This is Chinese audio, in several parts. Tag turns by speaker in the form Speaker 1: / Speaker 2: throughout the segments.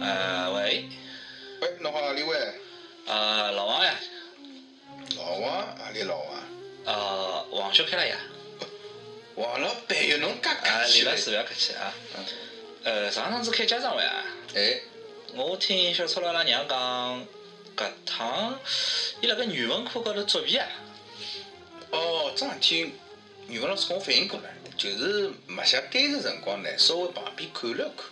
Speaker 1: 呃，喂，
Speaker 2: 喂，侬哎好，阿里位？
Speaker 1: 呃，老王呀，
Speaker 2: 老王，阿里老王？
Speaker 1: 呃，王小开了呀，
Speaker 2: 王老板哟，侬介
Speaker 1: 啊，
Speaker 2: 客
Speaker 1: 李
Speaker 2: 气
Speaker 1: 老
Speaker 2: 了。
Speaker 1: 师不要客气啊。呃，上趟子开家长会啊，
Speaker 2: 哎，
Speaker 1: 我听小超阿拉娘讲，搿趟伊辣盖语文课高头作弊啊。
Speaker 2: 哦，这两天语文老师跟我反映过了，就是默写单词辰光呢，稍微旁边看了看。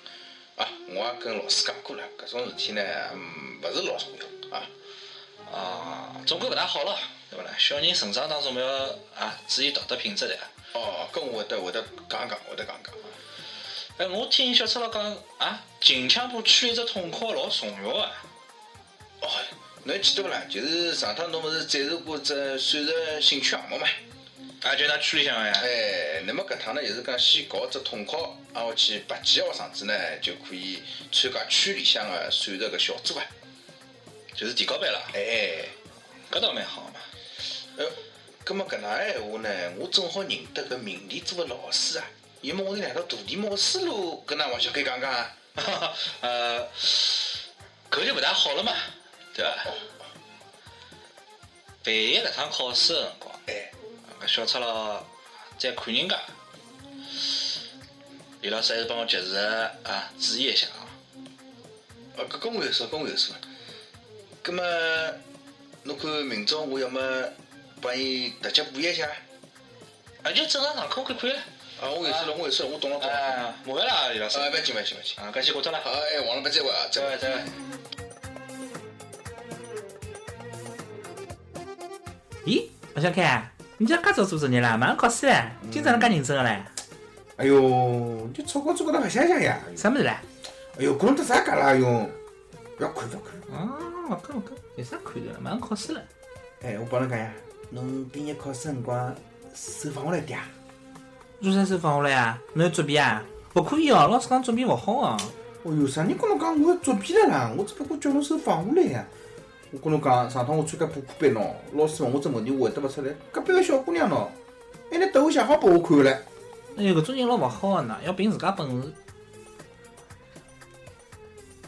Speaker 2: 啊，我也跟老师讲过了，搿种事体呢，嗯，勿是老重要啊。
Speaker 1: 啊，总归勿大好了，对勿啦？小人成长当中勿要啊，注意道德品质的。
Speaker 2: 哦，跟我会得会得讲讲，会得讲讲。
Speaker 1: 哎，我听小超老讲啊，近腔部区一只统考老重要啊。
Speaker 2: 哦，侬还记得勿啦？就是上趟侬勿是展示过只算术兴趣项目嘛？
Speaker 1: 啊，就那区里向个呀。
Speaker 2: 哎，那么搿趟呢，就是讲先搞只统考，挨下去拔几个学生子呢，就可以参加区里向的算术个小组啊。
Speaker 1: 就是提高班了，
Speaker 2: 哎，
Speaker 1: 搿倒蛮好嘛。
Speaker 2: 呃，葛末搿能闲话呢，我正好认得搿明理组个老师啊，伊问我是两个徒弟嘛，我思路跟㑚王小开讲讲啊。
Speaker 1: 呃，搿就勿大好了嘛，对伐？办一搿趟考试个辰光，
Speaker 2: 哎，
Speaker 1: 搿小赤佬再看人家，李老师还是帮我及时地啊注意一下啊。
Speaker 2: 呃，搿跟我有数，跟我有数。葛末，侬看明朝我要么帮伊突击补一下。
Speaker 1: 啊，就正常上课可以可以了。
Speaker 2: 啊，我有数了，我有数了，我懂了懂了。
Speaker 1: 哎，麻烦了啊，李老师。
Speaker 2: 啊，勿要紧勿要紧勿要紧。
Speaker 1: 啊，搿先挂脱
Speaker 2: 好，
Speaker 1: 了。
Speaker 2: 哎，王老板再会啊，再
Speaker 1: 再
Speaker 2: 会。
Speaker 1: 会再会。
Speaker 3: 咦，老小凯，你今朝介早做作业啦？马上考试了，今朝能介认真个唻？
Speaker 4: 哎哟，你草稿做高头白相相呀！
Speaker 3: 啥物事啦？
Speaker 4: 哎哟，搿侬搭啥讲啦哟？不要看，不要看。
Speaker 3: 哦，勿讲勿讲，有啥看头了？马上考试了。
Speaker 4: 哎，我帮侬讲呀，侬毕业考试辰光手放下来点啊。
Speaker 3: 做啥手放下来啊？侬要作弊啊？勿可以哦，老师讲作弊勿好哦。
Speaker 4: 哎哟，啥人跟侬讲我要作弊了啦？我只不过叫侬手放下来呀。我跟侬讲，上趟我参加补课班喏，老师问我只问题，我回答勿出来。隔壁个小姑娘喏，还拿答案写好拨我看了。
Speaker 3: 哎哟，搿种人老勿好个呢，要凭自家本事。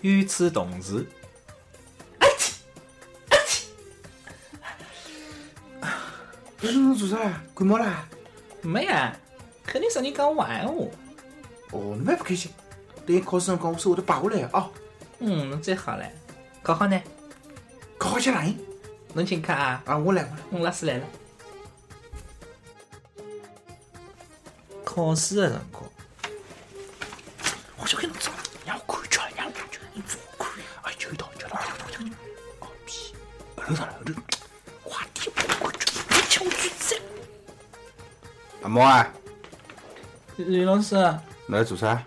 Speaker 3: 与此同时，
Speaker 4: 不是侬做啥啦？感冒啦？
Speaker 3: 没呀，肯定啥人讲我闲话。
Speaker 4: 哦，侬蛮勿开心。等伊考试辰光，我手会得摆下来啊。
Speaker 3: 嗯，侬最好唻。考好呢，
Speaker 4: 考好些哪样？
Speaker 3: 侬请客啊？
Speaker 4: 啊，我来我来。
Speaker 3: 嗯，老师来了。考试的辰光，
Speaker 4: 我小看侬走了，让我看叫了，让我看叫了，你不看？哎，就一道，就一道，就一道，就一道。哦，屁！后头上来，后头，快点，我看叫，你叫我去走。阿毛啊，
Speaker 3: 李老师，
Speaker 4: 侬来做啥？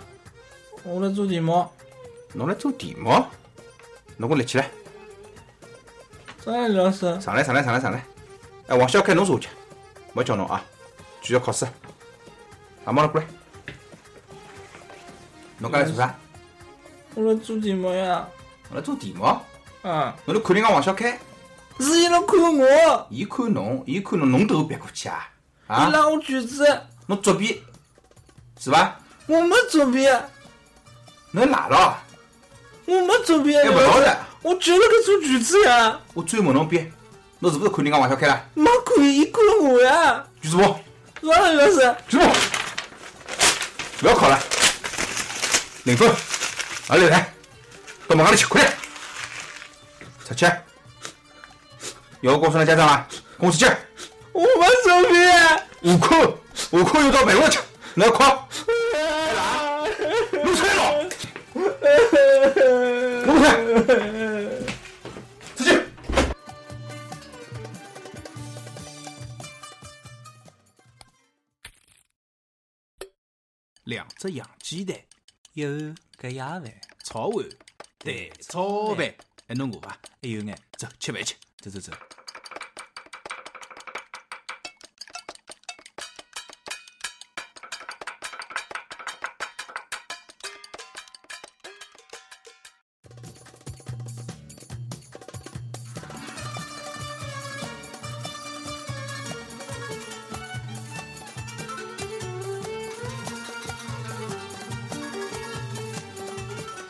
Speaker 3: 我来做题目，
Speaker 4: 侬来做题目？侬给我立起来，
Speaker 3: 张呀，李老师。
Speaker 4: 上来，上来，上来，上来。哎，王小凯，侬坐下去，没叫侬啊，继续考试。阿毛，来过来。侬刚来做啥？
Speaker 3: 我来做题目呀。
Speaker 4: 侬来做题目？
Speaker 3: 啊，
Speaker 4: 侬来看人家王小凯，
Speaker 3: 是伊拉看我，
Speaker 4: 伊看侬，伊看侬，侬头别过去啊？啊
Speaker 3: 伊？拉我卷子，
Speaker 4: 侬作弊是伐？
Speaker 3: 我没作弊，
Speaker 4: 侬赖了，
Speaker 3: 我没作弊。
Speaker 4: 还勿老实。
Speaker 3: 我就是搿做卷子呀，
Speaker 4: 我追问侬遍，侬是不是看人家王小开了？
Speaker 3: 没看伊看我呀。
Speaker 4: 举手不？
Speaker 3: 是吧，李老师？
Speaker 4: 举手！不要考了，领分。阿来来，到门口里去，快点！出去！要告诉那家长啊，跟我出去！
Speaker 3: 我没作弊。
Speaker 4: 下课，下课又到办公室去，侬要考，侬出来了，我不看，出去。
Speaker 5: 两只洋鸡蛋，
Speaker 3: 有搿夜饭，
Speaker 5: 炒碗，蛋炒饭，哎还侬饿伐？
Speaker 3: 还有眼，
Speaker 5: 走，吃饭去，走走走。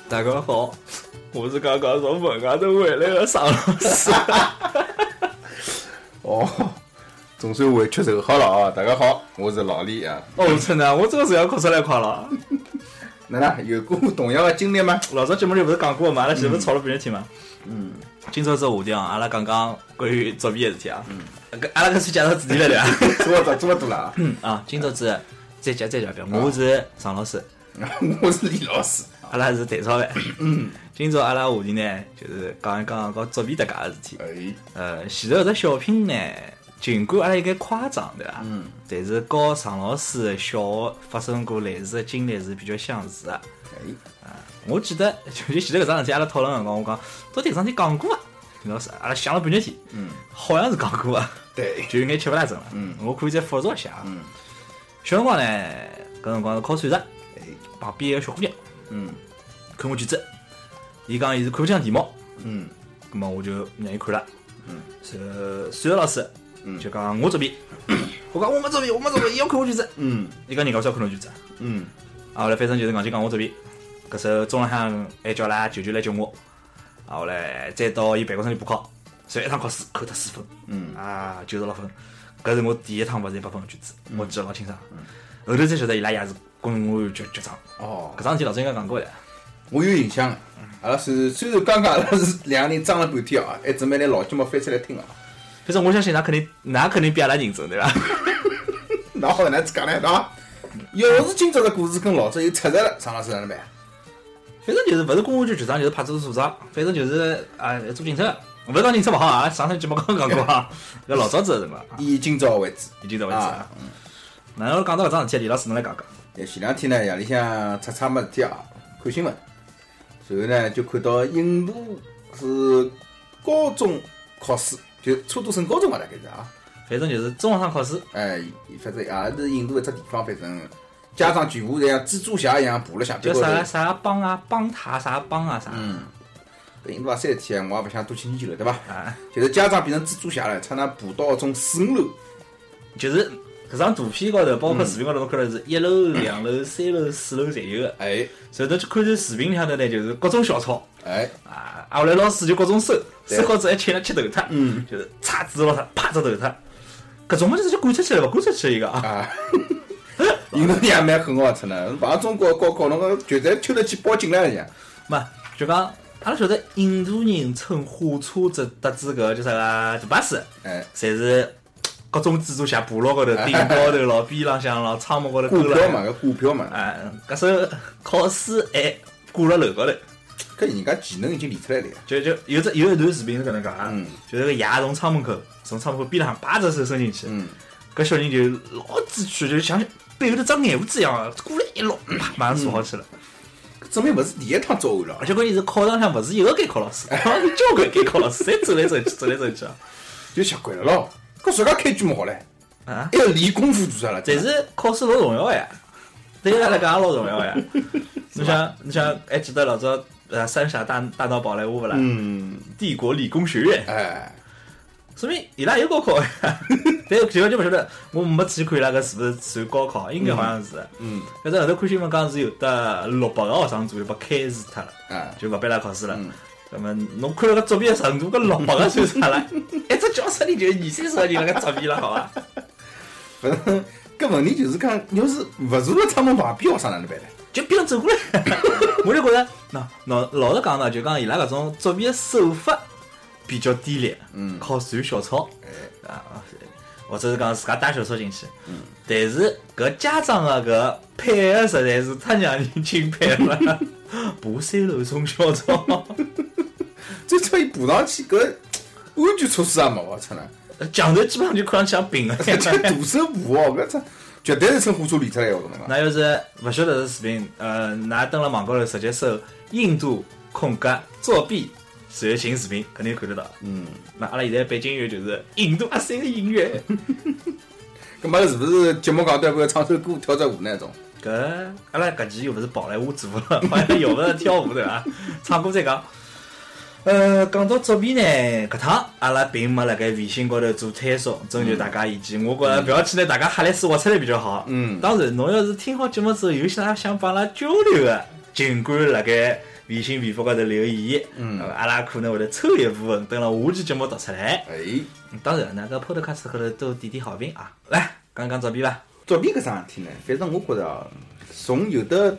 Speaker 3: 大家好，我是刚刚从文外头回来的常老师。
Speaker 4: 哦，总算委曲受好了啊！大家好，我是老李啊。
Speaker 3: 哦，真的，我真的是要哭出来快了。
Speaker 4: 哪能有过同样的经历吗？
Speaker 3: 老早节目里不是讲过嘛，阿拉媳妇吵了半日天嘛。嗯。今朝这话题啊，阿拉讲讲关于作弊的事体啊。嗯。搿阿拉搿算介绍主题了对伐？
Speaker 4: 做做做勿多 了啊！
Speaker 3: 嗯 啊，今朝子再讲再讲一遍，我是常老师，
Speaker 5: 嗯
Speaker 4: 我是李老师。
Speaker 3: 阿拉是蛋炒饭。嗯。今朝阿拉话题呢，就是讲一讲搞作弊搭界个事体。
Speaker 4: 哎，
Speaker 3: 呃，前头搿只小品呢，尽管阿拉有眼夸张对伐？嗯。但是和常老师的小学发生过类似的经历是比较相似的。啊我记得 就前头搿桩事体，阿拉讨论辰光，我讲到底搿桩事体讲过伐？老师，阿拉想了半日天，嗯，好像是讲过啊，
Speaker 4: 对，
Speaker 3: 就有眼吃勿大准了。嗯，我可以再复述一下啊。嗯，小辰光呢，搿辰光是考算术，旁边有个小姑娘，
Speaker 4: 嗯，
Speaker 3: 看我卷子，伊讲伊是看不清题目，
Speaker 4: 嗯，
Speaker 3: 葛么我就让伊看了。嗯，后数学老师，就讲我作 弊，我讲我没作弊，我没作弊，伊要看我卷子。
Speaker 4: 嗯
Speaker 3: 伊讲人家为啥要看侬卷子啊？
Speaker 4: 嗯，
Speaker 3: 啊，后来反正就是硬劲讲我作弊，搿时候中浪向还叫拉舅舅来叫我，啊，后来再到伊办公室里补考，所以一趟考试扣脱四分，嗯，啊，九十六分，搿是我第一趟勿是一百分的卷子，我记得老清爽。后头才晓得伊拉爷是公务员局局长，
Speaker 4: 哦
Speaker 3: 搿桩事体老早应该讲过的，
Speaker 4: 我有印象。阿拉是虽然刚刚阿拉是两个人争了半天啊，还准备拿老节目翻出来听啊。
Speaker 3: 反正我相信㑚肯定㑚肯定比阿拉认真对伐？
Speaker 4: 那好难子讲呢，对伐？要是今朝的故事跟老早有出入了，张老师哪能办？
Speaker 3: 反正就是勿是公务局局长，就是派出所所长，反正就是啊做警察。勿是讲警察勿好啊，阿拉上趟节目刚讲过 啊，搿老早子的辰光啊，
Speaker 4: 以今朝为止。
Speaker 3: 已经到为止啊
Speaker 4: 啊。
Speaker 3: 然后讲到搿桩事体，李老师侬来讲讲。
Speaker 4: 哎，前两天呢，夜里向出差没事体啊，看新闻，然后呢就看到印度是高中考试，就初中升高中嘛，大概是啊，
Speaker 3: 反正就是中学生考试，
Speaker 4: 哎，反正也是印度一只地方，反正家长全部像蜘蛛侠一样爬了下边
Speaker 3: 叫
Speaker 4: 高
Speaker 3: 啥
Speaker 4: 头。
Speaker 3: 啥帮啊、帮塔啥帮啊啥
Speaker 4: 嗯，印度啊，三天我也不想多去研究了，对伐？
Speaker 3: 啊，
Speaker 4: 就是家长变成蜘蛛侠了，差那爬到种四五楼。
Speaker 3: 就是搿张图片高头，包
Speaker 4: 嗯
Speaker 3: 括视频高头，侬看到是一楼、两楼、三楼、四楼侪有个。
Speaker 4: 哎
Speaker 3: 所以侬去看这视频里向头呢，就是各种小抄
Speaker 4: 哎，
Speaker 3: 啊，啊后来老师就各种收，
Speaker 4: 对
Speaker 3: 收好之后还请了吃头脱，嗯，就是叉子咯，啪着头脱。搿种物事就赶出去了吧，赶出去一个啊！
Speaker 4: 印度人也蛮狠哦，出呢，碰上中国高考，侬个绝对抽得起包进来一样。
Speaker 3: 嘛，就讲阿拉晓得印度人乘火车这搭子搿叫啥个大巴士，
Speaker 4: 哎，
Speaker 3: 侪是各种蜘蛛侠爬牢高头、顶高头咯、边浪向咯、窗户高头
Speaker 4: 股
Speaker 3: 勾
Speaker 4: 票嘛，
Speaker 3: 了。
Speaker 4: 搿股票嘛，
Speaker 3: 啊，搿时候考试还挂辣楼高头，
Speaker 4: 搿人家技能已经练出来了呀。
Speaker 3: 就就有只有一段视频是搿能介啊，
Speaker 4: 嗯
Speaker 3: 就是个爷从窗门口从窗门口边浪向叭只手伸进去，
Speaker 4: 嗯
Speaker 3: 搿小人就老知趣，就像背后头长眼胡子一样啊，过来一捞，啪，马上坐好去
Speaker 4: 嗯
Speaker 3: 了。
Speaker 4: 证明勿是第一趟作案了
Speaker 3: 而。且关键是考场上勿是一个监考老师，好像有交关监考老师，侪走来走去，走来走去啊。
Speaker 4: 就习惯了咯。搿自家开卷么好嘞？
Speaker 3: 啊
Speaker 4: 还要练功夫做啥了？
Speaker 3: 但
Speaker 4: 真的
Speaker 3: 是考试老重要呀，对伊拉来讲也老 重要呀。你想，你想，还记得老早呃三傻大大闹宝莱坞不啦？
Speaker 4: 嗯，
Speaker 3: 帝国理工学院，
Speaker 4: 哎，
Speaker 3: 说明伊拉有 高考呀。但是就就不晓得，我没仔细看伊拉搿是不是算高考，应该好像是。
Speaker 4: 嗯，
Speaker 3: 反正后头看新闻讲是有得六百个学生左右被开除脱了，
Speaker 4: 啊，
Speaker 3: 就勿拨伊拉考试了。那么侬看了搿作弊的程度，搿六百个 算哎啥啦？一只教室里就有二三十个人辣搿作弊了，好伐？
Speaker 4: 反正搿问题就是讲，要是勿坐辣窗门旁边，学生哪能办嘞？
Speaker 3: 就边上走过来， 我就觉着，那老老实讲呢，就讲伊拉搿种作弊的手法比较低劣，嗯，靠算小抄，啊，或者是讲自家带小抄进去，嗯，但是搿家长的搿配合实在是太让人钦佩 了，爬山路送小抄，
Speaker 4: 最少伊爬上去，搿安全措施也没好啊出 呢。
Speaker 3: 墙头基本上就看上去像 平了。
Speaker 4: 这徒手爬哦，搿只绝对是乘火车练出来的，我跟侬讲。
Speaker 3: 那要是勿晓得是视频，呃，㑚登了网高头直接搜印度空格作弊随行视频，肯定看得到。嗯，那阿拉现在背景音乐就是印 度阿三的音乐，
Speaker 4: 搿么是不是节目讲到要唱首歌、跳只舞那种？
Speaker 3: 搿阿拉搿期又勿是宝莱坞做了， 好像要勿是跳舞对伐？ 唱歌再讲。呃，讲到作弊呢，搿趟阿拉并没辣盖微信高头做推送，征求大家意见。我觉着勿要去拿大家哈来丝挖出来比较好。
Speaker 4: 嗯
Speaker 3: 当然，侬要是听好节目之后有啥想帮阿拉交流的，尽管辣盖微信、微博高头留言，嗯，阿拉可能会得抽一部分登了下期节目读出来。
Speaker 4: 哎，
Speaker 3: 嗯当然，那个 Podcast 高头都点点好评啊！来，讲讲照片吧。
Speaker 4: 照片搿桩事体呢，反正我觉着啊，从有的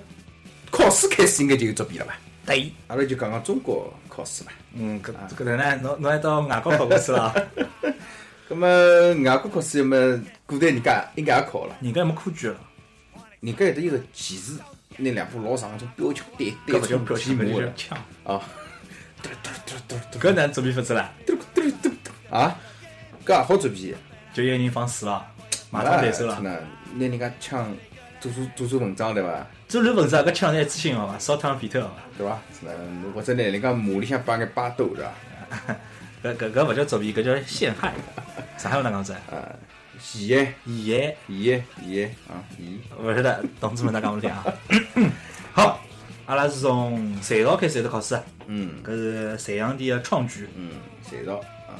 Speaker 4: 考试开始应该就有照片了吧？
Speaker 3: 对，
Speaker 4: 阿拉就讲讲中国考试吧。
Speaker 3: 嗯，搿搿头呢，侬侬还到外国考过试啦？
Speaker 4: 咁么外国考试么，古代人家应该也考了，
Speaker 3: 人家没科举了，
Speaker 4: 人家有的有个旗帜，拿两把老长的种标枪对
Speaker 3: 搿
Speaker 4: 对
Speaker 3: 勿叫
Speaker 4: 冲
Speaker 3: 表
Speaker 4: 击
Speaker 3: 现，搿
Speaker 4: 马
Speaker 3: 就叫
Speaker 4: 的
Speaker 3: 枪。
Speaker 4: 啊
Speaker 3: 搿哪能照片法子啦？
Speaker 4: 啊，搿也好作弊，
Speaker 3: 就一个人放水了，马上对手了
Speaker 4: 真。的拿人家枪做出做出文章对伐？
Speaker 3: 做乱文章搿枪是一次性的嘛，烧烫扁脱的嘛。
Speaker 4: 对伐？真的或者拿人家马里向摆眼巴豆对伐？
Speaker 3: 搿搿搿勿叫作弊，搿叫陷害。上海话哪能讲子？啊
Speaker 4: 戏哎
Speaker 3: 陷害。
Speaker 4: 戏哎戏哎啊戏，
Speaker 3: 勿晓得，同志们，㑚讲勿听啊。好，阿拉是从隋朝开始一直考试，啊
Speaker 4: 嗯
Speaker 3: 搿是隋炀帝的创举。
Speaker 4: 嗯，侪到啊。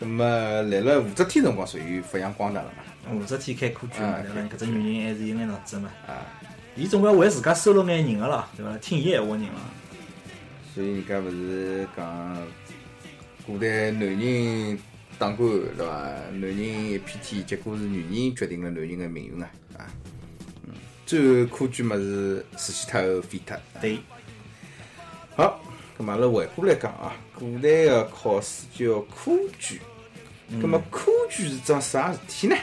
Speaker 4: 咁么来了武则天辰光，属于发扬光大了嘛？
Speaker 3: 武则天开科举嘛，
Speaker 4: 嗯
Speaker 3: 对伐？搿只女人还是有眼脑子嘛。
Speaker 4: 啊，
Speaker 3: 伊总归为自家收拢眼人个啦，对伐？听伊闲话人了。
Speaker 4: 所以人家勿是讲古代男人当官对伐？男人一片天，结果是女人决定了男人的命运啊啊！嗯，最后科举么是除去脱后废啊脱。
Speaker 3: 对，
Speaker 4: 好，咁嘛阿拉回过来讲啊，古代的考试叫科举。咁么科举是桩啥事体呢？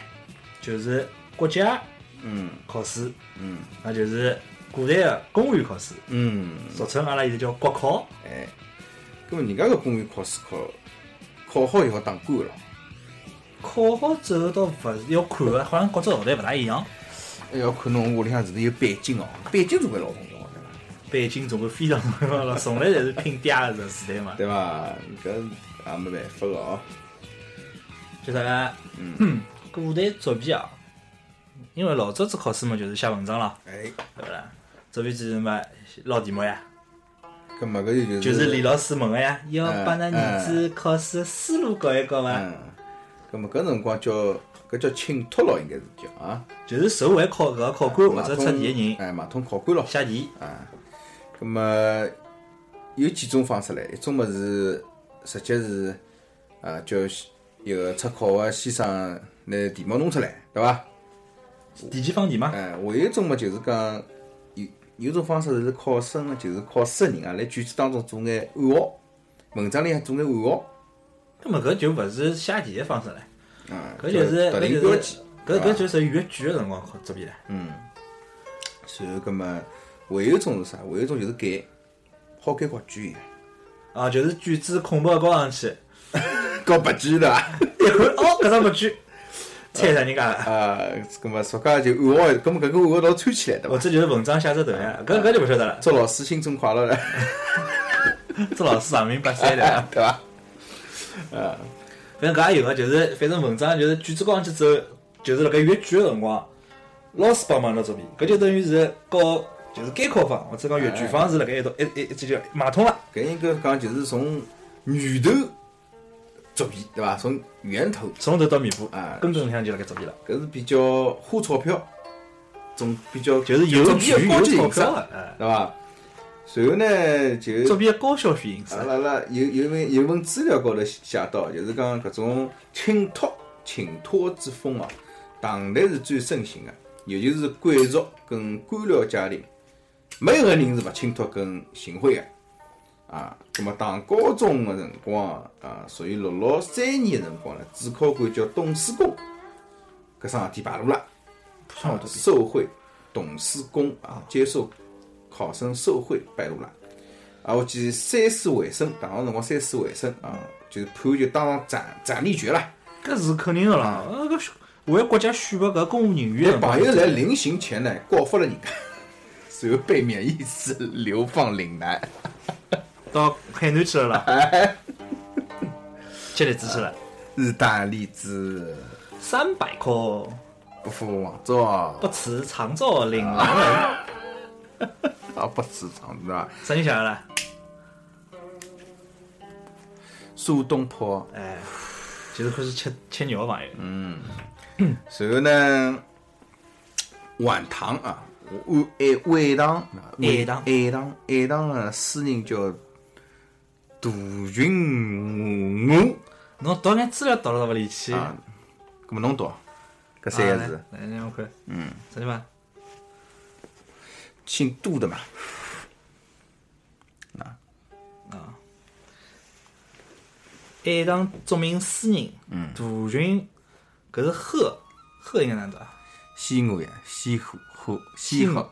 Speaker 3: 就是国家
Speaker 4: 嗯
Speaker 3: 考试，
Speaker 4: 嗯
Speaker 3: 那就是古代的公务员考试，
Speaker 4: 嗯，
Speaker 3: 俗称阿拉现在叫国考。
Speaker 4: 哎，咁么人家个公务员考试考考好以后当官了。
Speaker 3: 考好之后倒勿是要看的，好像各只朝代勿大一样，
Speaker 4: 还要看侬屋里向是勿是有背景哦，背景总归老重要的嘛，
Speaker 3: 背景总归非常重要了， 从来侪是拼嗲个时代嘛。
Speaker 4: 对伐？搿也没办法个哦。
Speaker 3: 就啥个，
Speaker 4: 嗯
Speaker 3: 嗯古代作弊啊，因为老早子考试嘛，就是写文章啦，
Speaker 4: 哎，
Speaker 3: 对勿啦？作弊就是嘛，捞题目呀，
Speaker 4: 啊搿么搿就
Speaker 3: 就是
Speaker 4: 是
Speaker 3: 李老师问个呀，要
Speaker 4: 嗯
Speaker 3: 帮㑚儿子考试思路搞一搞啊伐？
Speaker 4: 嗯，搿么搿辰光叫搿叫请托咯，应该是叫啊。
Speaker 3: 就是受贿考搿个考官或
Speaker 4: 马
Speaker 3: 者
Speaker 4: 通
Speaker 3: 出题个人
Speaker 4: 哎，马桶考官咯。
Speaker 3: 写题，
Speaker 4: 啊，咁么有几种方式嘞？一种么是直接是啊，叫一个出考个先生拿题目弄出来，对伐？
Speaker 3: 提前放题嘛，
Speaker 4: 哎，还有一种么就是讲有有种方式是考生个，就是考试个人啊，辣卷子当中做眼暗号，文章里向做眼暗号，
Speaker 3: 搿么搿就勿是写题个方式了，
Speaker 4: 啊，
Speaker 3: 搿就是
Speaker 4: 特
Speaker 3: 搿
Speaker 4: 定标嗯
Speaker 3: 就
Speaker 4: 记
Speaker 3: 是。
Speaker 4: 对
Speaker 3: 搿搿
Speaker 4: 伐
Speaker 3: 就属于越剧个辰光考作弊了，
Speaker 4: 随后，咁么还有一种是啥？还有一种就是改，好改考卷，
Speaker 3: 啊，就是句子空白高上去，
Speaker 4: 搞白啊卷对伐？
Speaker 3: 一看哦，搿张白
Speaker 4: 嗯
Speaker 3: 卷，猜啥人家个？
Speaker 4: 啊，咁么自家就暗号，咁么搿个暗号老穿起来对伐
Speaker 3: 或？者就是文章写只头呀，搿搿就勿晓得了。
Speaker 4: 祝老师新春快乐了，
Speaker 3: 祝老师长命百岁了。
Speaker 4: 对伐？
Speaker 3: 反正搿也有个，就是反正文章就是卷子交上去之后，就是辣盖阅卷个辰光，老师帮忙拿作弊，搿就等于是和就是监考方或者讲阅卷方是辣盖一道一一一这就买通了。
Speaker 4: 搿应该讲就是从源头作弊，对伐？从源头，
Speaker 3: 从头到尾巴
Speaker 4: 哎，
Speaker 3: 根本上就辣盖作弊了，
Speaker 4: 搿是比较花钞票，总比较
Speaker 3: 就是有
Speaker 4: 作弊
Speaker 3: 举
Speaker 4: 的高
Speaker 3: 有哎
Speaker 4: 级
Speaker 3: 钞
Speaker 4: 形式，
Speaker 3: 票的，
Speaker 4: 对伐？随后呢，
Speaker 3: 哎，啊作
Speaker 4: 就
Speaker 3: 弊的高消费形式
Speaker 4: 阿，拉拉啊有有份有份资料高头写到，就是讲搿种请托请托之风哦，唐代是最盛行的，尤其是贵族跟官僚家庭，没有个人是勿请托跟行贿的。啊，葛末唐高宗个辰光啊，属于六六三年个辰光呢，主考官叫董司公，搿桩事体败露了，啊受贿，董司公啊，接受考生受贿败露了，啊，我记得三死为生，唐朝辰光三死为生啊，就是判就当场斩斩立决了，
Speaker 3: 哎搿是肯定个啦。呃搿选为国家选拔搿公务人员
Speaker 4: 但
Speaker 3: 哎的辰
Speaker 4: 朋友
Speaker 3: 光，
Speaker 4: 在临刑前呢告发了人家， 随后被免役死，流放岭南。
Speaker 3: 到海南去了啦， 吃栗子去了，
Speaker 4: 意大利之
Speaker 3: 三百块。
Speaker 4: 不负王朝啊，
Speaker 3: 不辞长照领狼人。
Speaker 4: 啊不辞长是吧？
Speaker 3: 啥人写的啦？
Speaker 4: 苏东坡。
Speaker 3: 哎，就是开始吃吃肉的朋友。
Speaker 4: 随后呢，晚唐啊，我爱爱堂，
Speaker 3: 爱堂
Speaker 4: 爱堂，爱堂个诗人啊叫杜群武，
Speaker 3: 侬读眼资料读了到勿里去，
Speaker 4: 啊搿么侬读搿三个字
Speaker 3: 啊，来来让我看，嗯，啥地方？
Speaker 4: 姓杜的嘛，
Speaker 3: 爱堂著名诗人，杜群，搿是鹤，鹤应该哪能读啊？
Speaker 4: 西湖呀，西湖湖西湖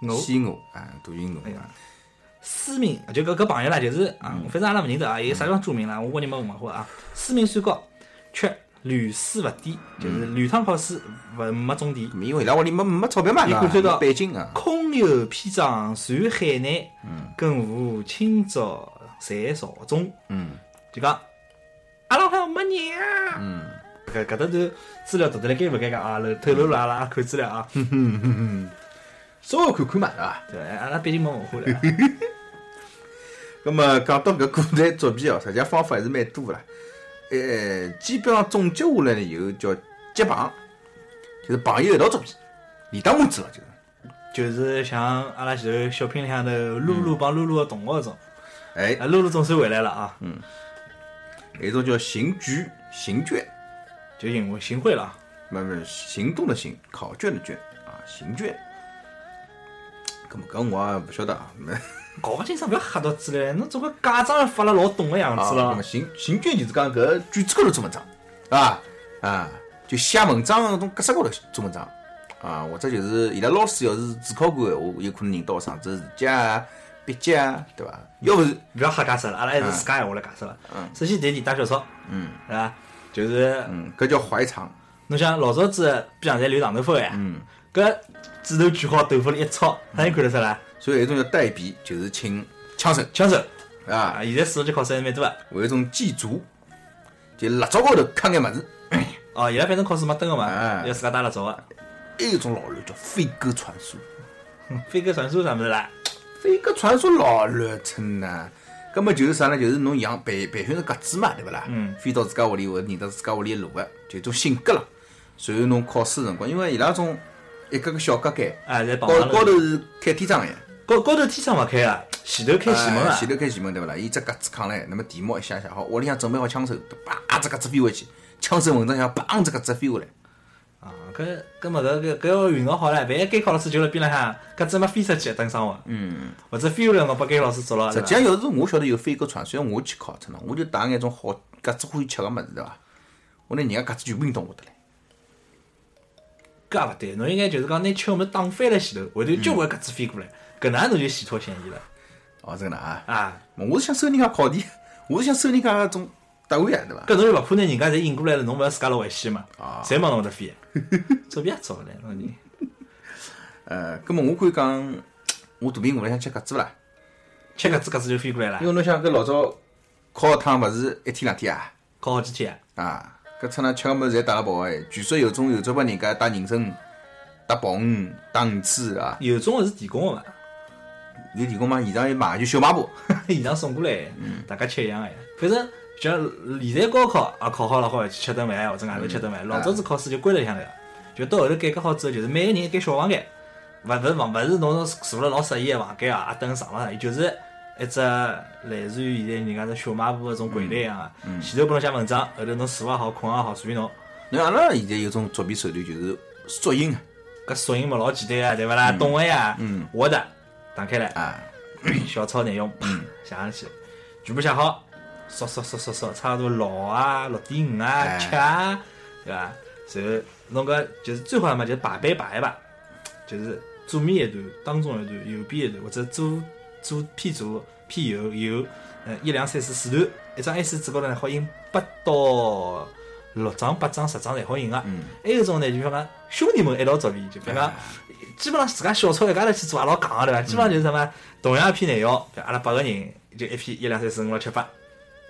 Speaker 3: 牛
Speaker 4: 西湖啊，杜群武
Speaker 3: 呀
Speaker 4: 啊，
Speaker 3: 思明，就搿搿朋友啦，就是啊，反正阿拉勿认得啊，伊啥地方著名啦，我觉着没文化啊。思明算高，却屡试勿第，就是屡趟考试勿没中第。
Speaker 4: 因为伊拉屋里没没钞票嘛，
Speaker 3: 伊
Speaker 4: 那
Speaker 3: 感受到
Speaker 4: 没背景啊，
Speaker 3: 空有篇章传海内，更无今朝在朝中。
Speaker 4: 嗯，
Speaker 3: 就讲阿拉好像没人啊。嗯，搿搿搭段资料读得来该勿该讲啊？漏透露了阿拉看资料啊。
Speaker 4: 稍微看看嘛，是伐？
Speaker 3: 对，阿拉毕竟没文化了。
Speaker 4: 那么讲到搿古代作弊哦，实际上方法还是蛮多的啦。呃，基本上总结下来呢，有叫结朋，就是朋友一道作弊，你当我知道就是。
Speaker 3: 就是像阿拉前头小品里向头露露帮露露的同学那种，
Speaker 4: 哎
Speaker 3: 啊，，露露总算回来了啊，
Speaker 4: 还有一种叫行局、行卷，
Speaker 3: 就行为行贿了啊。
Speaker 4: 那么行动的行，考卷的卷啊，行卷。搿么搿我也勿晓得啊。那么
Speaker 3: 搞勿清爽，勿要吓到资料，侬总归假装发了老懂个样
Speaker 4: 啊，
Speaker 3: 子
Speaker 4: 那
Speaker 3: 了
Speaker 4: 么。行行卷就是讲搿卷子高头做文章，啊啊，就写文章的搿种格式高头做文章，啊，或者就是伊拉老师要是主考官闲话，有可能认到上子字节啊、笔迹啊，对伐？要勿是
Speaker 3: 勿要瞎解释了，阿拉还是自家闲话来解释了。首先第一点打小抄，嗯，对伐？就是
Speaker 4: 嗯，搿叫怀藏，
Speaker 3: 侬想老早子边上侪留长头发呀，嗯，搿指头举好，头发里一抄，哪能看得出来？
Speaker 4: 所以有一种叫代笔，就是请枪手
Speaker 3: 枪手
Speaker 4: 啊
Speaker 3: 啊，，现在四级考试还是啊蛮多个。
Speaker 4: 还有一种祭祖，就蜡烛高头刻眼物事，
Speaker 3: 哦，伊拉反正考试没登个嘛，
Speaker 4: 哎
Speaker 3: 要自家带了啊走个。
Speaker 4: 还有一种老乱叫飞鸽传书。
Speaker 3: 飞鸽传书啥物事啦？
Speaker 4: 飞鸽传说老乱称呐，葛么就是啥呢？就是侬养培培训是鸽子嘛，对勿啦？
Speaker 3: 嗯
Speaker 4: 飞到自家屋里或者认得自家屋里的路个，就一种性格了。随后侬考试辰光，因为伊拉种一个个小隔间，
Speaker 3: 啊，侪
Speaker 4: 高
Speaker 3: 绑上了
Speaker 4: 高头是开天窗个，
Speaker 3: 高高头天窗勿开啊，前头开前门
Speaker 4: 哎
Speaker 3: 啊
Speaker 4: 前。头开前门对勿啦？伊只鸽子扛来，那么题目一下下好，屋里向准备好枪手，叭只鸽子飞回去，枪手文章想梆只鸽子飞回来，
Speaker 3: 啊，搿搿么搿搿搿要运道好唻，万一监考老师就辣边浪向，搿只么飞出去等生活，嗯，或者飞下来辰光把监考老师捉牢，
Speaker 4: 实
Speaker 3: 对
Speaker 4: 际
Speaker 3: 伐？
Speaker 4: 上，要是我晓得有飞鸽传，虽然我去考出呢，我就打眼种好鸽子欢喜吃个物事，对伐？我拿人家鸽子全部运到我得来。
Speaker 3: 搿也勿对，侬应该就是讲拿吃个物事打翻了前头，后头交关搿只飞过来，搿能侬就洗脱嫌疑了
Speaker 4: 哦，真个啊！
Speaker 3: 啊！
Speaker 4: 我是想收人家考题，我是想收人家那种答案呀，对伐？
Speaker 3: 搿侬又勿可能人家侪引过来了，侬勿要自家老危险嘛？侪往侬搿搭飞，作弊也做勿来，侬人
Speaker 4: 呃，葛么我可以讲，我肚皮饿了想吃鸽子勿啦？
Speaker 3: 吃搿只搿只就飞过来
Speaker 4: 因 为
Speaker 3: 了，
Speaker 4: 侬想搿老早烤一趟物事一天两天啊，
Speaker 3: 搞好几天啊，
Speaker 4: 啊，搿出来吃个物事侪打了跑哎。据说有种有种帮人家打人参、打鲍鱼、打鱼翅啊，
Speaker 3: 有种是提供个嘛，
Speaker 4: 有提供吗？现场有卖，就小卖部。
Speaker 3: 现场送过来，大家吃一样个呀。反正像现在高考啊，考好了好回去吃顿饭，或者外头吃顿饭。老早子考试就关了里向头，就到后头改革好之后，就是每个人一间小房间，勿勿房勿是侬坐了老适意个房间啊，啊等床上，伊就是一只类似于现在人家只小卖部搿种柜台一样个，前头拨侬写文章，后头侬坐也好，困也好，随便侬。
Speaker 4: 侬阿拉现在有种作弊手段，就是索引啊
Speaker 3: 搿索引嘛老简单啊，对勿啦？懂个呀，活的打开来，
Speaker 4: 啊，
Speaker 3: 小抄内容啪写上去，全部写好，扫扫扫扫扫，差勿多六啊、六点五啊、
Speaker 4: 哎
Speaker 3: 七啊，对伐？然后弄个就是最好嘛，就是排版排一排，就是左面一段，当中一段，右边一段，或者左左偏左偏右右，呃一两三四四段，一张 A 四纸高头呢好印八到六张、八张、十张侪好印个。啊还有一种呢，就比方讲兄弟们一道作弊，就比方讲。基本上自家小抄一家头去做也老戆个对伐？基本上就是什么，同样一篇内容，比如阿拉八个人，就一篇一两三四五六七八，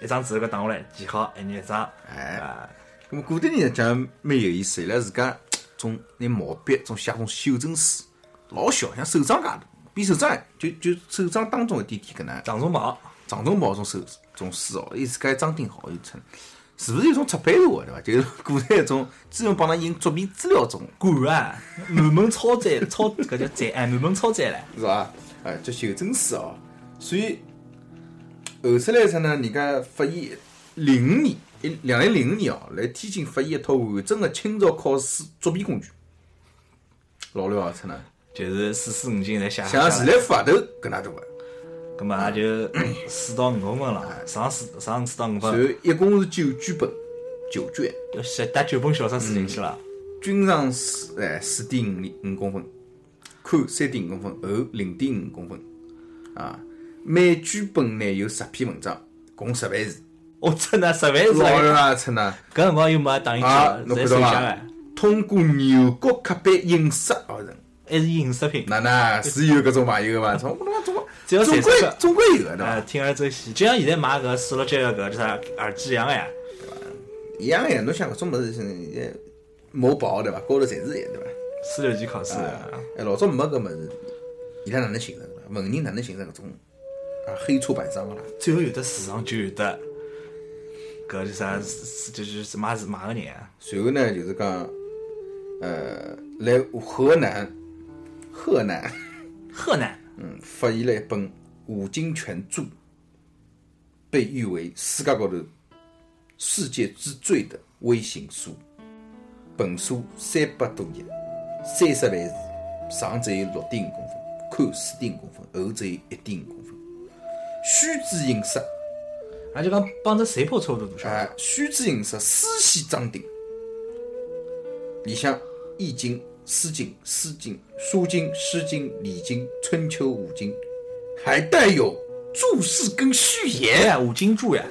Speaker 3: 一张纸搿打下来，记好一人一张，
Speaker 4: 哎
Speaker 3: 啊，
Speaker 4: 咁么古代人呢讲蛮有意思，伊拉自家种拿毛笔种写种袖珍书，老小，像手掌介大，比手掌就就手掌当中一点点搿能，
Speaker 3: 掌中宝，
Speaker 4: 长中毛种手种书哦，伊自家一张订好又称。是不是有种出版社的对伐？就是古代一种专门帮㑚印作品资料种，
Speaker 3: 管 啊，满门抄载抄搿叫载，哎，满门抄载唻。
Speaker 4: 是伐？哎，叫修正师哦。所以后出来啥呢？人家发现零五年，一两零零五年哦，来天津发现一套完整的清朝考试作弊工具，老了哦，出呢，
Speaker 3: 就是四四五进侪写
Speaker 4: 像
Speaker 3: 是
Speaker 4: 现在法头搿哪大个。
Speaker 3: 葛末也 就四到五公分了，上四上四到五
Speaker 4: 然
Speaker 3: 分，
Speaker 4: 后一共是九卷本，九卷，
Speaker 3: 要写带九本小说写进去了。
Speaker 4: 均长四哎四点五厘五公分，宽三点五公分，厚零点五公分，啊，每卷本呢有十篇文章，共十万字。
Speaker 3: 我哦真的十万字
Speaker 4: 老人
Speaker 3: 了，
Speaker 4: 啊，出呢
Speaker 3: 搿辰光又没打印机
Speaker 4: 啊
Speaker 3: 了，，
Speaker 4: 侬
Speaker 3: 侪
Speaker 4: 看
Speaker 3: 手
Speaker 4: 到
Speaker 3: 写
Speaker 4: 伐
Speaker 3: 的，？
Speaker 4: 通过牛角刻板印刷而成。
Speaker 3: 还是影视品。
Speaker 4: 哪能是有搿种朋友伐？从我他妈总
Speaker 3: 只要
Speaker 4: 总
Speaker 3: 彩色
Speaker 4: 归总归有个对哎
Speaker 3: 啊，
Speaker 4: 伐？
Speaker 3: 铤而走险，就像现在买搿四六级的搿叫啥耳机一样呀。
Speaker 4: 一样呀，侬想搿种物事现在某宝对伐？高头侪是个对伐？
Speaker 3: 四六级考试，
Speaker 4: 哎，老早没搿物事，伊拉哪能形成个啦？文人哪能形成搿种啊黑车板商个啦？
Speaker 3: 只要有的市场就有的，搿是啥？是就是买是买个人啊，
Speaker 4: 随后呢，就是讲，呃，来河南，河南，
Speaker 3: 河南
Speaker 4: 嗯，发现了一本《五经全注》，被誉为世界高头世界之最的微型书。本书三百多页，三十万字，长只有六点五公分，宽四点五公分，厚只有一点五公分，虚字印刷。
Speaker 3: 也就讲帮着谁破差不多多少？
Speaker 4: 哎，虚之印刷丝线装订，里向《易经》《诗经》《诗经》《书经》《诗经》《礼经》《春秋五经》，还带有注释跟序
Speaker 3: 哎
Speaker 4: 言。
Speaker 3: 呀，五金柱呀，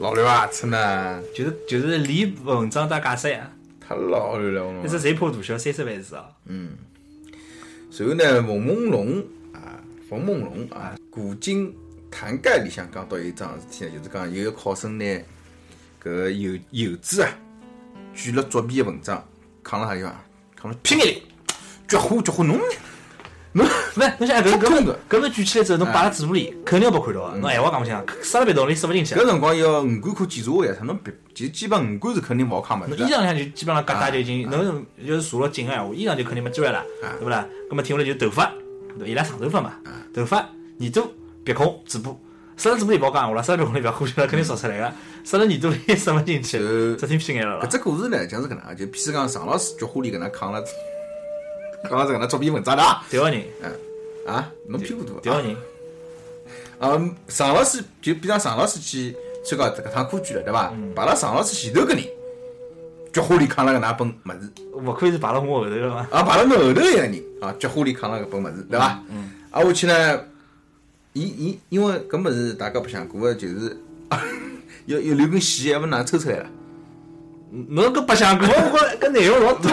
Speaker 4: 老刘啊，真的
Speaker 3: 就是就是连文章带解释呀，
Speaker 4: 太老刘了。我跟你
Speaker 3: 那
Speaker 4: 说
Speaker 3: 是谁破多少？三十万字啊！
Speaker 4: 嗯随后呢，冯梦龙啊，冯梦龙啊，古今坛盖里向讲到一桩事体呢，就是讲有个考生呢，搿游游子啊，举了作弊的文章，扛了啥地方啊？扛了屁眼里，绝户绝户，侬侬
Speaker 3: 不是，侬想哎搿
Speaker 4: 太痛
Speaker 3: 搿
Speaker 4: 了
Speaker 3: 搿么举起来之后，
Speaker 4: 嗯
Speaker 3: 侬摆辣嘴巴里，肯定要被看到的。啊侬闲话讲不清，塞了别道理塞勿进去。啊
Speaker 4: 搿辰光要五官科检查个呀，侬别其实基本五官是肯定勿好看嘛，
Speaker 3: 侬
Speaker 4: 对
Speaker 3: 衣
Speaker 4: 伐？
Speaker 3: 裳上就基本上疙瘩就已
Speaker 4: 嗯
Speaker 3: 经，侬就是坐了紧个闲话，衣裳就肯定没机会了，对不啦？那么听下来就是头发，对伊拉长头发嘛，
Speaker 4: 嗯
Speaker 3: 头发、耳朵、鼻孔、嘴巴，塞了嘴巴里勿好讲闲话了，塞了鼻孔里勿要呼吸了，肯定少出来个，塞了耳朵里塞勿进去，
Speaker 4: 嗯呃
Speaker 3: 只听屁眼了
Speaker 4: 搿
Speaker 3: 了。
Speaker 4: 只故事呢，讲是搿能，就譬如讲常老师菊花里搿能扛了，扛了是搿能作弊文章的啊，
Speaker 3: 调个人，
Speaker 4: 啊，侬屁股大啊。
Speaker 3: 调个人，
Speaker 4: 嗯，常老师就比上常老师去参加搿趟科举了，对伐？排辣常老师前头搿人，菊花里扛了搿哪本物事，
Speaker 3: 勿可以是排辣我后头个嘛？
Speaker 4: 啊，排辣侬后头一个人，啊，菊花里扛了搿本物事，对伐？嗯。啊，下去呢，伊伊因为搿物事大家白相过个，就是 啊有有留根线，还勿哪抽出来了。
Speaker 3: 侬搿白相，我觉搿内容老 多，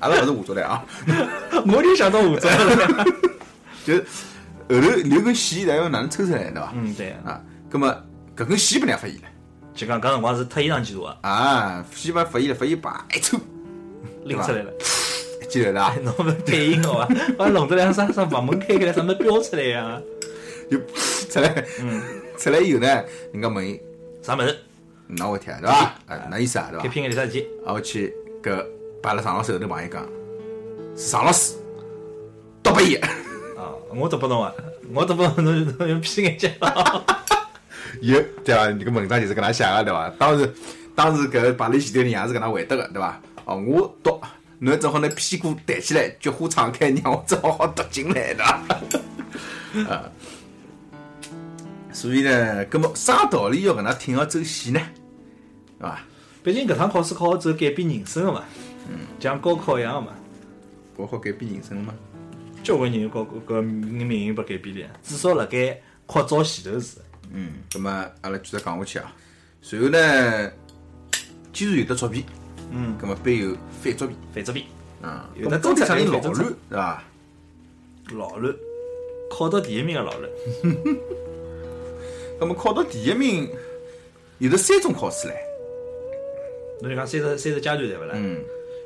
Speaker 4: 阿拉勿是下作来啊，
Speaker 3: 我就想到下周了。
Speaker 4: 就是后头留根线，然后哪能抽出来，对伐？
Speaker 3: 嗯，对，
Speaker 4: 啊，葛末搿根线被人家发现了，
Speaker 3: 就讲搿辰光是脱衣裳检查个，
Speaker 4: 啊，线被发现了，发现叭一抽，
Speaker 3: 拎出来了。
Speaker 4: 记得啦。
Speaker 3: 侬勿是配音个啊伐？ 把弄得来啥啥房门开开来，啥么标出来呀？
Speaker 4: 就出来， 出来以后呢，人家问伊
Speaker 3: 啥物事？
Speaker 4: 哪会贴对伐？啊，哪意思啊对
Speaker 3: 开
Speaker 4: 伐？
Speaker 3: 篇眼里啥事体？
Speaker 4: 啊，我去搿摆辣常老师后头朋友讲，是常老师倒拨伊，
Speaker 3: 啊，我读不懂啊，我读不懂，侬侬用屁眼讲了。
Speaker 4: 有对伐？你搿文章就是搿能写个对伐？当时当时搿摆辣前头人也是搿能回答个对伐？哦，我读，侬只好拿屁股抬起来，菊花敞开，让我只好好读进来对伐？ 啊，所以呢，搿么啥道理要搿能铤而走险呢？对伐？
Speaker 3: 毕竟搿趟考试考好之后改变人生个嘛，像高考一样个嘛，
Speaker 4: 高考改变人生了吗？
Speaker 3: 交关人有高搿命运被改变了，至少辣盖考早前头是。
Speaker 4: 嗯，那么阿拉继续讲下去啊。随后呢，既然有的作弊，嗯，那么便有反作弊
Speaker 3: 反作弊
Speaker 4: 啊。
Speaker 3: 有的
Speaker 4: 到底
Speaker 3: 政策
Speaker 4: 啥人
Speaker 3: 有
Speaker 4: 老
Speaker 3: 的政
Speaker 4: 乱
Speaker 3: 策
Speaker 4: 是伐？
Speaker 3: 老卵，考到第一名个老卵，
Speaker 4: 那么考到第一名，有的三种考试唻。
Speaker 3: 侬就讲三十三十阶段对勿啦？
Speaker 4: 嗯，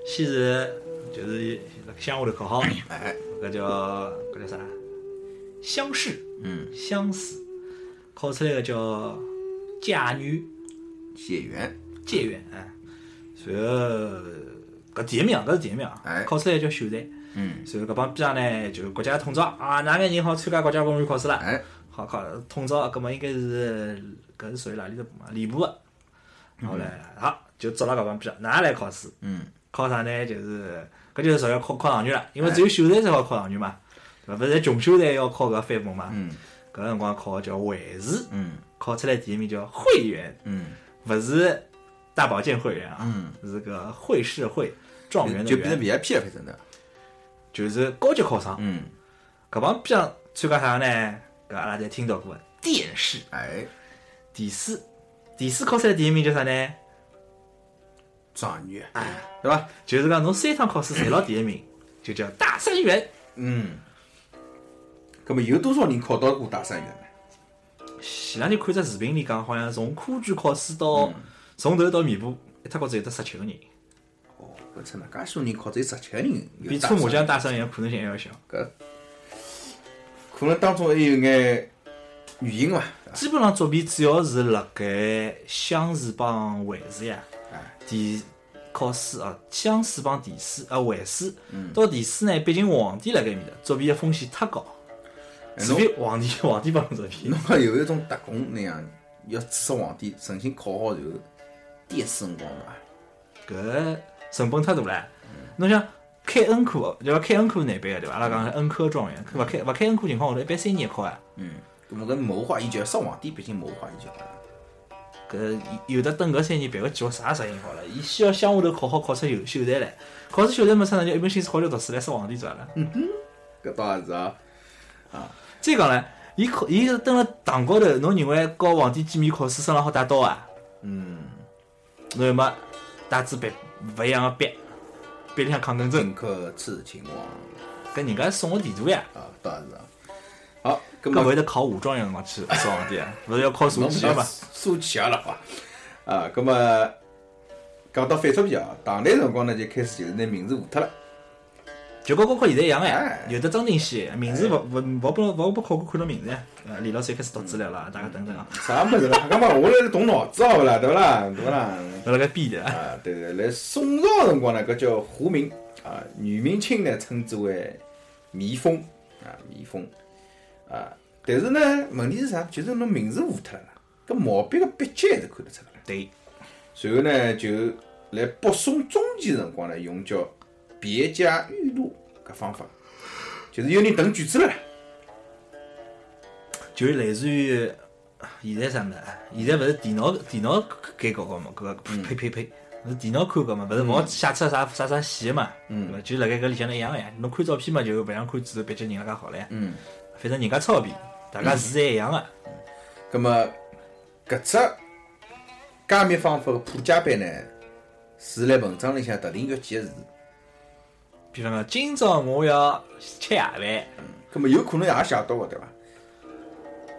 Speaker 3: 先是就是辣乡下头考好，
Speaker 4: 哎，
Speaker 3: 搿叫搿叫啥？乡试，
Speaker 4: 嗯，
Speaker 3: 乡试，考出来个叫甲女
Speaker 4: 解元，
Speaker 3: 解元，哎，随后搿第一名啊，搿是第一名啊
Speaker 4: 哎，
Speaker 3: 考试还叫秀才，
Speaker 4: 嗯，
Speaker 3: 随后搿帮逼啊呢，就是国家统招啊，哪眼人好参加国家公务员考试啦？
Speaker 4: 哎，
Speaker 3: 好考统招，搿么应该是搿是属于哪里的部门啊？礼部的。然后嘞，好就抓了搿帮逼啊，哪来考试？
Speaker 4: 嗯，
Speaker 3: 考啥呢？就是搿就是属于考考状元了，因为只有秀才才好考状元嘛，对伐？勿是穷秀才要考搿范本嘛？
Speaker 4: 嗯，
Speaker 3: 搿辰光考叫会试，
Speaker 4: 嗯，
Speaker 3: 考出来第一名叫会员，
Speaker 4: 嗯，
Speaker 3: 勿是大保健会员啊，
Speaker 4: 嗯
Speaker 3: 是个会试会状元的
Speaker 4: 就啊变成
Speaker 3: 员，
Speaker 4: VIP 了，反正的，
Speaker 3: 就是高级考生。
Speaker 4: 嗯，
Speaker 3: 搿帮逼上参加啥呢？搿阿拉侪听到过的殿试、
Speaker 4: 哎，
Speaker 3: 第四、第四考出来第一名叫啥呢？
Speaker 5: 状元，
Speaker 4: 对吧？
Speaker 3: 就是讲侬三趟考试侪拿第一名，就叫大三元。
Speaker 4: 嗯，那么有多少人考到过大三元呢？
Speaker 3: 前两天看只视频里讲，好像从科举考试
Speaker 4: 嗯
Speaker 3: 到从头到尾部，一塌高只有得十七个人，
Speaker 4: 哦，搿出哪介许多人考只有十七个人有
Speaker 3: 比
Speaker 4: 大三
Speaker 3: 搓
Speaker 4: 元，
Speaker 3: 麻将大三元可能性还要小。
Speaker 4: 搿可能当中还有眼原因伐？
Speaker 3: 基本上作弊主要是辣盖乡试帮会试呀，
Speaker 4: 啊
Speaker 3: 地考试啊，乡试帮地试啊，会试。
Speaker 4: 嗯
Speaker 3: 到地试呢，毕竟皇帝辣盖面搭，作弊的风险太高，
Speaker 4: 哎
Speaker 3: 除非皇帝皇帝帮侬作弊
Speaker 4: 侬。讲有一种特工那样，要刺杀皇帝，存心考好就电死辰光伐？
Speaker 3: 搿成本太大了。侬想开恩科，对伐？开恩科是难办个对伐？阿拉讲是恩科状元，勿开勿开恩科情况下头，一般三年一考啊。
Speaker 4: 嗯，那么搿谋划伊就要杀皇帝，毕竟谋划伊就
Speaker 3: 搿有的等搿三年别个计划啥实行好了，伊先要乡下头考好考出秀秀才来，考出秀才没啥能力，一本心思考虑读书来杀皇帝抓了。
Speaker 4: 嗯搿倒也是啊。
Speaker 3: 再讲唻，伊考伊是登了堂高头，侬认为告皇帝见面考试身浪好带刀啊？嗯，侬有没带支别勿一样个笔，笔里向抗根
Speaker 4: 荆，
Speaker 3: 针
Speaker 4: 轲刺秦王
Speaker 3: 搿人家送个地图呀。
Speaker 4: 啊，倒也是啊。好，搿
Speaker 3: 搿勿
Speaker 4: 么
Speaker 3: 会得考武状元辰光去杀皇帝 啊？勿是要考射
Speaker 4: 嗯侬
Speaker 3: 击
Speaker 4: 不要
Speaker 3: 的嘛？
Speaker 4: 输气啊了伐？啊，搿么讲到反作弊啊，唐代辰光呢就开始就是拿名字糊脱了。
Speaker 3: 就跟高考现在一样
Speaker 4: 哎
Speaker 3: 哎，有的章定写，名字勿勿勿拨勿拨考官看到名字呀。呃，李老师也开始读资料了，大家等等啊，
Speaker 4: 啥物事啦？ 搿么我来动脑子啊好勿啦？对勿啦？对勿啦？
Speaker 3: 辣盖编的啊。
Speaker 4: 啊，对对，来宋朝的辰光呢，搿叫胡名啊，女明清呢称之为蜜蜂啊，蜜蜂啊。但是呢，问题是啥？就是侬名字糊脱了啦，搿毛笔个笔迹还是看得出来了。
Speaker 3: 对，
Speaker 4: 随后呢，就来北宋中期辰光呢，用叫别加预录搿方法，就是有人等句子了啦。
Speaker 3: 就类似于现在啥物事啊？现在勿是电脑电脑改搞搞嘛？搿个呸呸呸，是电脑看搿嘛？勿是往写出啥啥啥线嘛？对伐？就辣盖搿里向头一样个呀。侬看照片嘛，就勿像看字，毕竟人家介好了呀。
Speaker 4: 嗯，
Speaker 3: 反正人家抄笔，大家字侪一样个。
Speaker 4: 葛么搿只加密方法个普加版呢，是辣文章里向特定要几个字。
Speaker 3: 比方讲，今朝我要吃夜饭，
Speaker 4: 咁么有可能也写到个对伐？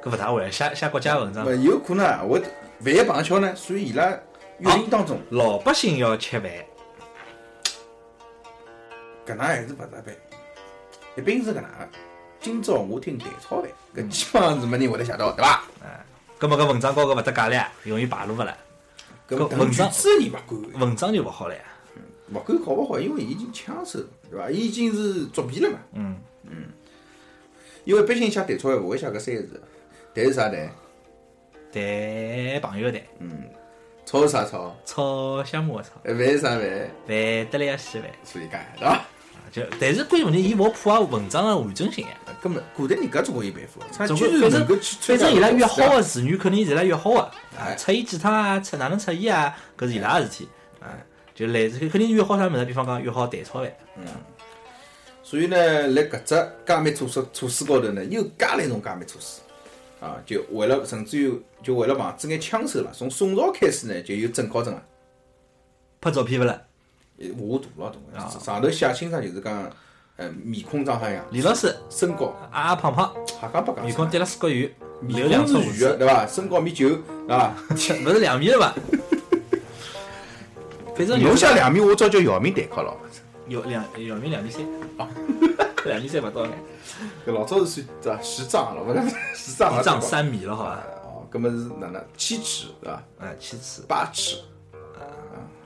Speaker 3: 搿勿大会写写国家文章
Speaker 4: 咁。么有可能啊，我万一碰巧呢，所以伊拉约定当中，
Speaker 3: 老百姓要吃饭，
Speaker 4: 搿能还是勿搭配。一般是搿能个，今朝我听蛋炒饭，搿基本上是没人会得写到，对伐？
Speaker 3: 葛末搿文章高头勿搭界了呀，容易排路勿啦？
Speaker 4: 搿
Speaker 3: 搿
Speaker 4: 等
Speaker 3: 文
Speaker 4: 句
Speaker 3: 章
Speaker 4: 子的人勿管，
Speaker 3: 文章就勿好了呀。
Speaker 4: 勿管考勿好，因为伊已经抢手，对伐？伊已经是作弊了嘛。
Speaker 3: 嗯
Speaker 4: 因为毕竟写蛋炒饭勿会写搿三个字，但是啥呢？
Speaker 3: 谈朋友谈，
Speaker 4: 炒是啥炒？
Speaker 3: 炒香馍炒，
Speaker 4: 饭是啥饭？
Speaker 3: 饭得来要稀饭。
Speaker 4: 所以讲，对伐？
Speaker 3: 就但是关键问题，伊勿破坏文章个完整性啊呀。
Speaker 4: 搿么古代人搿总归有办法，他
Speaker 3: 总
Speaker 4: 居
Speaker 3: 归
Speaker 4: 然
Speaker 3: 反
Speaker 4: 能
Speaker 3: 正
Speaker 4: 够去参
Speaker 3: 反
Speaker 4: 加
Speaker 3: 正伊拉
Speaker 4: 搿
Speaker 3: 越
Speaker 4: 种
Speaker 3: 好
Speaker 4: 比赛
Speaker 3: 个词语，肯定是伊拉越好个。
Speaker 4: 哎
Speaker 3: 啊，出伊几趟啊，出哪能出伊啊，搿是伊拉个事体。啊，就类似肯定是越好啥物事，比方讲越好蛋炒饭。
Speaker 4: 所以呢，辣搿只加密措施措施高头呢，又加了一种加密措施，啊，就为了甚至于就为了防止眼枪手啦，从宋朝开始呢，就有准考证了。
Speaker 3: 拍照片勿啦？
Speaker 4: 呃我大了懂
Speaker 3: 啊
Speaker 4: 了，上头写清爽就是讲，呃，面孔长啥样，
Speaker 3: 李老师，
Speaker 4: 身高，
Speaker 3: 阿阿胖胖，
Speaker 4: 瞎讲八讲，
Speaker 3: 面孔跌了四角圆，留
Speaker 4: 面
Speaker 3: 两
Speaker 4: 孔是
Speaker 3: 撮
Speaker 4: 圆
Speaker 3: 胡子
Speaker 4: 的，。对伐？身高米九，啊对伐？
Speaker 3: 勿是两米了吧？反正
Speaker 4: 侬
Speaker 3: 有
Speaker 4: 写两米，我早叫姚明代考了。
Speaker 3: 有两有米两米三， 两米三勿到眼，
Speaker 4: 搿老早是算啊，徐涨了，勿是徐涨
Speaker 3: 一
Speaker 4: 了。
Speaker 3: 丈三米了好吧？
Speaker 4: 哦，搿么是哪能？七尺是伐？
Speaker 3: 哎，其次，
Speaker 4: 八尺，啊，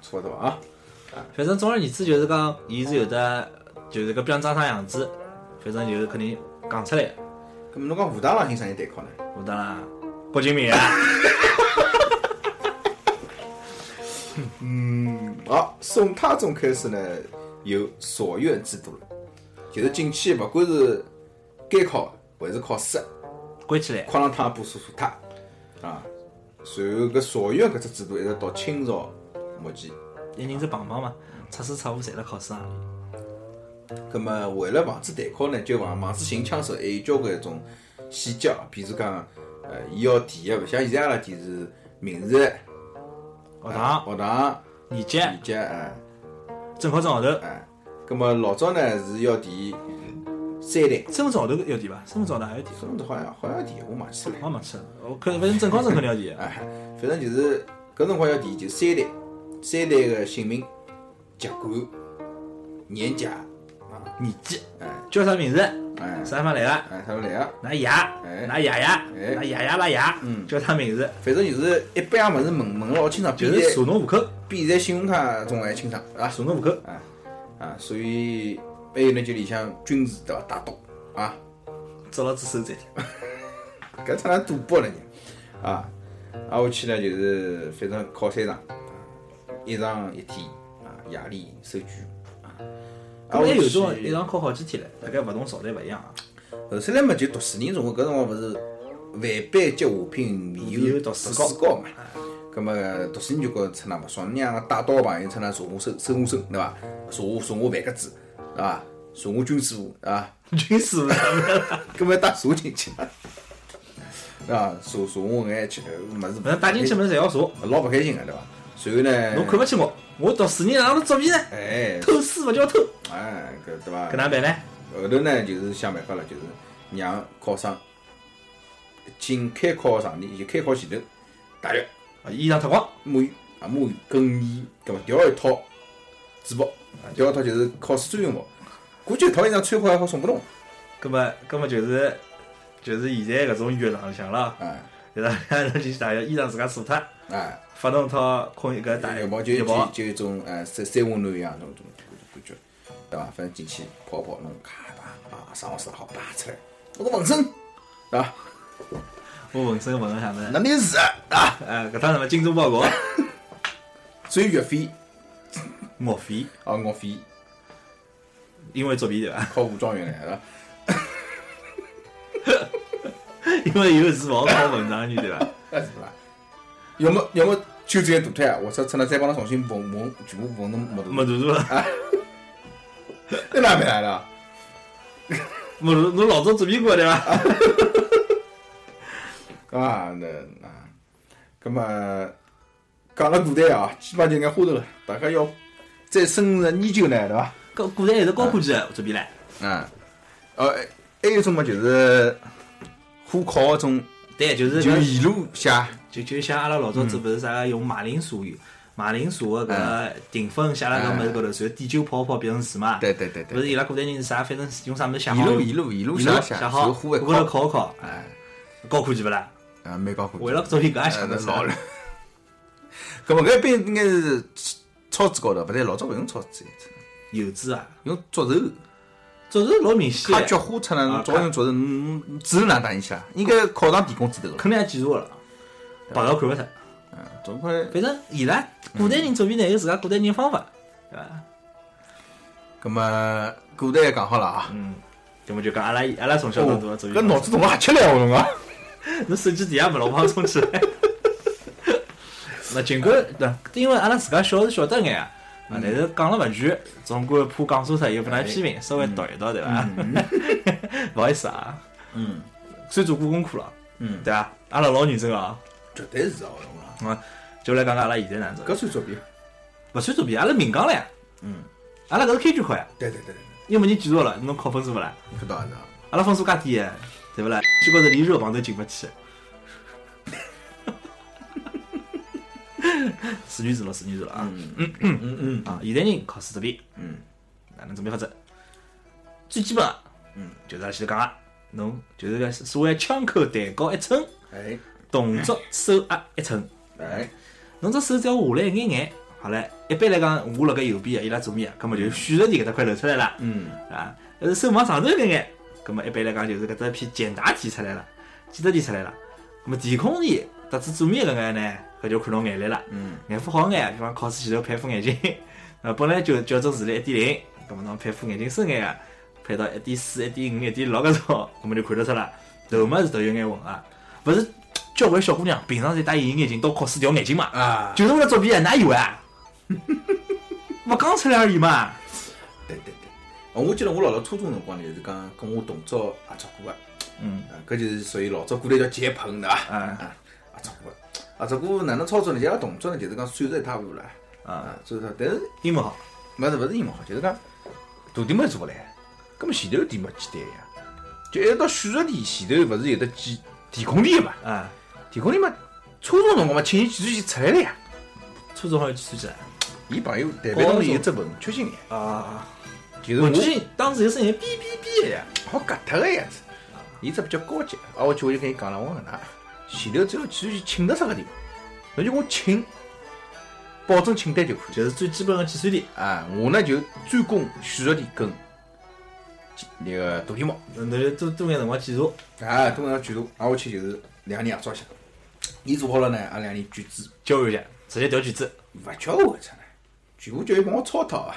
Speaker 4: 差勿多啊。
Speaker 3: 反正总而言之就是讲，伊是有的，就是搿标长啥样子，反正就是肯定讲出来。
Speaker 4: 搿么侬讲武大郎性啥人对抗呢？
Speaker 3: 武当啦，郭敬明啊，
Speaker 4: 好，哦宋太宗开始呢有所愿制度了，就是进去勿管是该考还是考试，
Speaker 3: 关起来。
Speaker 4: 哐啷趟把数数他啊。随后搿所愿搿只制度一直到清朝末期，
Speaker 3: 一人只棒棒嘛，出师出户侪辣考试行里。
Speaker 4: 葛么为了防止弹考呢，就防防止行枪手还有交关一种细节啊，比如讲呃，伊要填个，勿像现在阿拉填是名字、
Speaker 3: 学堂、
Speaker 4: 学堂、
Speaker 3: 年级、
Speaker 4: 年级啊。
Speaker 3: 正考证号头，
Speaker 4: 哎，葛么老早呢是要填三类，
Speaker 3: 身份证号头要填伐？身份证号头还要填，
Speaker 4: 什么都好像好像要填，我忘记了。
Speaker 3: 我忘记了。我看反正正考证肯定要填。
Speaker 4: 哎，反正就是搿辰光要填就三类，三类个姓名、籍贯、年甲，
Speaker 3: 年纪
Speaker 4: 哎，
Speaker 3: 叫啥名字？
Speaker 4: 哎，
Speaker 3: 啥地方来的？
Speaker 4: 哎，他们来啊，
Speaker 3: 哪爷？哪爷爷？哪爷爷？哪爷？叫啥名字？
Speaker 4: 反正就是一般也勿是问问老清爽，
Speaker 3: 就
Speaker 4: 比
Speaker 3: 是查
Speaker 4: 在
Speaker 3: 侬户口，
Speaker 4: 比在信用卡中还清爽，是伐？
Speaker 3: 查侬户口。
Speaker 4: 啊，所以还有呢，就里向军事对伐？打赌啊，
Speaker 3: 抓牢只手在。
Speaker 4: 搿只哪赌博了呢？啊，挨下去呢就是反正考三场，一场一天啊，夜里收据啊。
Speaker 3: 搿么
Speaker 4: 挨下
Speaker 3: 有
Speaker 4: 去
Speaker 3: 种一场考好几天了，大概勿同朝代勿一样啊。
Speaker 4: 后头来嘛就读书人，总归搿辰光勿是万般皆下品，唯有
Speaker 3: 唯有读
Speaker 4: 书
Speaker 3: 书
Speaker 4: 高嘛。葛末读书人就觉着出那勿爽，娘个带刀朋友出那送我手手我手，对伐？送我送我饭格子，对伐？送我军师傅，对伐？
Speaker 3: 军师傅，
Speaker 4: 葛末带茶进去，对伐？茶茶我眼吃，物事
Speaker 3: 反正带进去么侪要查。
Speaker 4: 老勿开心个，对伐？随后呢，
Speaker 3: 侬看勿起我，我读书人哪能作弊呢？
Speaker 4: 哎
Speaker 3: 偷书勿叫偷，
Speaker 4: 哎，搿对伐？
Speaker 3: 搿哪办呢？
Speaker 4: 后头呢，就是想办法了，就是让考生进开考场地，就开考前头，大约
Speaker 3: 啊，衣裳脱光，
Speaker 4: 母语啊母语跟伊搿么调一套制服，啊调一套就是考试专用服。估计头一张穿好还好送拨侬
Speaker 3: 葛末葛末就是就是现在搿种浴场里向了，
Speaker 4: 啊
Speaker 3: 就是侬进去大约衣裳自家做脱，
Speaker 4: 啊！
Speaker 3: 发动套空一个大
Speaker 4: 打
Speaker 3: 浴
Speaker 4: 浴袍就就就一种呃三三温暖一样那种种感觉，对伐？反正进去跑跑弄咔吧啊，上好上好打出来，弄个纹身，对伐？
Speaker 3: 我浑身闻了下么？
Speaker 4: 哪里是啊？
Speaker 3: 啊，搿趟什么精忠报 国，
Speaker 4: 最学费
Speaker 3: 莫非
Speaker 4: 啊，学费
Speaker 3: 因为作弊对伐？
Speaker 4: 考武状元来了。
Speaker 3: 因为有时勿好考文章去对伐？
Speaker 4: 那是吧？要么要么就这些大腿啊，或者出来再帮他重新缝缝，全部缝成木头。
Speaker 3: 没读书了，
Speaker 4: 那哪办来了？
Speaker 3: 没读，侬老早作弊过对伐？
Speaker 4: 啊，那啊，那么讲了古代啊，基本上就眼花头了。大家要再深入研究呢，对吧？
Speaker 3: 搿古代还是高科技的作弊唻，
Speaker 4: 嗯，呃，还有一种嘛，就是火烤那种，
Speaker 3: 对，就是
Speaker 4: 就
Speaker 3: 搿
Speaker 4: 沿路写
Speaker 3: 就就像阿拉老
Speaker 4: 嗯
Speaker 3: 早子勿是啥个用马铃薯油、马铃薯个搿顶粉写辣搿物事高头，然后点酒泡泡变成水嘛。
Speaker 4: 嗯对对对对
Speaker 3: 勿是伊拉古代人是啥，反正用啥物事写好。
Speaker 4: 沿路沿路沿路
Speaker 3: 一
Speaker 4: 写
Speaker 3: 路
Speaker 4: 写，
Speaker 3: 写
Speaker 4: 然
Speaker 3: 好，
Speaker 4: 后
Speaker 3: 火
Speaker 4: 火
Speaker 3: 高头
Speaker 4: 一烤，
Speaker 3: 烤一烤，哎，
Speaker 4: 哎，
Speaker 3: 高科技勿啦？
Speaker 4: 啊，蛮高科技。
Speaker 3: 为了作弊搿也
Speaker 4: 哎
Speaker 3: 想
Speaker 4: 那
Speaker 3: 得
Speaker 4: 老
Speaker 3: 出
Speaker 4: 了。 搿么搿一般应该是草纸高头，勿对，老早勿用草纸，
Speaker 3: 油脂啊，
Speaker 4: 用竹篓。
Speaker 3: 做事老明显
Speaker 4: 他
Speaker 3: 的，
Speaker 4: 菊花出来，
Speaker 3: 啊
Speaker 4: 早用竹篓，嗯竹篓哪打进去啊？应该考上电工指头了。
Speaker 3: 肯定也检查过了，白到看勿出。
Speaker 4: 总归
Speaker 3: 反正伊拉古代人
Speaker 4: 嗯
Speaker 3: 作弊呢，有自家古代人方法，对伐？
Speaker 4: 搿么古代也讲好了啊。
Speaker 3: 嗯，那么就讲阿拉阿拉从小到大作弊
Speaker 4: 哦搿脑
Speaker 3: 方
Speaker 4: 子
Speaker 3: 式，
Speaker 4: 动了瞎吃力，我侬啊讲。
Speaker 3: 侬手机底下勿老帮充起来。那尽管对，因为阿拉自家小是晓得眼啊，
Speaker 4: 嗯
Speaker 3: 啊，但是讲了勿全，总归怕讲错脱又被人批
Speaker 4: 嗯
Speaker 3: 评，稍微读一读对伐？ 勿好意思啊，
Speaker 4: 嗯，
Speaker 3: 算做过功课了，
Speaker 4: 嗯
Speaker 3: 对伐？阿拉老认真啊，
Speaker 4: 绝对是啊，我侬讲。
Speaker 3: 啊，就来讲讲阿拉现在哪能做，
Speaker 4: 搿算作弊？
Speaker 3: 勿算作弊，阿拉明讲了呀，
Speaker 4: 嗯，
Speaker 3: 阿拉搿是开卷考呀，
Speaker 4: 对对对对，
Speaker 3: 又没人检查了，侬考分数勿啦？
Speaker 4: 搿倒是啊。
Speaker 3: 阿拉分数介低哎，对勿啦？结果是连肉棒都进勿去。 是女子了，是女子了啊！嗯嗯嗯嗯啊！现在人考试作弊，
Speaker 4: 嗯，
Speaker 3: 哪能准备法子？最基本啊的，嗯，就是阿拉前头讲个，侬就是个所谓枪口弹高一撑，
Speaker 4: 哎，
Speaker 3: 动作收压一寸。
Speaker 4: 哎，
Speaker 3: 侬只手只要下来一眼眼，好了，一般来讲，我辣盖右边，伊拉左边，葛末就选择题搿搭块露出来了，
Speaker 4: 嗯，
Speaker 3: 啊，但是手往上头一眼眼，葛末一般来讲就是搿只篇简答题出来了，简答题出来了，葛末填空题搭子左面搿眼呢，搿就看侬眼力了，
Speaker 4: 嗯，
Speaker 3: 眼福好眼，比方考试前头配副眼 镜，呃，本来就校正视力一点零，葛末侬配副眼镜深眼个，配到一点四、一点五、一点六搿种，葛末就看得出啦，头么是头有眼混啊，勿是交关小姑娘平常侪戴隐形眼镜，到考试调眼镜嘛，
Speaker 4: 啊，
Speaker 3: 就是为了作弊啊，哪以为啊？ 我刚出来而已嘛。
Speaker 4: 对对对，呃我记得我老早初中辰光呢，就是讲跟我同桌合作过个，
Speaker 3: 嗯，
Speaker 4: 啊，搿就是属于老早过来叫接碰的啊，
Speaker 3: 啊
Speaker 4: 合作过，合作过哪能操作呢？伊拉动作呢，就是讲算得一塌糊涂了，
Speaker 3: 啊，，
Speaker 4: 所以说，但是
Speaker 3: 英文好，
Speaker 4: 勿是勿是英文好，就是讲大题目也做勿来，搿么前头个题目简单呀，就一直到选择题前头勿是有得几填空题个嘛，
Speaker 3: 啊，
Speaker 4: 填空题嘛，初中辰光嘛，七年技术就出来了呀，
Speaker 3: 初中好像算起来
Speaker 4: 伊朋友台北当时有只文曲星呀，
Speaker 3: 啊，
Speaker 4: 就是我
Speaker 3: 文具当时有声音哔哔哔的呀，
Speaker 4: 好搿搭个样子。伊只比较高级，啊，我就我就跟伊讲了，我讲搿能，前头只要继续请得出个地方，侬就给我请，保证清单就可以。
Speaker 3: 就是最基本的计算题，
Speaker 4: 啊，我呢就专攻选择题跟那个大题目。
Speaker 3: 侬就多多眼辰光检查，
Speaker 4: 啊，通常卷子，啊，我去就是两个人合作一下，伊做好了呢，阿两个人卷子
Speaker 3: 交换一下，直接调句子，
Speaker 4: 勿叫我出呢，全部叫伊帮我操套啊。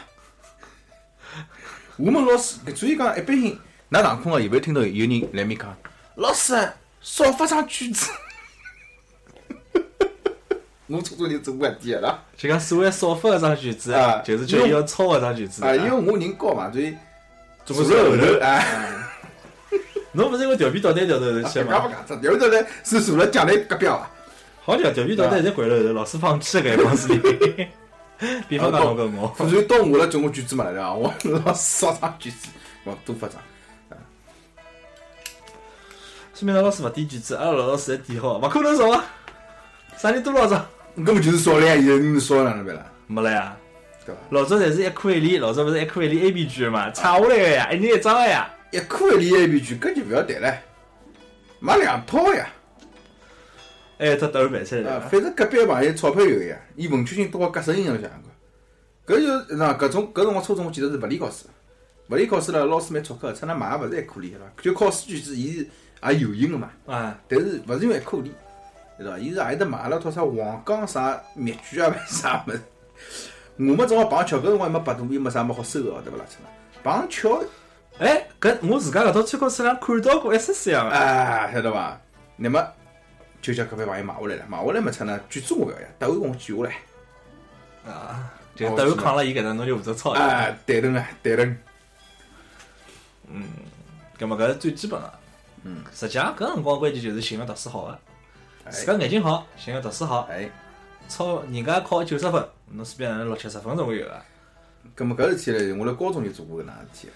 Speaker 4: 我问老师，搿所以讲一般性，㑚上课啊，有勿有听到有人来面讲，老师啊少发张卷子。 我初中就做过搿点啦，
Speaker 3: 就讲所谓少发一张句子
Speaker 4: 啊，
Speaker 3: 就是叫伊要抄一张句子
Speaker 4: 啊，因为
Speaker 3: 啊。
Speaker 4: 我人高嘛，所以
Speaker 3: 总
Speaker 4: 坐
Speaker 3: 归
Speaker 4: 了
Speaker 3: 是
Speaker 4: 后头啊，
Speaker 3: 侬勿是因为调皮捣蛋调到头去
Speaker 4: 搿家
Speaker 3: 嘛
Speaker 4: 勿？讲这，有的来是坐了讲来隔壁啊，
Speaker 3: 好调调皮捣蛋侪掼了后头，老师放弃了搿一帮事体。 比方讲侬搿我，
Speaker 4: 所以到我了叫我卷子嘛来了，我 老师少张卷子，我多发张。
Speaker 3: 说明㑚老师勿点句子，阿拉老师侪点好，勿可能少啊，啥人多少张？
Speaker 4: 根本就是少了呀，现在你少了哪能办啦？
Speaker 3: 没了呀。
Speaker 4: 对伐？
Speaker 3: 老早侪是一科一理，老早勿是一科一理 A B 卷嘛，差下来个呀，一年一张个呀。
Speaker 4: 一科一理 A B 卷，搿就勿要谈了，买两套呀。
Speaker 3: 哎，他头办出来
Speaker 4: 啊，
Speaker 3: 了，
Speaker 4: 反正隔壁朋友钞票有呀，伊文曲星到隔声音侬想想看，搿就是那搿种搿辰光初中我记得是物理考试，物理考试了老师蛮出克，出那买也勿是一科理对伐？就考试卷子伊也有印个嘛，
Speaker 3: 啊，
Speaker 4: 但是勿是用一科理，对伐？伊是还得买了套啥黄冈啥密卷啊，啥物事。我们正好碰巧搿辰光还没百度，又没啥么好搜个，对勿啦？真的碰巧
Speaker 3: 哎，搿我自家搿套参考质量看到过一丝丝样啊。
Speaker 4: 啊，晓得伐？那么就叫搿位朋友买下来了，买下来么出呢，卷子我勿要呀，答案给我记下来。
Speaker 3: 就头扛了伊搿搭，侬就负责抄伊。
Speaker 4: 啊，对头啊，对头。
Speaker 3: 葛末搿是最基本个。嗯，哎实际上搿辰光关键就是寻个读书好个，自家眼睛好，寻个读书好，
Speaker 4: 哎，
Speaker 3: 抄人家考九十分，侬随便哪能六七十分总归有个。
Speaker 4: 葛么搿事体嘞，我辣高中就做过搿能事体，啊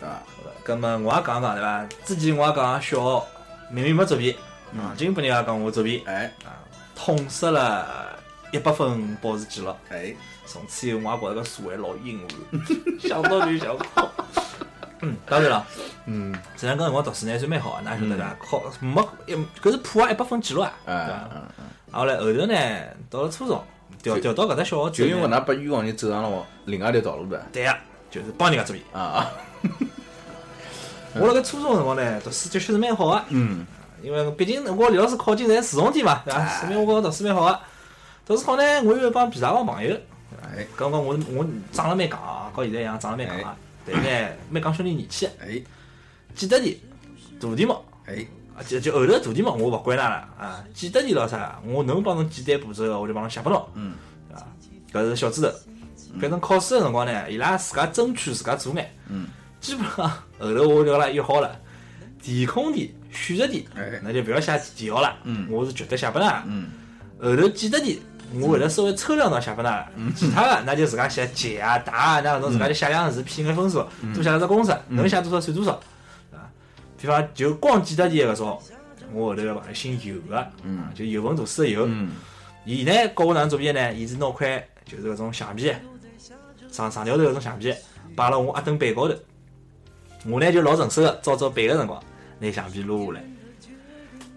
Speaker 4: 对伐？
Speaker 3: 葛末我也讲讲对伐？之前我也讲小学明明没作弊，啊硬劲拨人家讲我作弊，
Speaker 4: 哎
Speaker 3: 痛失了一百分保持记录。
Speaker 4: 哎，
Speaker 3: 从此以后，我也觉着搿社会老阴暗， 想到就想哭。嗯，当然了，
Speaker 4: 嗯，
Speaker 3: 实际上搿辰光读书呢算蛮好的，㑚晓得伐？考没一搿是破啊一百分记录啊，对伐？
Speaker 4: 啊，
Speaker 3: 啊后来后头呢，到了初中，调调到搿只小学之
Speaker 4: 就
Speaker 3: 后
Speaker 4: 因为
Speaker 3: 呢
Speaker 4: 㑚拨冤枉人走上了另外一条道路呗。
Speaker 3: 对呀，就是帮人家作弊。
Speaker 4: 啊啊，
Speaker 3: 我辣搿初中的辰光呢，读书的确是蛮好个，
Speaker 4: 嗯，哎
Speaker 3: 因为毕竟我李老师考进侪是四中体嘛，对伐？说明我觉着读书蛮好个。读书好呢，我有一帮皮大帮朋友，
Speaker 4: 哎
Speaker 3: 刚刚我我长了蛮戆啊，和现在一样长了蛮戆啊，但是呢蛮讲兄弟义气的。啊
Speaker 4: 哎
Speaker 3: 记得题、大题目，
Speaker 4: 哎，
Speaker 3: 啊就就后头大题目我勿管㑚了啊，记得题咾啥，我能帮侬简单步骤个，我就帮侬写拨侬，
Speaker 4: 嗯，
Speaker 3: 啊，搿是小指头。反正考试个辰光呢，伊拉自家争取自家做眼，
Speaker 4: 嗯，
Speaker 3: 基本上后头我就跟伊拉约好了，填空题、选择题
Speaker 4: 哎，
Speaker 3: 那就勿要写题号了，
Speaker 4: 嗯
Speaker 3: 我是绝对写拨㑚。
Speaker 4: 嗯，
Speaker 3: 后头记得题，我会得稍微抽两道写拨㑚了，其他个那就自家写解啊、答啊，那侬自家就写样子，拼个分数，多写了只公式，能写多少算多少。比方就光记得题搿种，我后头个朋友姓尤个，嗯，就尤文图书的尤，
Speaker 4: 嗯，
Speaker 3: 伊呢教我哪能作弊呢？伊是拿块就是搿种橡皮，长长条头搿种橡皮，摆辣我压凳背高头，我呢就老成熟个，照照背个辰光，拿橡皮撸下来，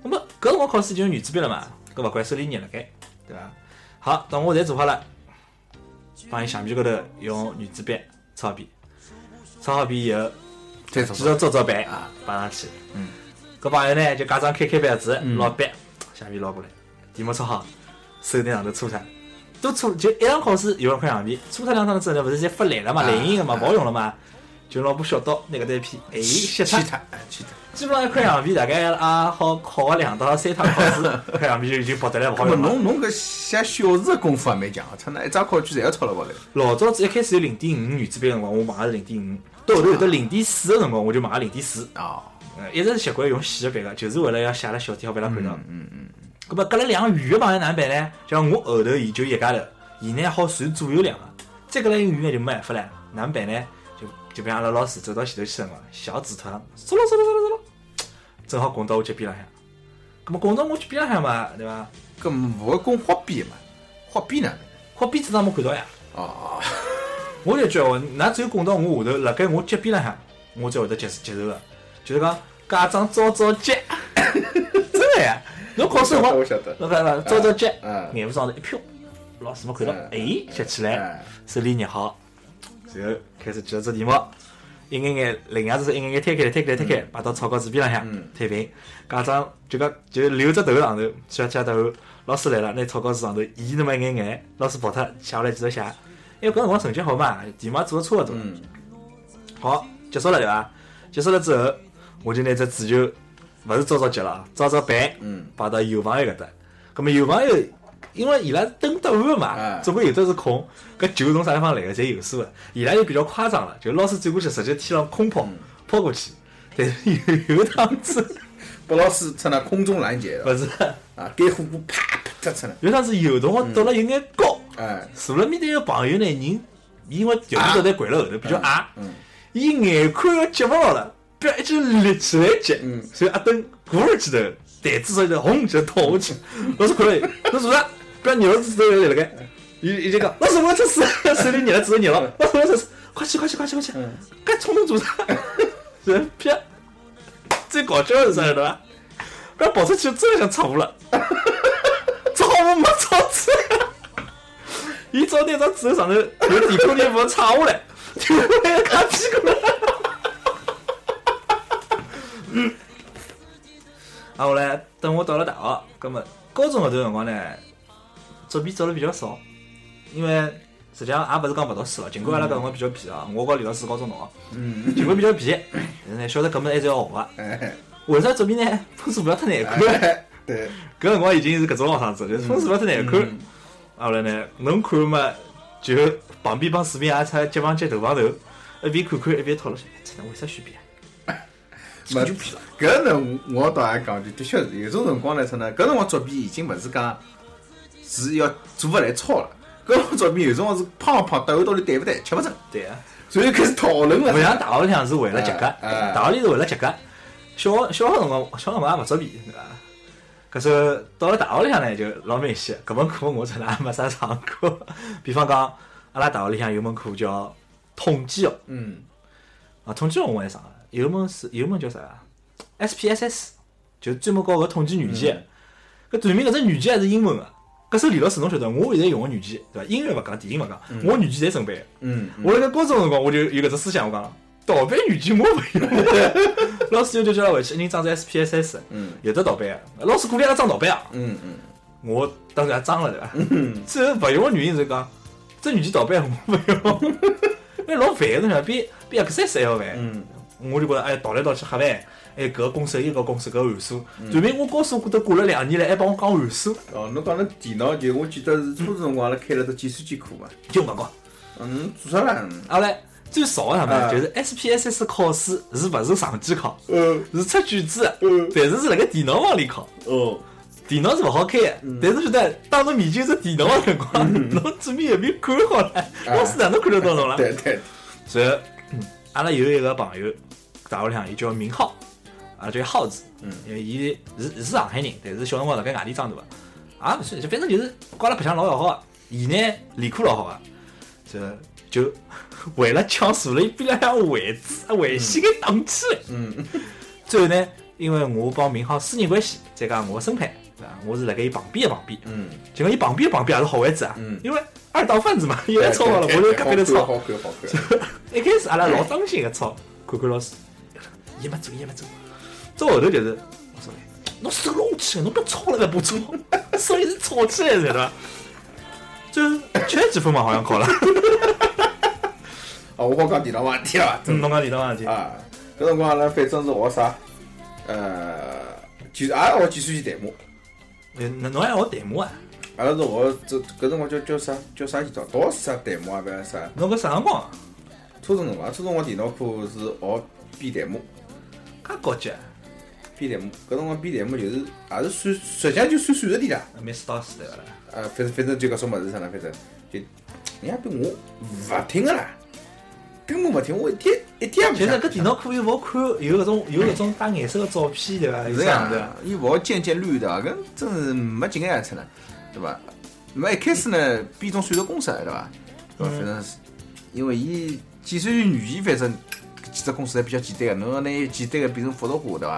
Speaker 3: 那么搿辰光考试就是原子笔了嘛，搿勿管手里捏辣盖，对伐？好，等我侪做好了，帮伊橡皮高头用原子笔抄笔，抄好笔以后，
Speaker 6: 再
Speaker 3: 继
Speaker 6: 说
Speaker 3: 续做做板啊，摆上去。嗯，搿朋友呢就假装开开板子，捞笔，橡皮捞过来，题目抄好，手拿上头搓它，都搓就一场考试有两块橡皮，搓它两趟之后呢，勿是侪发烂了嘛，烂硬个嘛，勿好用了嘛，就拿把小刀拿搿搭一片，哎，削它
Speaker 6: 去。他，哎去他，
Speaker 3: 基本上一块橡皮大概也好考个两到三趟考试，一块橡皮就已经剥得来勿
Speaker 6: 那
Speaker 3: 好
Speaker 6: 么
Speaker 3: 用了。
Speaker 6: 侬侬搿写小字的功夫还蛮强啊，他那一张考卷侪要抄了过来。
Speaker 3: 老早子一开始有零点五原子笔个辰光，我买个是零点五，到后头有得零点四个辰光，我就买个零点四。
Speaker 6: 啊，
Speaker 3: 呃一直是习惯用细个笔个，就是为了要写了小点好被伊拉看到。嗯嗯。咁么，隔了两个圆个朋友哪能办呢？像我后头伊就一家头，伊呢好算左右两个，再隔了一个圆就没办法了，哪能办呢？就就比方阿拉老师走到前头去辰光，小指头上，嗖咯嗖咯嗖咯嗖咯，正好拱到我脚边浪向。咁么拱到我脚边浪向嘛，对伐？
Speaker 6: 搿勿会攻画笔嘛？画笔呢？
Speaker 3: 好边子上没看到呀。
Speaker 6: 哦，
Speaker 3: 我就句闲话，㑚只有拱到我下头，辣盖我脚边浪向，我才会得接接受个。就是讲假装招招急， 真的呀！
Speaker 6: 哦
Speaker 3: 侬考试辰光，
Speaker 6: 我晓得
Speaker 3: 勿勿勿，招招急
Speaker 6: 嗯，
Speaker 3: 眼睛上头一瞟，老师没看到
Speaker 6: 嗯，
Speaker 3: 哎，接起
Speaker 6: 嗯
Speaker 3: 来，手里捏好，然后开始继续做题目。嗯一眼眼，另外只手一眼眼推开来，推开来，推开来，摆到草稿纸边浪向，推平，假装就讲就留只头上头，写写头，老师来了，拿草稿纸上头移那么一眼眼，老师跑脱，写下来继续写。因为搿辰光成绩好嘛，题目也做得差勿多。好，结束了对伐？结束了之后，我就拿只纸球，勿是招招急了啊，招招板，摆到右朋友搿搭。葛末右朋友，因为伊拉蹲答案个嘛，
Speaker 6: 哎
Speaker 3: 总归有的是空，搿球从啥地方来个侪有数个。伊拉就比较夸张了，就老师转过去直接天上空抛抛过去，但是 有有趟子
Speaker 6: 被老师趁那空中拦截了
Speaker 3: 勿是，
Speaker 6: 啊，该火锅啪啪突出来，
Speaker 3: 有趟子有同学到了有眼高。
Speaker 6: 哎，
Speaker 3: 坐了面对个朋友呢，人因为调皮捣蛋掼了后头比较矮，啊伊眼看要接勿牢了，不要一记立起来接，所以阿登鼓了几头，弹子上头轰一记倒下去，老师看了，侬做啥？不要捏了指头在辣盖，伊伊就讲老师我要出事，手里捏了指头捏牢，老师我要出事，快去快去快去快去，该冲动做啥？人啪，最搞笑的是啥晓得伐？不要跑出去真的想闯祸了，闯祸没闯出来。 伊早拿张纸头上头有抵抗力，勿插下来，就来卡屁股了。啊，后来等我到了大学，葛么高中搿段辰光呢，作弊做了比较少，因为实际上也勿是讲勿读书了，尽管阿拉搿辰光比较皮啊，我和李老师是高中同学，嗯，尽管比较皮，但是呢晓得搿么还是要学个。
Speaker 6: 哎
Speaker 3: 为啥作弊呢？分数勿要太难啊看。
Speaker 6: 对，
Speaker 3: 搿辰光已经是搿种学生子，就是分数勿要太难看。啊后来呢，侬看嘛，就旁边帮视频也差接帮接头碰头，一边看看一边讨论，哎，天哪，为啥选 B 啊？
Speaker 6: 没搿呢，我倒也讲句，的确是有种辰光呢，趁呢，搿辰光作弊已经勿是讲是要做勿来抄了，搿辰光作弊有辰光是胖胖答案到底对勿对，吃勿准，
Speaker 3: 对啊，呃
Speaker 6: 所以开始讨论
Speaker 3: 勿
Speaker 6: 了。
Speaker 3: 像大学里向是为了及格，
Speaker 6: 哎哎
Speaker 3: 大学里是为了及格。小学小学辰光，小学辰光也勿作弊，对伐？搿是到了大学里向呢，就老明显，搿门课我真的也没啥上过。 比方讲，阿拉大学里向有门课叫统计哦学，
Speaker 6: 嗯，
Speaker 3: 啊，统计学我还上了，有一门是有一门叫啥啊？SPSS，就专门搞搿统计软件。搿对面搿只软件还是英文个。搿首李老师侬晓得，我现在用个软件，对伐？音乐勿讲，电影勿讲，我软件侪准备个。
Speaker 6: 嗯，
Speaker 3: 我辣盖高中辰光我就有搿只思想，我讲了，盗版软件我勿用。 老师就叫阿拉回去，一人装只 SPSS，有得盗版个。老师鼓励阿拉装盗版啊。嗯嗯。我当然也装了对伐？
Speaker 4: 嗯
Speaker 3: 最后勿用个原因是讲，这软件盗版我勿用，因为老烦个侬想，比比 Access 还要烦。嗯。我就觉着哎，倒来倒去吓烦。哎，搿个公式又搿个公式，搿个函数，对面我高数过头过了两年了，还帮我讲函数，
Speaker 6: 哦，侬讲侬电脑就，我记得是初中辰光阿拉开了只计算机课嘛，
Speaker 3: 就勿讲。
Speaker 6: 嗯，做啥啦？
Speaker 3: 阿拉最少的啥么
Speaker 6: 啊
Speaker 3: 就是 SPSS 考试是勿是上机考？
Speaker 6: 嗯，
Speaker 3: 是出卷子的，但是是辣盖电脑房里考，
Speaker 6: 哦，
Speaker 3: 电脑是勿好开的。但是晓得，当侬面前是电脑的辰光，侬纸面有面看好了，老师哪能看得到侬了？
Speaker 6: 对对，
Speaker 3: 然后嗯阿拉有一个朋友，大学里向伊叫明浩，啊叫浩子，嗯，因为伊是是上海人，但是小辰光辣盖外地长大的，啊勿算，就反正就是跟阿拉白相老要好个，伊呢理科老好个，这就为了抢坐了伊边浪向位置，啊，围线给打起来，嗯，最后呢，因为我帮明浩私人关系，再加上我的生态，对伐？我是辣盖伊旁边的旁边，
Speaker 4: 嗯，
Speaker 3: 就讲伊旁边的旁边也是好位置啊，因为二道贩子嘛，有人抄好了，我就隔壁头
Speaker 4: 好看
Speaker 3: 抄。
Speaker 4: 好看好看。
Speaker 3: 一开始阿拉老当心个操，看看老师，一没做一没做，做后头就是，我说哎侬手弄起来，侬别抄了， 不抄，手一直抄起来是伐？就是七十几分嘛，好 像考了。
Speaker 4: 哦，我好讲电脑问题了，真
Speaker 3: 嗯，侬讲电脑问题，
Speaker 4: 啊，搿辰光阿拉反正是学啥，呃，就是也学计算机代码，
Speaker 3: 哎侬侬还学代码啊？
Speaker 4: 阿拉是学这搿辰光叫叫啥叫啥系统，倒是啥代码啊，勿晓得啥。
Speaker 3: 侬搿啥辰光啊？
Speaker 4: 初中辰光，初中我电脑课是学编代码，
Speaker 3: 介高级啊，
Speaker 4: 编代码，搿辰光编代码就是也是算，实际上就算数学题啦。
Speaker 3: 蛮 star 死对伐啦？
Speaker 4: 啊，反正反正就搿种物事啥呢，反正就人家比我勿听个啦，根本勿听，我一点一点也
Speaker 3: 其
Speaker 4: 勿
Speaker 3: 实
Speaker 4: 想。
Speaker 3: 搿电脑课又勿好看，有搿种有搿种带颜色个照片对伐？有
Speaker 4: 是
Speaker 3: 啥
Speaker 4: 呀
Speaker 3: 对伐？，
Speaker 4: 伊勿好渐渐绿的，搿真是没劲个样子呢，对伐？那么一开始呢，编种算术公式，对伐？对伐？反正是因为伊计算机语言，反正几只公式还比较简单个，侬要拿伊简单个变成复杂化，对伐？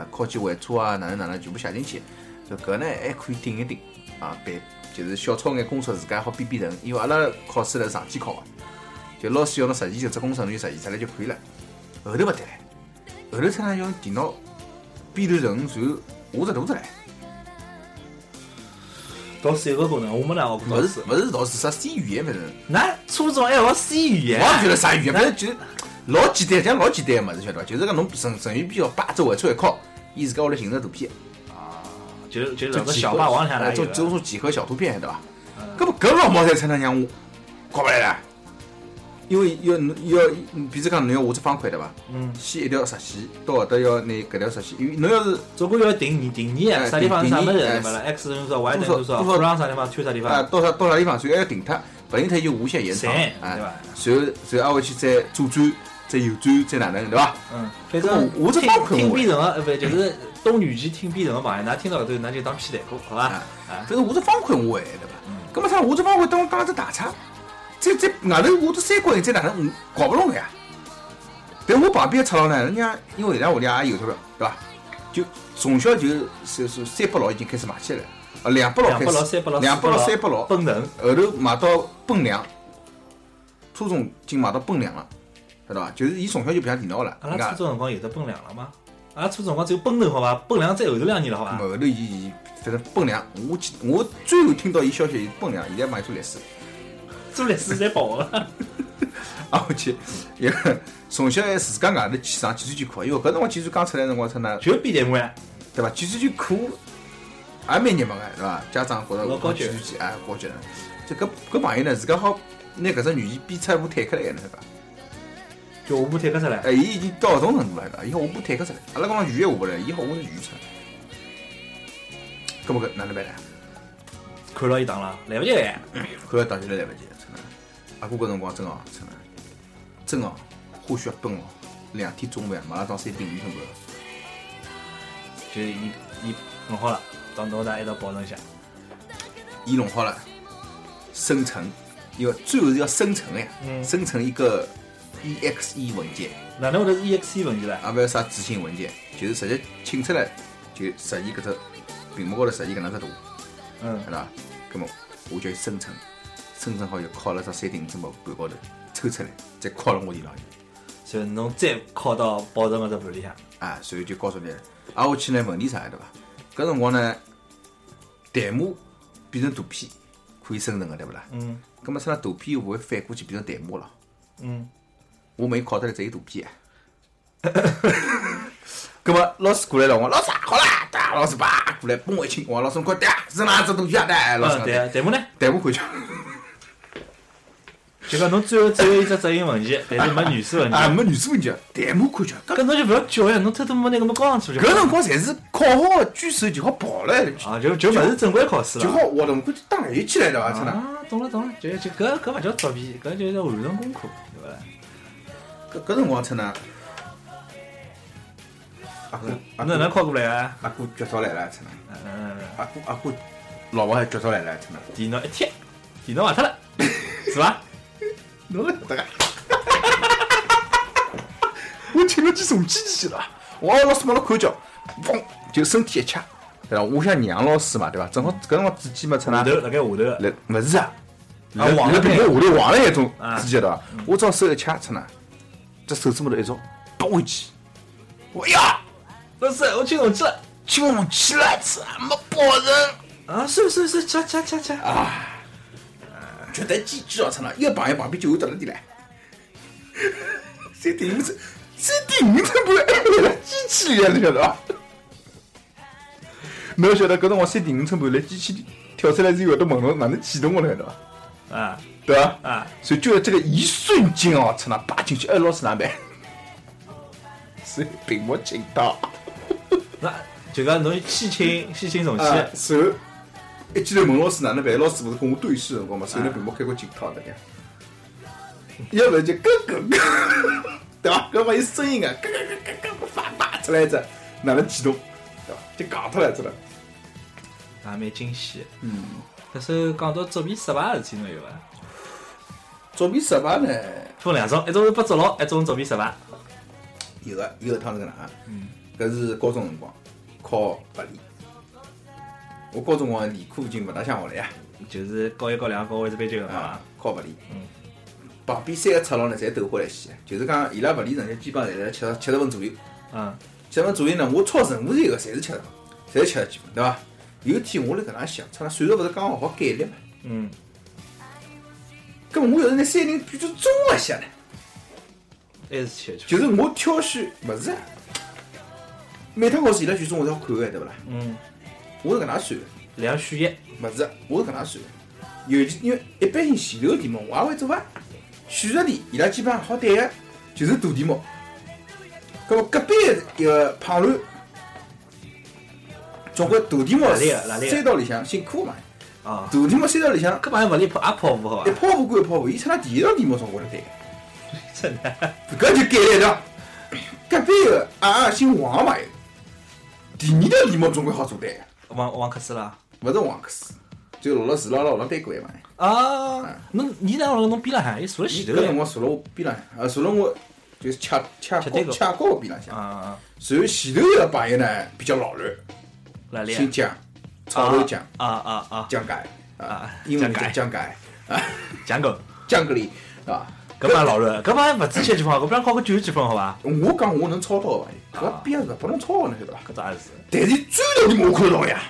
Speaker 4: 啊，靠几回车啊，哪能哪能全部写进去，就搿呢还可以顶一顶啊，别就是小抄眼公式自家好编编成，因为阿拉考试辣长期考个，就老师要侬实现就只公式，侬就实现出来就可以了。后头勿对了，后头他呢用电脑编头程序画只图出来，
Speaker 3: 倒是有搿功能，我没哪学过。
Speaker 4: 勿是，勿是老是啥 C 语言，反正
Speaker 3: 㑚初中还学 C 语言
Speaker 4: 我
Speaker 3: 啊？
Speaker 4: 也勿晓得啥语言，反正就是老简单，讲老简单个物事，晓得伐？就是讲侬程程序编好，叭，只回车一敲，伊自家会来形成图片，
Speaker 3: 就就
Speaker 4: 就
Speaker 3: 老个
Speaker 4: 几
Speaker 3: 小
Speaker 4: 何
Speaker 3: 霸王下
Speaker 4: 哎
Speaker 3: 来
Speaker 4: 就
Speaker 3: 有
Speaker 4: 就
Speaker 3: 个。
Speaker 4: 种几何小图片，对伐？搿么搿老毛才才能让我搞勿来啦，因为要侬要，比如讲侬要画只方块，对伐？
Speaker 3: 嗯，
Speaker 4: 先一条直线到后头要拿搿条直线，因为侬要是
Speaker 3: 总归要定义定义啊，
Speaker 4: 哎
Speaker 3: 啥地方啥物
Speaker 4: 定
Speaker 3: 事
Speaker 4: 义
Speaker 3: 对
Speaker 4: 哎
Speaker 3: 伐啦？X 等于多少，Y 等
Speaker 4: 多少
Speaker 3: 于多少
Speaker 4: 多少
Speaker 3: ，from 啥地方，to 啥地
Speaker 4: 啊，
Speaker 3: 方？
Speaker 4: 到啥到啥地方，所以要停它，勿停它就无限延长，
Speaker 3: 闪
Speaker 4: 哎
Speaker 3: 对伐，
Speaker 4: 随后随后挨回去再左转，再右转，再哪能，对伐？
Speaker 3: 嗯，
Speaker 4: 我
Speaker 3: 反正
Speaker 4: 我这
Speaker 3: 听
Speaker 4: 方困
Speaker 3: 听
Speaker 4: 我
Speaker 3: 编程个，呃，不就是东女机听编程个朋友，㑚听到搿头，㑚就当屁蛋糕，好哎伐
Speaker 4: 啊？但是画只方块我会，对伐？
Speaker 3: 嗯
Speaker 4: 搿么啥画只方块，等我讲只大叉，再再外头画只三角形，再哪能我搞勿拢个呀？但我旁边的赤佬呢，人家因为伊拉屋里也有钞票，对伐？就从小就是是三百六已经开始买起来了，啊，两百六
Speaker 3: 两
Speaker 4: 开
Speaker 3: 百六、
Speaker 4: 始
Speaker 3: 三百，六、
Speaker 4: 两百
Speaker 3: 六、
Speaker 4: 六、三百六，
Speaker 3: 奔腾，
Speaker 4: 后头买到奔两，初中已经买到奔两了，晓得伐？就是伊从小就白相电脑了，
Speaker 3: 阿
Speaker 4: 人
Speaker 3: 拉
Speaker 4: 家
Speaker 3: 初中辰光有得奔两了吗？阿拉初中辰光只有奔腾好伐？奔两再后头两年了好伐？
Speaker 4: 后头伊伊反正奔两，我记我最后听到伊消息，伊奔两，现在买做律师，
Speaker 3: 做历史侪跑了，
Speaker 4: 啊，我去，一个嗯从小还自家外头去上计算机课，因为搿辰光计算刚出来的辰光，出那
Speaker 3: 就比代码呀。
Speaker 4: 对伐？计算机课也蛮热门个，对伐？家长觉
Speaker 3: 老
Speaker 4: 着
Speaker 3: 高
Speaker 4: 计
Speaker 3: 级
Speaker 4: 算机哎高级了，就搿搿朋友呢，自家好拿搿只语言编出一部坦克来个呢，对伐？
Speaker 3: 就我部推克出来，
Speaker 4: 哎，伊已经到搿种程度了，对伐？伊好我不坦克出来，阿拉讲语言下不来，伊好我是语言出来，搿么搿哪能办呢？
Speaker 3: 看牢伊打了，来勿及来。
Speaker 4: 看要打起来来勿及，真的。阿哥搿辰光真哦，真的，真哦，花絮奔哦，两天中饭，马拉当三点五成本。
Speaker 3: 就伊伊弄好了，到侬大家一道保存一下。
Speaker 4: 伊弄好了，生成，要最后是要生成的呀，
Speaker 3: 嗯
Speaker 4: 生成一个 exe 文件，
Speaker 3: 哪能会得是 EXE 文件唻？
Speaker 4: 也勿要啥执行文件，就是直接请出来就实现搿只屏幕高头实现搿能只图。
Speaker 3: 嗯
Speaker 4: 晓，得伐？葛末我就啊生成，生成好就拷了只三点五寸薄板高头，抽出来，再拷了我电脑里。
Speaker 3: 所以侬再拷到保存个只盘里向。
Speaker 4: 啊，随后就告诉啊你，挨下去呢问题啥对伐？搿辰光呢，代码变成图片可以生成个对勿啦？
Speaker 3: 嗯
Speaker 4: 葛末出来图片会反过去变成代码了。
Speaker 3: 嗯，
Speaker 4: 我每考得来只有图片啊。葛末老师过来了，我老师啊好啦，哒老师叭过来帮我一亲，我老师快点扔哪只图片啊？对，老师
Speaker 3: 嗯，
Speaker 4: 讲
Speaker 3: 对啊，
Speaker 4: 对
Speaker 3: 弹幕呢？
Speaker 4: 代码看去
Speaker 3: 就讲侬最后只有一只执行文 件，但是没原始文
Speaker 4: 啊，
Speaker 3: 件。
Speaker 4: 没女主问题，代码看去。搿
Speaker 3: 搿侬就勿要叫呀，侬偷偷摸拿搿么交上去就好
Speaker 4: 搿
Speaker 3: 了。
Speaker 4: 辰光侪是考好的狙手就好跑了，
Speaker 3: 啊，就就勿是正规考试了。
Speaker 4: 就好活动，估计打篮球去了对伐？真的。
Speaker 3: 啊，懂了懂了，就就搿搿勿叫作弊，搿就叫完成功课，对勿啦？
Speaker 4: 搿搿辰光出呢，阿哥阿
Speaker 3: 侬哪能
Speaker 4: 哥
Speaker 3: 考过来啊？
Speaker 4: 阿哥绝招来了，出呢，
Speaker 3: 嗯嗯，嗯
Speaker 4: 阿哥阿哥老婆还绝招来了，出啊呢，
Speaker 3: 电脑一贴，电脑坏脱了， 是伐？
Speaker 4: 侬来 得个？我听了去重机器了，我老师帮了看叫，嗡就身体一掐，对伐？我像杨老师嘛，对伐？正好搿辰光指尖嘛出
Speaker 3: 下
Speaker 4: 哪
Speaker 3: 头，辣盖下头个，
Speaker 4: 来勿是啊，
Speaker 3: 啊
Speaker 4: 往
Speaker 3: 往
Speaker 4: 了嗯
Speaker 3: 了
Speaker 4: 平
Speaker 3: 边
Speaker 4: 台下头往了一种
Speaker 3: 啊
Speaker 4: 直接的，我只要手一掐出呢，这手指末头一绕，拨回去，我呀，
Speaker 3: 老师，我去弄去了。
Speaker 4: 青龙起来吃，没保人，
Speaker 3: 啊，是是是，吃吃吃吃。啊，
Speaker 4: 绝对几句要出呢，一个朋友旁边就会得了 地来，三点五层，三点五层不是还来机器里啊，侬晓得 伐？侬晓得搿辰光三点五层盘来机器里跳出来之后，会得问侬哪能启动我了，晓得伐？
Speaker 3: 啊
Speaker 4: 对伐？
Speaker 3: 啊，
Speaker 4: 所以就在这个一瞬间哦，趁他扒进去，哎，老师哪办？ 所以屏幕清到，
Speaker 3: 那就讲侬先请先请重去，
Speaker 4: 啊，手一记头问老师哪能办？老师不是跟我对视的辰光嘛，手
Speaker 3: 啊
Speaker 4: 拿屏幕开过警告的呀。 要不然就咯咯咯， 对伐？搿么有声音啊，咯咯咯咯咯，发发出来一只，哪能启动？对伐？就戆脱了一只了。
Speaker 3: 也蛮惊喜。嗯。可是讲到作弊失败的事体，侬有伐？
Speaker 4: 作弊失败呢？
Speaker 3: 分两种，一种是被捉牢，一种作弊失败。
Speaker 4: 有个有一趟是搿能啊，搿是高中辰光考物理，我高中辰光理科已经勿大想学了呀，
Speaker 3: 就是高一、高两、高一是班级个嘛
Speaker 4: 啊，，考物理，旁边三个侧老呢侪斗欢来西，就是讲伊拉物理成绩基本上侪在七十七十分左右，
Speaker 3: 嗯
Speaker 4: 七十分左右呢，我抄任何一个侪是七十分，侪是七十几分，对伐？有一天我辣搿能想，操，算术勿是刚好好改了嘛，
Speaker 3: 嗯，
Speaker 4: 搿么我要是拿三零比作综合一下呢？
Speaker 3: 嗯还是七出。
Speaker 4: 就是我挑选勿是啊，每趟考试伊拉卷子我侪要看个，对勿啦？
Speaker 3: 嗯，
Speaker 4: 我是搿能算的。
Speaker 3: 两选一，
Speaker 4: 勿是，我是搿能算的。尤其因为一般性前头个题目我也会做啊，选择题伊拉基本上好对个，就是大题目。搿么隔壁一个胖乱，总归大题目
Speaker 3: 哪里个哪里个
Speaker 4: 三道里向姓柯嘛，
Speaker 3: 啊
Speaker 4: 大题目三道里向
Speaker 3: 搿朋友勿离谱，也跑步好啊
Speaker 4: 一
Speaker 3: 伐？
Speaker 4: 抛不过一抛不，伊出来第一道题目总归是对个，
Speaker 3: 真的。
Speaker 4: 搿就改了一道。隔壁个啊啊姓王嘛，第二道题目总归好做对个。
Speaker 3: 王王克斯啦。
Speaker 4: 勿是王克斯，就老老实老老老对过一嘛。
Speaker 3: 啊，侬你哪能侬边浪向？伊坐了
Speaker 4: 伊
Speaker 3: 前
Speaker 4: 搿
Speaker 3: 头嘞
Speaker 4: 辰。光坐辣我边浪向，呃，坐辣我就是恰恰
Speaker 3: 吃对
Speaker 4: 高
Speaker 3: 个
Speaker 4: 恰高个边浪向。
Speaker 3: 啊，
Speaker 4: 随后前头一个朋友呢比较老乱，
Speaker 3: 哪里啊？
Speaker 4: 姓蒋，草头蒋，
Speaker 3: 啊啊啊！
Speaker 4: 蒋介啊
Speaker 3: 啊，
Speaker 4: 英文名叫蒋
Speaker 3: 蒋
Speaker 4: 介啊，
Speaker 3: 讲狗，
Speaker 4: 蒋格里啊。
Speaker 3: 搿帮老 乱，搿帮勿止七几分，搿帮考个九十几分好伐？
Speaker 4: 我讲我能抄到个
Speaker 3: 啊
Speaker 4: 朋友，搿边个勿能抄个，侬晓得伐？
Speaker 3: 搿倒也 是。
Speaker 4: 但是最头题目我看到 呀，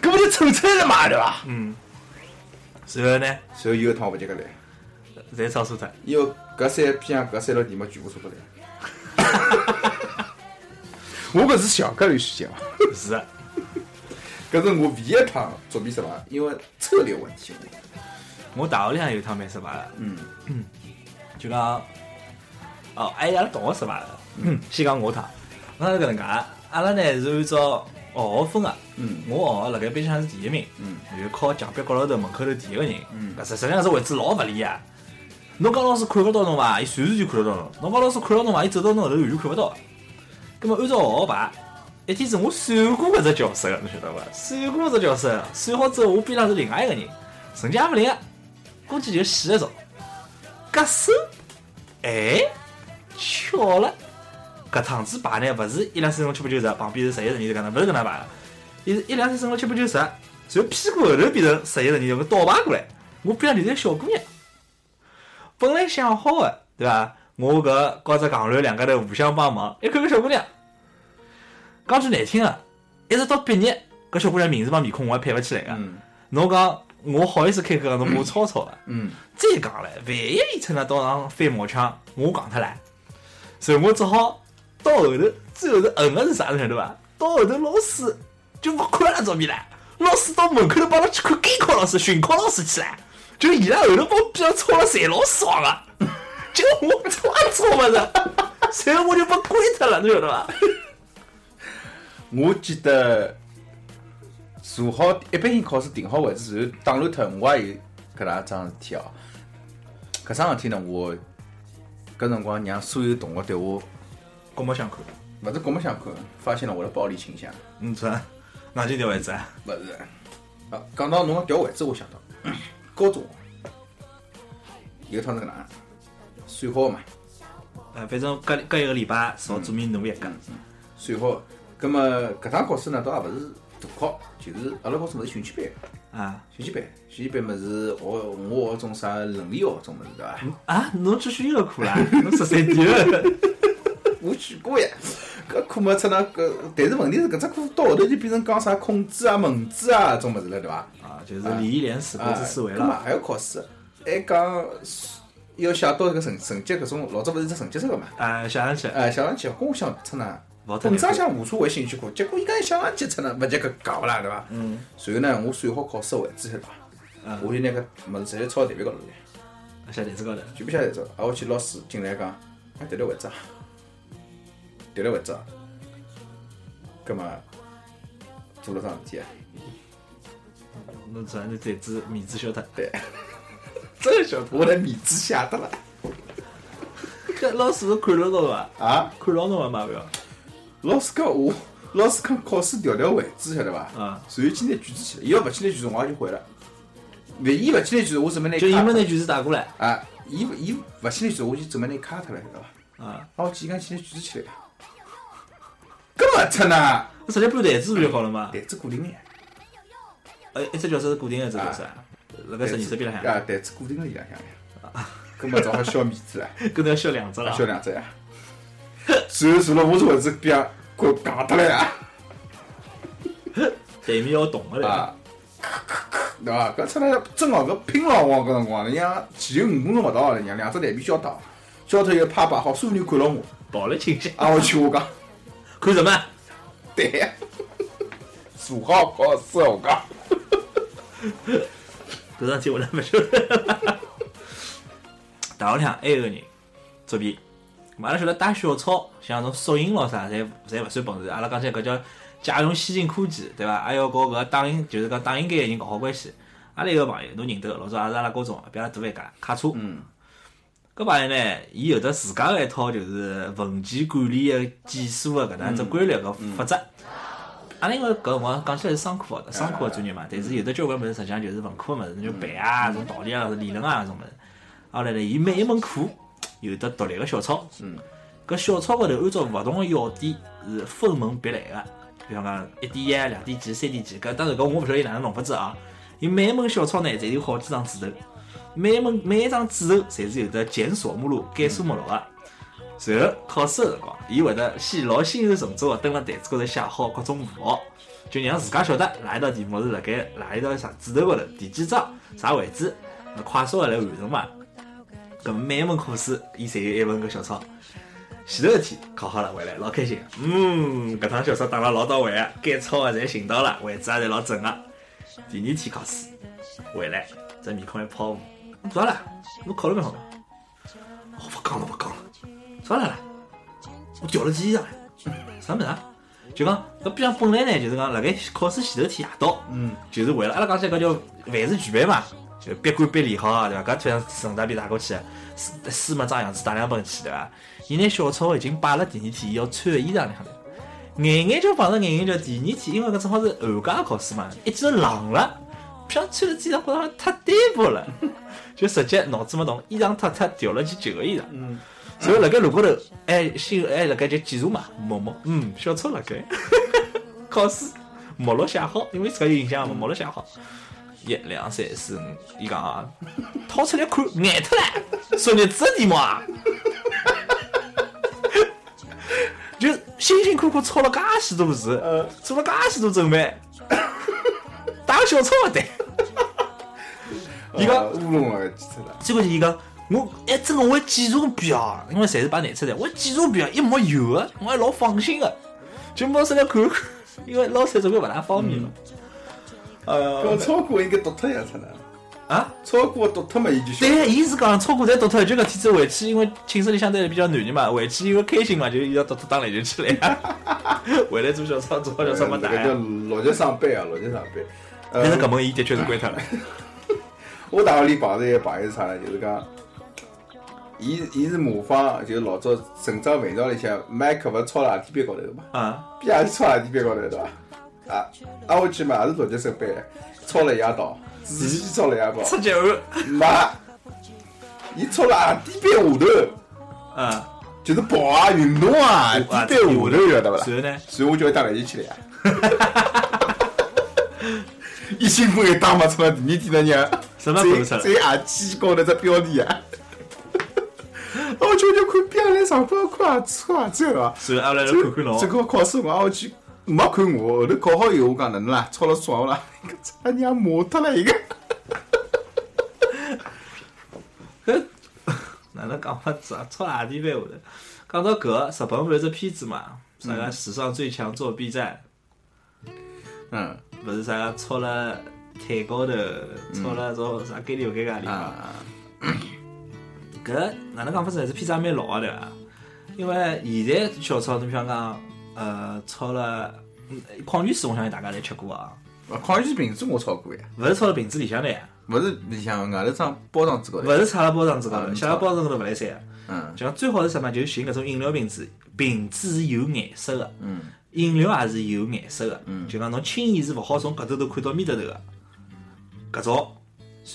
Speaker 4: 搿勿就凑出来了嘛，对伐？
Speaker 3: 嗯然后呢，
Speaker 4: 随后有一趟我勿及格来，
Speaker 3: 侪超出脱。
Speaker 4: 因为搿三边上搿三道题目全部 做勿来。我搿是小概率事件伐？
Speaker 3: 是的，
Speaker 4: 搿是我唯一一趟作弊失败，因为策略问题。
Speaker 3: 我大学里向有一趟蛮失败的。嗯。就讲，哦，还有阿拉同学失败了。嗯。先讲我一趟，我趟是搿能介，阿拉呢是按照学校分啊个。
Speaker 4: 嗯。
Speaker 3: 我学校辣盖班上是第一名。
Speaker 4: 嗯。
Speaker 3: 然后靠墙壁角落头门口头第一个人。嗯。搿实实际上是位置老勿利啊。侬讲老师看勿到侬伐？伊随时就看得到侬。侬讲老师看得到侬伐？伊走到侬后头完全看勿到。葛末按照学校牌，一天子我算过搿只教室个，侬晓得伐？算过搿只教室的，算好之后我边浪是另外一个人，成绩也勿灵啊，估计就死一招。搿手，哎，巧了，搿趟子排呢，勿是一两三乘七八九十，旁边是十一十二是搿能，勿是搿能排的，伊是一两三乘七八九十，然后屁股后头变成十一十二，搿倒排过来，我边上就是个小姑娘。本来想好的，对伐？我搿高只戆卵两家头互相帮忙，一看搿小姑娘，讲句难听个，一直到毕业，搿小姑娘名字帮面孔我还配勿起来个。
Speaker 4: 嗯
Speaker 3: 侬讲我好意思开口，侬把我抄抄个。
Speaker 4: 嗯，
Speaker 3: 再讲了，万一伊趁了到上翻毛腔，我戆脱了，所以我只好到后头，最后头恨个是啥侬晓得伐？到后头老师就勿看阿拉照片了，老师到门口头帮阿拉去看监考老师、巡考老师去了，就伊拉后头帮我逼上抄了，侪老爽个、 就我抄也抄勿着，所以我就被关脱了，侬晓得伐？
Speaker 4: 我记得做好一般性考试定好位置，然后打乱脱，我也有搿能一桩事体哦。啊搿桩事体呢，我搿辰光让所有同学对我
Speaker 3: 刮目相看，
Speaker 4: 勿是刮目相看，发现了我的暴力倾向。
Speaker 3: 嗯，是啊，哪几条位置啊？
Speaker 4: 勿是，啊，讲到侬个调位置，我想到高中有一趟是搿能啊，算好嘛，
Speaker 3: 呃，反正隔隔一个礼拜少做面弄一个，
Speaker 4: 算好。葛末搿趟考试呢，倒也勿是大考，就是阿拉考试勿是训练班，
Speaker 3: 啊
Speaker 4: 训练班，训练班么是学我学种啥伦理学种么子对伐？
Speaker 3: 啊！侬去训练课 啦？侬十三点了？
Speaker 4: 我去过呀，搿课没出那搿，但是问题是搿只课到后头就变成讲啥孔子啊、孟子啊种物事了，对伐？
Speaker 3: 啊，就是礼义廉耻、国
Speaker 4: 啊，
Speaker 3: 之四维
Speaker 4: 搿嘛
Speaker 3: 了。
Speaker 4: 还要考试，还讲要写到搿成成绩搿种，老早勿是只成绩册个嘛？
Speaker 3: 啊，写上去，
Speaker 4: 哎，写上去，跟我想出呢
Speaker 3: 勿好，出
Speaker 4: 本
Speaker 3: 来
Speaker 4: 质想无所谓兴趣课，结果伊讲写上去出呢，勿就搿戆勿啦，对伐？嗯。随后呢，我算好考试位置晓得
Speaker 3: 嗯
Speaker 4: 伐？我就拿搿物事直接抄到台面高头来。
Speaker 3: 写台子高头。
Speaker 4: 就不晓得这，挨下去老师进来讲，啊，调调位置啊，调调位置啊，葛么做了桩事体啊？
Speaker 3: 侬只能台子面子消脱。
Speaker 4: 对，真的晓得，我来面子写得了
Speaker 3: 搿老师是看牢侬伐？
Speaker 4: 啊！
Speaker 3: 看牢侬伐？买勿要。
Speaker 4: 老师讲我，老师讲考试调调位置，晓得伐？
Speaker 3: 啊
Speaker 4: 随后去拿句子去了，伊要勿去拿句子，我也就会了。万一勿去拿句子，我准备拿
Speaker 3: 就伊
Speaker 4: 卡
Speaker 3: 们
Speaker 4: 脱
Speaker 3: 那句子打过来
Speaker 4: 啊，伊勿伊勿去拿句子，我就准备拿卡脱了，晓得伐？
Speaker 3: 啊，
Speaker 4: 啊，我去伊讲去拿句子去了，搿么出呢？
Speaker 3: 直接搬台子不就好了嘛？
Speaker 4: 台子固定眼。
Speaker 3: 呃，一只教室是固定的，一只教室啊，辣盖十二室边浪向，
Speaker 4: 啊，台子固定了伊两向呀，根本只好削面子 了，
Speaker 3: 跟侬要削两只了
Speaker 4: 削。两只呀。随后坐了我坐位置边啊，快戆脱了呀！
Speaker 3: 对面要动的嘞。
Speaker 4: 啊，对伐？搿出来真哦，搿拼了光搿辰光，人家前后五分钟勿到了，人家两只台面交到，交头一拍摆好，所有人看牢我，
Speaker 3: 暴力倾向，
Speaker 4: 啊，我去我讲，
Speaker 3: 看什么？
Speaker 4: 对呀， 做好考试我讲，
Speaker 3: 搿桩事体我来勿晓得。大学里向还有个人作弊，咾阿拉晓得打小抄，像种索引咯啥，侪侪勿算本事。阿拉讲起来搿叫借用先进科技，对伐？还要搞搿个打印，就是讲打印间个人搞好关系。阿拉有个朋友，侬认得，老早也是阿拉高中，比阿拉大一届，卡车。
Speaker 4: 嗯。
Speaker 3: 搿朋友呢，伊有得自家个一套就是文件管理个技术个搿能样子规律个法则。阿拉因为搿辰光讲起来是商科学的，商科个专业嘛，但是有的交关物事实际上就是文科个物事，侬就背啊，种道理啊，理论啊，种物事。后来呢，伊每一门课有得独立个小抄，嗯，搿小抄高头按照勿同个要点是呃分门别类个，比方讲一点一、两点几、三点几，搿当然搿我勿晓得伊哪能弄法子啊。伊每一门小抄呢，侪有好几张纸头，每一门每一张纸头侪是有得检索目录、改数目录啊个。随后考试个辰光，伊会得先老心有神足个蹲辣台子高头写好各种符号，就让自家晓得哪一道题目是辣盖哪一道啥纸头高头，第几张啥位置，那快速个来完成嘛。搿每一门考试，伊侪有一份搿小抄。前头一天考好了回来，老开心。嗯，搿趟小抄打了老到位啊，该抄个侪寻到了，位置也侪老准个。第二天考试回来，这面孔还抛我，侬咋啦？侬考了没好？我勿讲了，勿讲了，咋啦啦？我掉了啊件衣裳了，啥物事啊？就讲搿边上本来呢，就是讲辣盖考试前头天夜到，嗯，就是为了阿拉讲起来搿叫万事俱备嘛，就别管别理好啊，对伐？搿突然顺大便打过去，啊书书嘛张样子打两本去，对伐？伊拿小抄已经摆辣第二天伊要穿个衣裳里向了。眼眼就放着眼眼叫第二天，因为搿正好是寒假考试嘛，一记头冷了，飘穿了件衣裳觉着太单薄了，就直接脑子没动，衣裳脱脱调了件旧个衣裳。嗯。所以辣盖路高头，哎，心哎辣盖就检查嘛，默默，嗯，小抄辣盖， 考试目录写好，因为自家有印象嘛，目录写好。一两三四五，伊讲啊，掏出来看，眼脱了，昨日子的题目啊。就辛辛苦苦抄了介许多字，做了介许多准备，打个小抄 勿对。伊讲
Speaker 4: 啊乌龙了，记错了。
Speaker 3: 最关键伊讲，我哎真个我还检查表，因为侪是摆难测的，我还检查表一没有个，我还老放心个，就摸出来看看， 因为老师总归勿大方便嘛。哎
Speaker 4: 搿
Speaker 3: 呀，
Speaker 4: 超过应该读脱呀，出呢？
Speaker 3: 啊，
Speaker 4: 超过读脱嘛，伊就晓得
Speaker 3: 对，伊是讲超过侪读脱，就搿天子回去，因为寝室里相对比较暖的嘛，回去因为开心嘛，就伊要读脱打篮球去 了，回来做小抄，做好小抄没打
Speaker 4: 搿
Speaker 3: 呀
Speaker 4: 叫。落脚上班啊，落脚上班。呃
Speaker 3: 但是搿门伊的确是关脱了。
Speaker 4: 我大学里碰着一个朋友是啥呢？就是讲，伊伊是模仿，就是老早成长范畴里向麦克勿抄垃圾边高头个嘛，
Speaker 3: 啊，
Speaker 4: 边也是抄垃圾边高头的对伐？啊，挨下去嘛也是落脚上班，抄了一夜到，仔细去抄了一夜到，
Speaker 3: 出去后，
Speaker 4: 妈，伊抄了垃圾边下头，
Speaker 3: 啊，
Speaker 4: 就是跑啊、运动啊，
Speaker 3: 啊
Speaker 4: 低头下头晓得不啦？
Speaker 3: 然后呢，
Speaker 4: 所以我就带垃圾去了呀。 一兴奋一打没出来，第二天呢，人
Speaker 3: 什么狗屎
Speaker 4: 在在耳机高头只标题啊。我就就看别人来上班看啊，吃啊，这个啊，
Speaker 3: 然后阿拉来看看
Speaker 4: 这
Speaker 3: 侬，
Speaker 4: 个考试我我去没看我，后头考好以后我讲哪能啦，抄了爽啦，他娘骂脱了一个。
Speaker 3: 哪能讲法子啊？抄阿弟班下头。讲到搿个，日本勿是只片子嘛？啥个史上最强作弊战，
Speaker 4: 嗯
Speaker 3: 勿是啥个抄了台高头，抄了种啥街里有街个地方。
Speaker 4: 嗯啊，
Speaker 3: 搿哪能讲法子？这片子也蛮老个对伐？啊因为现在小抄，侬像讲，呃，抄了嗯矿泉水，我相信大家侪吃过啊，
Speaker 4: 矿泉水瓶子我抄过呀，
Speaker 3: 勿是抄了瓶子里向的呀，
Speaker 4: 勿是里向外头装包装纸高头
Speaker 3: 勿。是插了包装纸高
Speaker 4: 啊
Speaker 3: 头，
Speaker 4: 嗯
Speaker 3: 写了包装纸高头勿来三个。
Speaker 4: 嗯
Speaker 3: 就像最好是什么？就是寻搿种饮料瓶子，瓶子是有颜色的，
Speaker 4: 嗯，
Speaker 3: 饮料也是有颜色的，嗯，就讲侬轻易是勿好从搿头头看到面头头的，搿种。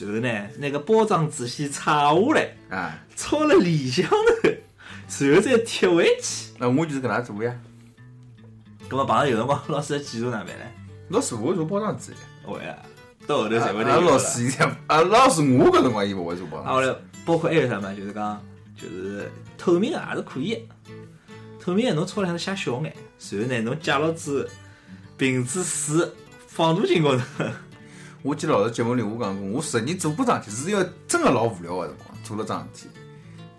Speaker 3: 然后呢，拿个包装纸先拆下来，
Speaker 4: 啊，
Speaker 3: 抄了里向头，然后再贴回去。
Speaker 4: 那我就是搿能做呀，
Speaker 3: 葛么碰到有辰光 老师的技术哪办呢？
Speaker 4: 老师我会做包装纸呀。
Speaker 3: 会啊，到后头
Speaker 4: 阿
Speaker 3: 侪会得
Speaker 4: 拉
Speaker 3: 有
Speaker 4: 啊老
Speaker 3: 了。
Speaker 4: 师现在，阿拉老师我搿辰光伊勿会做包
Speaker 3: 啊，后
Speaker 4: 装纸。
Speaker 3: 来包括还有啥嘛，就是讲就是透明的也是可以的，透明的侬钞票写小眼，然后呢侬借牢子瓶子水放大镜高头，
Speaker 4: 我记得老师节目里我讲过，我十年做过桩事体是要真个老无聊个辰光做了桩事体，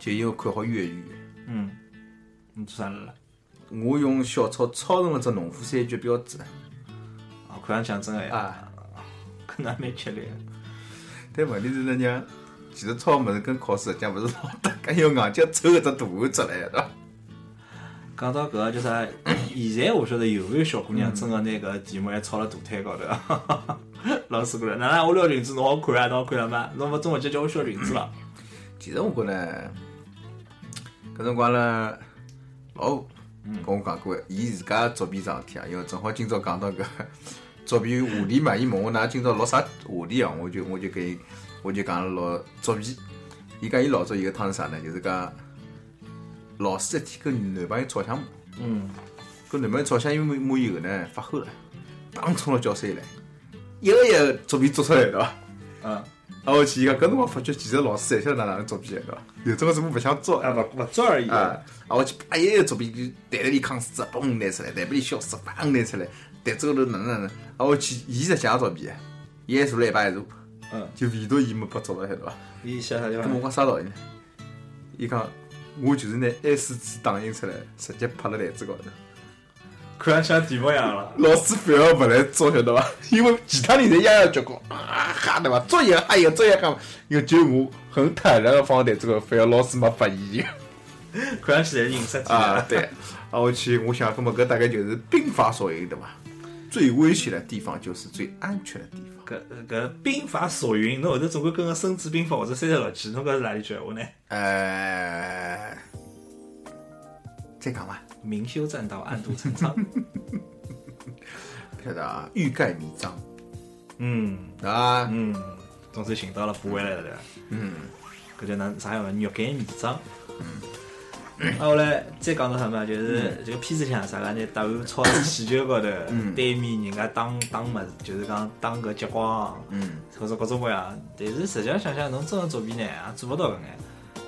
Speaker 4: 就因为看好越狱。
Speaker 3: 嗯，你做啥了啦？
Speaker 4: 我用小抄抄成了只农夫山居标志
Speaker 3: 啊，看上去像真 个呀，
Speaker 4: 啊，
Speaker 3: 搿能蛮吃力的。
Speaker 4: 但问题是那娘，其实抄物事跟考试实际上勿是老搭，搿要硬劲抽一只大案出来，对伐？
Speaker 3: 讲到搿个就啥， 现在我晓得有没有小姑娘真个拿搿题目还抄了大腿高头 啊？老师过来，哪能我撩裙子侬好看啊？侬好看了吗？侬勿中午节叫我削裙子了？
Speaker 4: 其实我觉呢，搿辰光呢，老婆跟我讲过，伊自家作弊桩事体啊，因为正好今朝讲到搿 作弊话题嘛，伊问我㑚今朝录啥话题啊，我就我就跟伊我就讲了录作弊。伊讲伊老早有一趟是啥呢？就是讲老师一天跟男朋友吵相骂，
Speaker 3: 嗯，
Speaker 4: 跟男朋友吵相骂骂以后呢，发火了，当冲到教室里来，一个一个作弊做出来对伐？
Speaker 3: 嗯，
Speaker 4: 啊，我去伊讲，搿辰光发觉其实老师侪晓得哪能作弊的，对伐？有种个是我勿想做
Speaker 3: 啊
Speaker 4: 啊
Speaker 3: 勿勿做而已。
Speaker 4: 啊！啊，我去啪一个作弊就袋子里康纸啊，嘣拿出来，袋子里小纸嘣拿出来，袋子高头哪能哪能？啊，我去，伊实际上也作弊的，伊还做了一把一做，
Speaker 3: 嗯，
Speaker 4: 就唯独伊没被抓到，晓得伐？
Speaker 3: 伊写啥地
Speaker 4: 咁我讲啥道理呢？伊讲我就是拿 S 字打印出来，直接拍了袋子高头。
Speaker 3: 看上像题目一样了。
Speaker 4: 老师反而勿来做，晓得伐？ 因为其他人侪压压结棍啊哈对伐？作业还有作业干嘛？因为只有我很坦然的放在这个，反而老师没发现
Speaker 3: 看上去侪是影视题
Speaker 4: 啊。对， 啊我去，我想，那么搿大概就是兵法所言对伐？最危险的地方就是最安全的地方。
Speaker 3: 搿搿兵法所云，侬后头总归跟个《孙子兵法》或者《三十六计》，侬搿是哪里句闲话呢？
Speaker 4: 呃，再讲伐？
Speaker 3: 明修栈道，暗度陈仓。
Speaker 4: 不晓得啊，欲盖弥彰
Speaker 3: 嗯
Speaker 4: 啊，
Speaker 3: 嗯，总算寻到了补回来了，对伐？嗯，搿叫哪啥样个欲盖弥彰。嗯，啊，后来再讲到啥嘛，就是这个片子里向啥个拿答案抄到气球高头，对面人家打打物事，就是讲打搿激光。
Speaker 4: 嗯，
Speaker 3: 或啊者各种各样。但是实际上想想，侬真个作弊呢，也做勿到搿眼。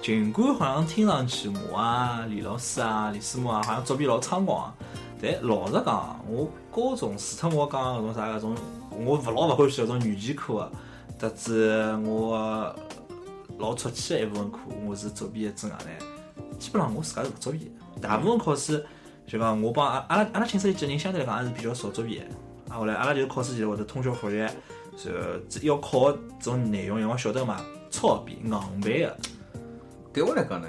Speaker 3: 尽管好像听上去我啊、李老师啊、李师母啊，好像作弊老猖狂啊，但老实讲，我高中除脱我讲搿种啥搿种，我勿老勿欢喜搿种软件课啊，得知我老出气的一部分课，我是作弊的真外呢。基本上我自家是勿作弊的，大部分考试就讲我帮阿阿拉阿拉寝室里几个人相对来讲还是比较少作弊的。啊，后来阿拉就是考试前会得通宵复习，然后只要考的这种内容，因为我晓得嘛，抄一遍硬背的。
Speaker 4: 对我来讲呢，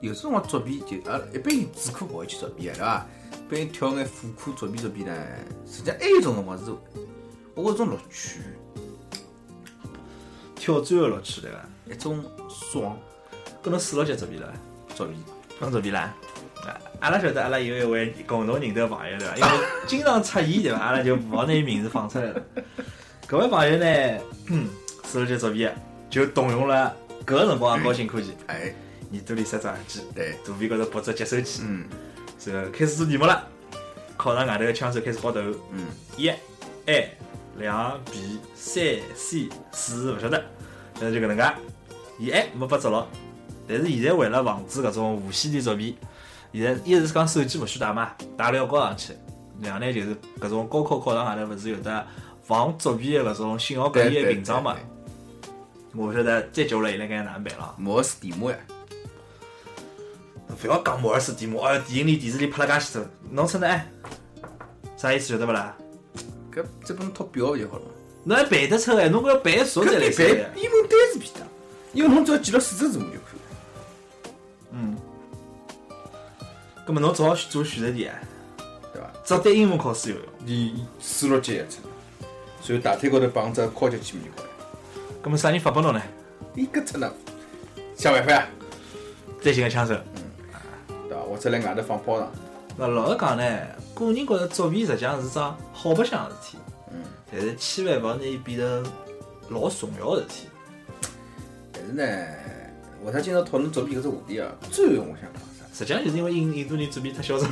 Speaker 4: 有时辰光作弊就啊，一般人主科勿会去作弊个，对伐？一般人挑眼副科作弊作弊呢，实际上还有一种辰光是，我觉着一种乐趣，
Speaker 3: 挑战的乐趣对伐？
Speaker 4: 一种爽
Speaker 3: 跟侬四六级作弊了，
Speaker 4: 作弊。
Speaker 3: 侬作弊啦？啊阿拉晓得，阿拉有一位共同认得的朋友对伐？因为经常出现对伐？阿拉就勿好拿伊名字放出来了。搿位朋友嗯呢，四六级作弊，就动用了搿个辰光的高新科技。
Speaker 4: 哎，
Speaker 3: 耳朵里塞只耳机，
Speaker 4: 对
Speaker 3: 肚皮高头绑只接收器，
Speaker 4: 嗯，
Speaker 3: 然后开始做题目了，靠上外头个枪手开始爆头，嗯，一、A、两、B、三、C、四，勿晓得，但是就搿能介，伊还没被捉牢，但是现在为了防止搿种无线的作弊，现在一是讲手机勿许带嘛，带了要交上去，两呢就是搿种高考考场外头勿是有得防作弊的搿种信号隔
Speaker 4: 对
Speaker 3: 离的
Speaker 4: 对
Speaker 3: 屏障嘛
Speaker 4: 对，
Speaker 3: 我勿晓得再久了伊拉该哪能办了。
Speaker 4: 摩尔斯底摩呀，
Speaker 3: 勿要讲摩尔斯底摩，哎，电影里、电视里拍了介许多，侬称得哎，啥意思晓得勿啦？
Speaker 4: 搿再帮侬套表就好了。
Speaker 3: 侬还背得出哎，侬搿要背熟才来
Speaker 4: 搿
Speaker 3: 塞
Speaker 4: 对
Speaker 3: 的
Speaker 4: 白。英文单词比的，因为侬只要记牢四只字母就可以了。
Speaker 3: 葛末侬只好去做选择题哎，
Speaker 4: 对伐？
Speaker 3: 只对英文考试有用。
Speaker 4: 你思路接一出，所以大腿高头绑只敲击器面高头，
Speaker 3: 葛末啥人发拨侬呢？
Speaker 4: 伊搿出呢，想办法呀，
Speaker 3: 再寻个枪手。
Speaker 4: 对伐？或者来外头放炮仗，
Speaker 3: 那老实讲呢，个人觉着作弊实际上是桩好白相的事体，嗯，但是千万勿要拿伊变成老重要的事体。
Speaker 4: 但是呢，为啥今朝讨论作弊搿只话题啊？最后我想讲啥？
Speaker 3: 实际上就是因为印印度人作弊太嚣张，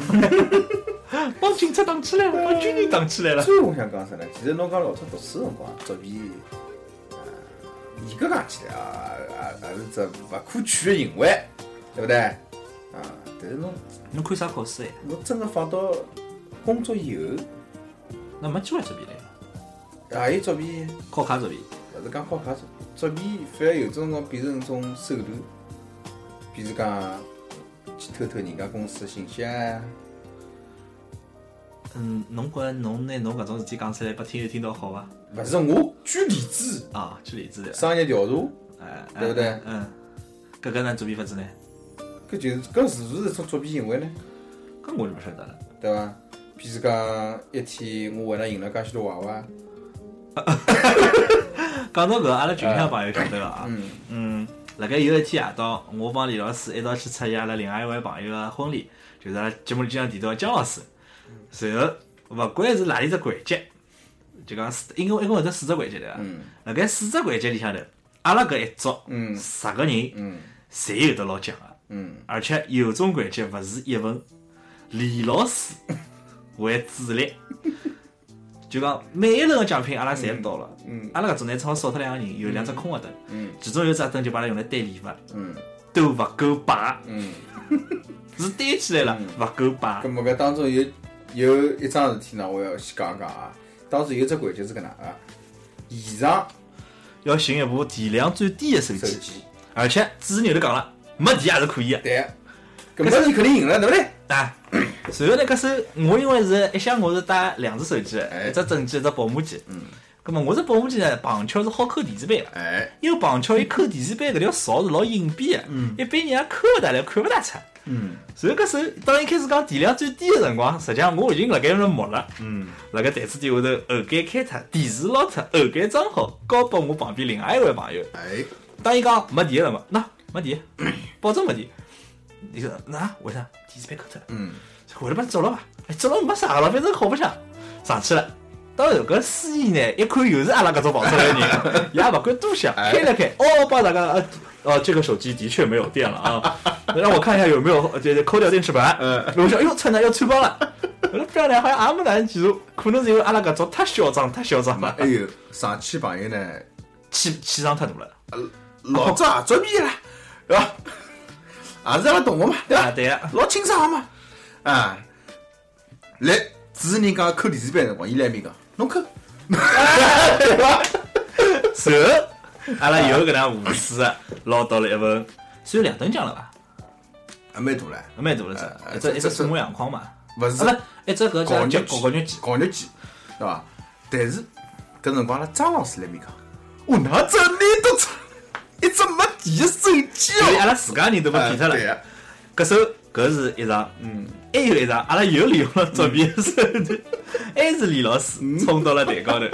Speaker 3: 帮警察打起来了，帮军人打起来了。
Speaker 4: 最后我想讲啥呢？其实侬讲老早读书辰光作弊，呃严格讲起来啊，也也是只勿可取的行为，对勿对？啊，但是侬
Speaker 3: 侬看啥考试哎？
Speaker 4: 侬真个放到工作以后，
Speaker 3: 那没机会作弊嘞，
Speaker 4: 也有作弊，
Speaker 3: 考卡作弊。
Speaker 4: 勿是讲好卡作弊，作弊反而有种辰光变成一种手段，比如讲去偷偷人家公司的信息啊，
Speaker 3: 嗯，侬觉着侬拿侬搿种事体讲出来，拨听友听到好伐？
Speaker 4: 勿是我举例子，
Speaker 3: 啊，举例子对伐？
Speaker 4: 商业调查，
Speaker 3: 哎，
Speaker 4: 对不对
Speaker 3: 嗯嗯，搿个哪能作弊法子呢？
Speaker 4: 搿就是搿是不是一种作弊行为呢？
Speaker 3: 搿我就勿晓得了。
Speaker 4: 对伐？譬如讲一天我为哪赢了介许多娃娃，
Speaker 3: 讲到搿，阿拉群里向朋友晓得个啊，嗯，辣盖有一天夜到，我帮李老师一道去出席阿拉另外一位朋友个婚礼，就是阿拉节目里经常提到的姜老师。随后，勿管是哪里只环节，就讲四，一共一共有得四只环节对伐？辣盖四只环节里向头，阿拉搿一组，嗯，十个人，嗯，侪有得攞奖个，嗯，而且有种环节勿是一分，李老 师为主力。就讲每一轮的奖品阿拉侪到了，阿拉搿种呢，正好少脱两个人，有两只空个灯，其中有一只灯就把阿拉用来堆礼物，都勿够摆，是堆起来了，勿够摆
Speaker 4: 搿，么搿当中有有一桩事体呢，我要先讲一讲啊。当中有一只环节是搿能啊，现场
Speaker 3: 要寻一部电量最低的手
Speaker 4: 手
Speaker 3: 机，
Speaker 4: 机，
Speaker 3: 而且主持人都讲了，没电也是可以的，
Speaker 4: 对，搿么你肯定赢了，对勿对？
Speaker 3: 啊。随后呢，搿手我因为是一向我是带两只手机的，一只正机，一只保姆机，哎嗯，葛么我只保姆机呢，碰巧是好扣电视板的，
Speaker 4: 哎，
Speaker 3: 因为碰巧伊抠电视板搿条槽是老隐蔽个，一般人也抠勿大来，看勿大出。嗯，所以搿时候当伊开始讲电量最低个辰光，实际上我已经辣盖那木了。嗯，辣盖台子底下头，后盖开脱，电视捞脱，后盖装好，交拨我旁边另外一位朋友。
Speaker 4: 哎，
Speaker 3: 当伊讲没电了嘛，那没 电，保证没电。伊说那为啥电视板抠脱了？
Speaker 4: 嗯，
Speaker 3: 回来帮走了吧？哎，走了没啥了，反正好白相，上去了。当然，搿司仪呢，一看又是阿拉搿种跑出来的 人，也勿管多想，开了开，哦，帮大家，呃，哦，这个手机的确没有电了 啊，让我看一下有没有，呃这抠掉电池板。我说，哟，穿的要穿帮了。我说，不要呢，好像也没哪能技术，可能是因为阿拉搿种太嚣张，太嚣张了
Speaker 4: 还，有哎上去朋友呢，
Speaker 3: 气气场太大了。
Speaker 4: 老早也作弊了，对伐？也是阿拉同学嘛，对
Speaker 3: 啊，
Speaker 4: 伐？
Speaker 3: 对啊，
Speaker 4: 老清爽嘛，啊，来主持人讲扣电视板的辰光，伊来面讲，侬扣，对伐？
Speaker 3: 随后阿拉有搿能样无耻的捞到了一份，算两等奖了吧？
Speaker 4: 还蛮大了，
Speaker 3: 蛮大了
Speaker 4: 呃
Speaker 3: 只，一只一
Speaker 4: 这
Speaker 3: 只数码相框嘛。
Speaker 4: 勿
Speaker 3: 啊
Speaker 4: 是
Speaker 3: 不，一啊只搿
Speaker 4: 搞
Speaker 3: 叫
Speaker 4: 肉机，
Speaker 3: 叫搞搞肉机，
Speaker 4: 搞肉机，对伐？但是搿辰光阿拉张老师来哦面讲，我哪只拿得出一只没电的手机
Speaker 3: 所以
Speaker 4: 哦？
Speaker 3: 哎阿拉自家人都被骗脱
Speaker 4: 啊对
Speaker 3: 了
Speaker 4: 啊。
Speaker 3: 搿首搿是一场，嗯，还有一场，阿拉又利用了作 弊的手段，还是李老师
Speaker 4: 嗯
Speaker 3: 冲到了台高 头。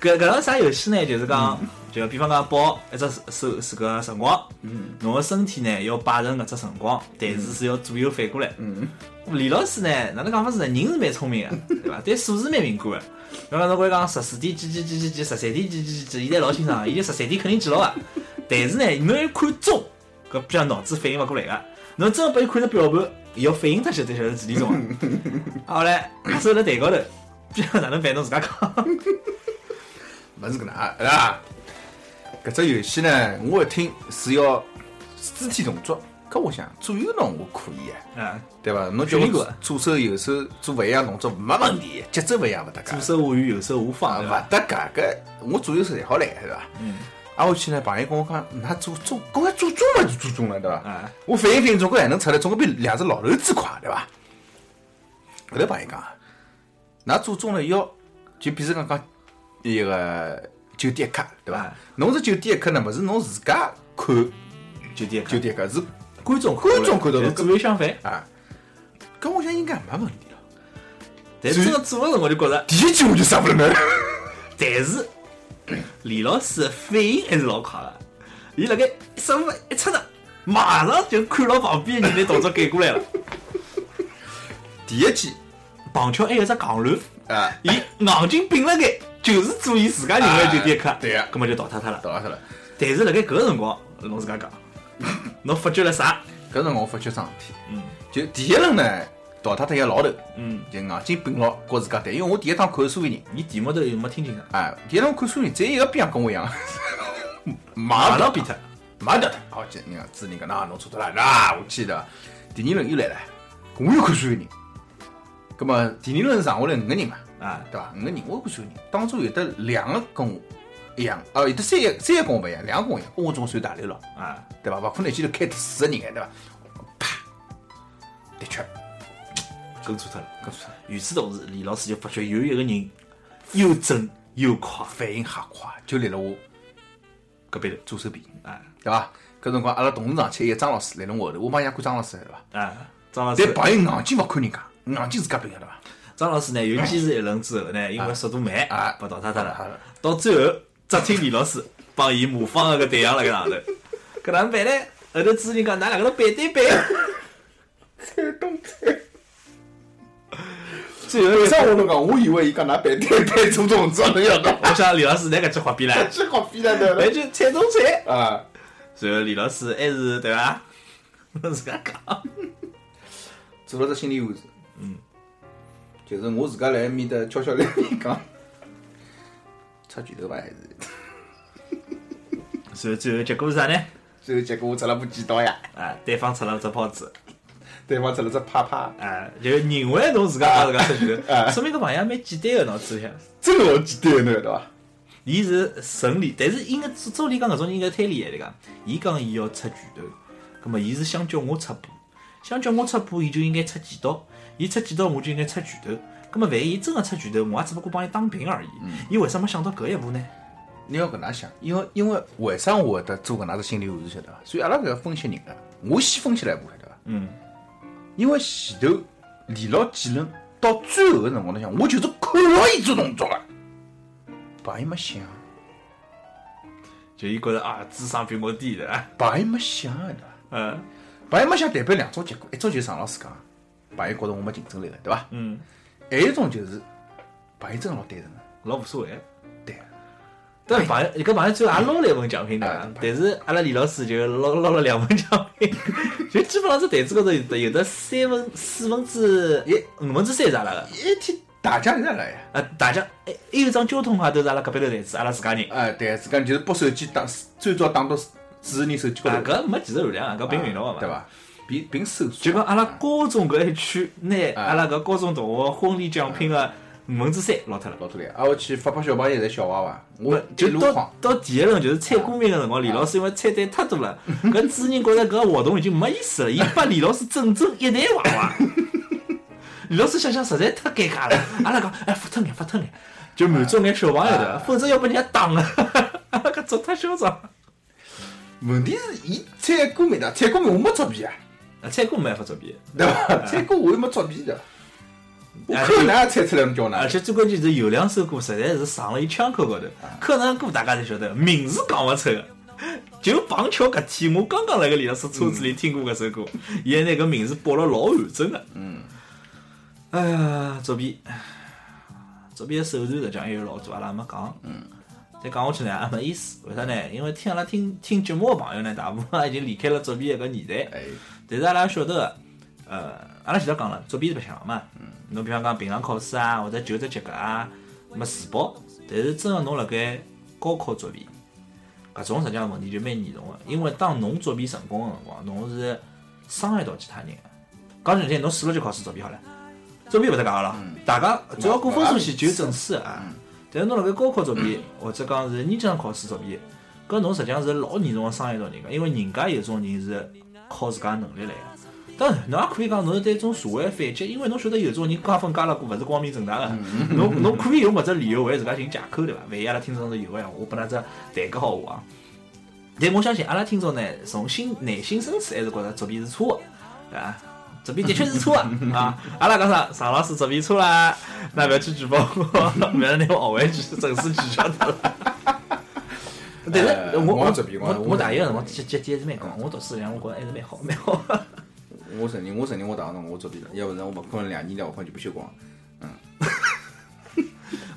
Speaker 3: 搿搿场啥游戏呢？就是讲，
Speaker 4: 嗯
Speaker 3: 就比方讲包一只手是个辰光，嗯，侬个身体呢要摆成搿只辰光，但
Speaker 4: 嗯
Speaker 3: 是是要左右反过来，嗯。李老师呢，哪能讲法子呢？人是蛮聪明个，对伐？对数字蛮敏感个。比方讲，侬讲讲十四点几几几几几，十三点几几几几，现在老清爽，伊就十三点肯定记牢个。但是呢，侬一看钟，搿比较脑子反应勿过来个。侬真拨伊看成表盘，伊要反应出去才晓得几点钟啊。啊后来手辣台高头，比较哪能办侬自家讲。
Speaker 4: 勿是搿能啊，是吧？搿只游戏呢，我一听是要肢体动作，搿我想左右弄我可以啊，
Speaker 3: 啊，
Speaker 4: 对伐？侬叫
Speaker 3: 训练过
Speaker 4: 我左手右手做勿一样动作没问题，节奏勿一样勿搭界
Speaker 3: 左，手下雨，右手下
Speaker 4: 啊
Speaker 3: 方，对伐？
Speaker 4: 勿搭界搿我左右手侪好来，是伐？嗯。挨下去呢，朋友跟我讲，㑚做中，搿个做中嘛就做中了，对伐
Speaker 3: 啊？
Speaker 4: 我反应反应，总归还能出来，总归比两只老头子快，对伐？后头朋友讲，㑚做中了要，就比如讲讲一个九点一刻，对伐
Speaker 3: 啊？
Speaker 4: 侬是九点一刻呢，勿是侬自家看
Speaker 3: 就点
Speaker 4: 九点一刻，是
Speaker 3: 观众
Speaker 4: 观众看到
Speaker 3: 了，
Speaker 4: 了
Speaker 3: 左右相反。
Speaker 4: 啊。搿我想应该没问题了。
Speaker 3: 但真个做个辰光就觉着，
Speaker 4: 第一句我就上不了门，
Speaker 3: 但是 李老师的反应还是老快个，伊辣盖一刹那一刹那，马上就看牢旁边的人的动作改过 来了。
Speaker 4: 第一句
Speaker 3: 旁敲还有只戆卵，
Speaker 4: 啊。
Speaker 3: 伊硬劲并辣盖，就是做伊自家认为就点克，
Speaker 4: 对呀
Speaker 3: 根本就淘汰脱了。
Speaker 4: 到阿脱了。
Speaker 3: 但是辣盖搿个辰光，侬自家 讲，侬发觉了啥？
Speaker 4: 搿辰光我发觉桩事体，就第一轮呢淘汰脱一个老头，
Speaker 3: 嗯，
Speaker 4: 就硬劲并牢和自家对，因为我第一趟看的苏联人，
Speaker 3: 伊题目头又没听清爽，
Speaker 4: 啊，第一趟看苏联人，只有一个边跟我一样， 马
Speaker 3: 马
Speaker 4: 上
Speaker 3: 上比脱。
Speaker 4: 马上掉脱。好，这人家主人讲，那侬错脱了，那我记得。第二轮又来了，我又看苏联人，葛么第二轮剩下来五个人嘛，
Speaker 3: 啊，
Speaker 4: 对伐？五个人我看苏联人，当中有的两个跟我一样，哦，有的三个三个跟我勿一样，两个跟我一样，我总算大力了。
Speaker 3: 啊，
Speaker 4: 对伐？勿可能一记头开脱四个人哎，对伐？啪，的确，
Speaker 3: 跟错脱了。
Speaker 4: 搿是
Speaker 3: 与此同时，李老师就发觉有一个人又正又快，
Speaker 4: 反应瞎快，就立了我
Speaker 3: 搿边头
Speaker 4: 左手边，
Speaker 3: 啊
Speaker 4: 对伐？搿辰光阿拉董事长去一个张老师立了我后头，我帮伊拉看张老师对伐？
Speaker 3: 啊，张老
Speaker 4: 但
Speaker 3: 师，
Speaker 4: 朋友硬劲勿看人家，硬劲自家拼个对伐？
Speaker 3: 张老师呢，又坚持一轮之后呢，因为速度慢
Speaker 4: 啊，
Speaker 3: 被淘汰脱
Speaker 4: 啊
Speaker 3: 了。到最后，只听李老师帮伊模仿了个对象辣搿上头，搿哪能办呢？后头主持人讲，㑚两个头背对背，
Speaker 4: 最后为啥我侬讲？我以为伊讲㑚 背对背做动作，侬晓得伐？
Speaker 3: 我想李老师来搿只 滑边了，
Speaker 4: 这好逼了的
Speaker 3: 那就踩中踩。
Speaker 4: 啊！
Speaker 3: 然后李老师还是对伐？侬自家讲，
Speaker 4: 做了只心理暗示，嗯，就是我自家辣埃面搭悄悄来面讲，出拳头伐还是？
Speaker 3: 然后最后结果是啥呢？
Speaker 4: 最后结果我出了把剪刀呀。
Speaker 3: 啊，对方出了只包子。
Speaker 4: 对方出了只啪啪，
Speaker 3: 啊，就认为侬自家自家出拳 头，
Speaker 4: 啊
Speaker 3: 说明搿朋友还蛮简单个脑子里向。
Speaker 4: 真个老简单的对伐？
Speaker 3: 伊是顺利，但是应该照照理讲搿种人应该推理个对讲，伊讲伊要出拳头，葛末伊是想叫我出步，想叫我出步，伊就应该出剪刀，伊出剪刀我就应该出拳头。葛末万一伊真个出拳头，我也只不过帮伊打平而已。伊为啥没想到搿一步呢？
Speaker 4: 你要搿能想，因为因为为啥我会得做搿能只心理暗示晓得伐？所以阿拉搿个分析人啊，我先分析了一部晓得伐？嗯，因为前头连牢几轮，到最后个辰光，侬想我就是看牢伊做动作个，朋友没想，
Speaker 3: 就伊觉着啊，智商比我低对伐？
Speaker 4: 朋友没想个对伐？
Speaker 3: 嗯
Speaker 4: 朋友没想代表两种结果，一种就是上老师讲，朋友觉着我没竞争力个对伐？
Speaker 3: 嗯，
Speaker 4: 还有一种就是朋友真个老单纯个，
Speaker 3: 老无所谓。
Speaker 4: 对啊。
Speaker 3: 但朋友，搿朋友最后也捞了一份奖品
Speaker 4: 哎
Speaker 3: 的，但是阿拉李老师就捞捞了两份奖品， 就基本上这台子高头有的有的三分四分之一五分之三是阿拉个，
Speaker 4: 一天大家侪来呀。
Speaker 3: 啊，大家还还有张交通牌都是阿拉隔壁头台子，阿拉自家人，
Speaker 4: 啊，对，自家就是把手机打，最早打到主持人手机高
Speaker 3: 啊，
Speaker 4: 头，
Speaker 3: 搿没技术含量啊，搿并运动个嘛，
Speaker 4: 对？伐？并并搜索，
Speaker 3: 就讲阿拉高中搿一区，拿
Speaker 4: 啊
Speaker 3: 阿拉搿高中同学婚礼奖品个五分之三捞脱了。
Speaker 4: 老多来，啊，我去发拨小朋友侪小娃娃，我一
Speaker 3: 就
Speaker 4: 路
Speaker 3: 到
Speaker 4: 晃，啊
Speaker 3: 到第一轮就是猜歌名个辰光，李老师因为猜对太多了，搿主持人觉着搿个活动已经没意思了，伊拨李老师整整一台娃 娃。李老师想想实在太尴尬了，阿拉讲哎发脱眼发脱眼，就满足眼小朋友
Speaker 4: 啊
Speaker 3: 的，否则要被人家打了。 阿拉搿做太嚣张，
Speaker 4: 问题是伊猜歌没的，猜歌没我没作弊啊，
Speaker 3: 啊猜歌没办法作弊，
Speaker 4: 对 伐？猜歌我又没作弊的，我
Speaker 3: 啊
Speaker 4: 看哪猜出来侬叫
Speaker 3: 而
Speaker 4: 哪，
Speaker 3: 且最关键是有两首歌实在是上了伊枪口高头，可能歌大家侪晓得，名字讲勿出个。就棒球搿天，我刚刚辣个李老师车子里听过搿首歌，伊还拿搿名字报了老完整个。嗯，哎呀，作弊，作弊的手段实际上也有老多，阿拉也没讲。嗯，再讲下去呢也没意思，为啥呢？因为听阿拉听听节目个朋友呢，大部分已经离开了作弊一个年代。
Speaker 4: 哎，
Speaker 3: 但是阿拉晓得个，呃，阿拉前头讲了，作弊是白相嘛。侬比方讲平常考试啊，或者就职及格啊，没自保。但是真个侬辣盖高考作弊，搿种实际上问题就蛮严重个，因为当侬作弊成功个辰光，侬是伤害到其他人个。讲句难听，侬试了就考试作弊好了，作弊勿搭界个咯。大家只要过分数线就有证书个啊。但是侬辣盖高考作弊，或者讲是年级上考试作弊，搿侬实际上是老严重个伤害到人家，因为人家有种人是靠自家能力来个。当然，侬也可以讲侬是对种社会反击，因为侬晓得有种人加分加了过，勿是光明正大个。侬侬可以用搿只理由为自家寻借口，对伐？万一阿拉听众是有个闲话，我拨㑚只弹个好话啊。但我相信阿拉听众呢，从心内心深处还是觉着作弊是错的，对伐？作弊的确是错的啊！阿拉讲啥？常老师作弊错啦，那不要去举报我，不要拿我学回去，正式取消掉了。但是，
Speaker 4: 呃
Speaker 3: 我
Speaker 4: 我也
Speaker 3: 我
Speaker 4: 作弊我也
Speaker 3: 我
Speaker 4: 我
Speaker 3: 我大一个辰光绩绩点还是蛮高，我读书实际上我觉着还是蛮好蛮好。
Speaker 4: 我承认，我承认我大学辰光我作弊了，要不然我勿可能两年了，我可能就被休光了。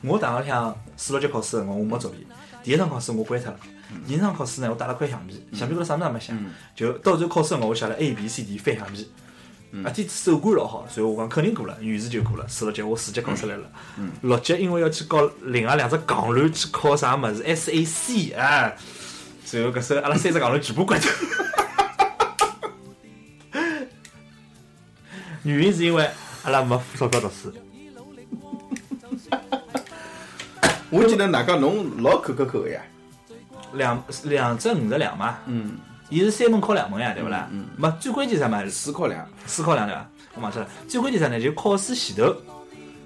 Speaker 3: 我大学里向四六级考试的辰光我没作弊，第一场考试我关脱了，第二场考试呢我带了块橡皮，橡皮高头啥物事也没写，就到最后考试的辰光我写了 A B C D 翻橡皮。啊，天手感老好，所以我讲肯定过了，于是就过了。四六级我四级考出来了，六级因为要去搞另外两只戆卵去啊考啥物事 SAC 啊，最后搿首阿拉三只戆卵全部关掉。 原因是因为阿拉没钞票读书。
Speaker 4: 我记得哪家侬老口口口个呀？
Speaker 3: 两两只五十两嘛，嗯，伊是三门考两门呀，对不啦？嗯，没最关键啥嘛，
Speaker 4: 四考两，
Speaker 3: 四考两对伐？我忘记了，最关键啥呢？就考试前头，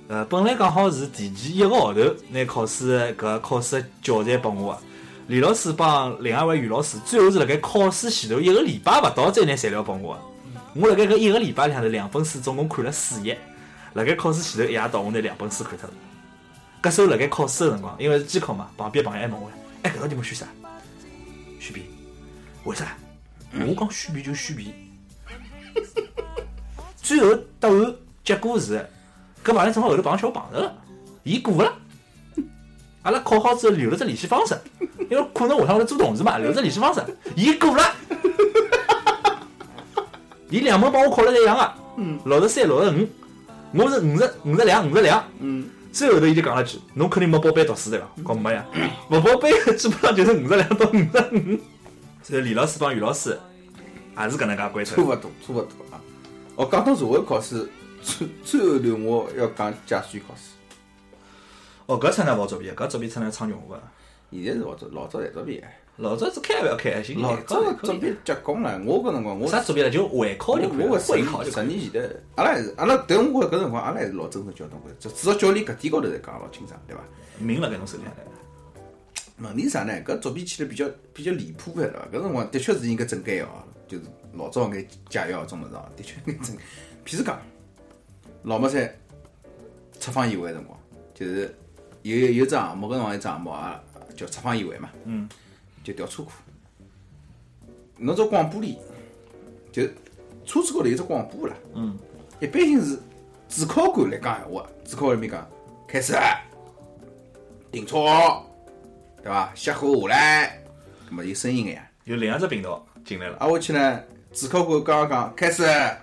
Speaker 3: 呃，本来讲好是提前一个号头拿考试搿考试教材拨我个，啊李老师帮另外一位于老师最后是辣盖考试前头一个礼拜勿到再拿材料拨我个，我辣盖搿一个礼拜里向头两本书总共看了四页，辣盖考试前头一夜到我拿两本书看脱了。搿时候辣盖考试个辰光，因为是监考嘛，旁边朋友还问我，哎，搿道题目选啥？选 B，为啥？我讲选 B 就选 B。最后答案结果是，搿朋友正好后头帮我小碰着了，伊过了。阿拉考好之后留了只联系方式， 因为可能下趟会得做同事嘛，留只联系方式，伊过了。 伊两门帮我考了侪一样啊，六十三、六十五，我是五十五十两、五十两。嗯。最后头伊就讲了句：“侬肯定没报班读书对伐？”讲没呀，勿报班基本上就是五十两到五十五。所以李老师帮于老师也是搿能介关
Speaker 4: 差
Speaker 3: 系。
Speaker 4: 勿多，差勿多啊。哦，讲到社会考试，最最后头我要讲驾驶员考试，
Speaker 3: 哦，搿出呢勿好作弊，搿作弊出呢苍穹个。
Speaker 4: 现在是老早老早才作弊的，
Speaker 3: 老早子开也勿要开，现在
Speaker 4: 老早
Speaker 3: 也可以
Speaker 4: 作弊结棍了。我搿辰光我
Speaker 3: 啥作弊了？就会考就可以
Speaker 4: 我
Speaker 3: 了，
Speaker 4: 我
Speaker 3: 会考
Speaker 4: 十
Speaker 3: 就
Speaker 4: 十
Speaker 3: 可以。
Speaker 4: 年前头，阿拉还是阿拉，但我觉得搿辰光阿拉还是老遵守交通规则，至少教练搿点高头侪讲老清爽，对伐？
Speaker 3: 名辣盖侬手里向来。
Speaker 4: 问题是啥呢？搿作弊起来比较比较离谱个对伐？搿辰光的确是应该整改哦，就是老早应该解药种物事哦，的确应该整改。譬如讲，老么三出访以外个辰光，就是有有有只项目，搿辰光有只项目啊，叫出访以外嘛，嗯，就调车库。侬只广玻璃，就车子高头有只广播啦，嗯，一般性是主考官来讲闲话，主考官面讲开始停车。对伐？熄火下来，咁么有声音个呀。
Speaker 3: 有另外只频道进来了，
Speaker 4: 挨下去呢，主考官刚刚讲开始，挨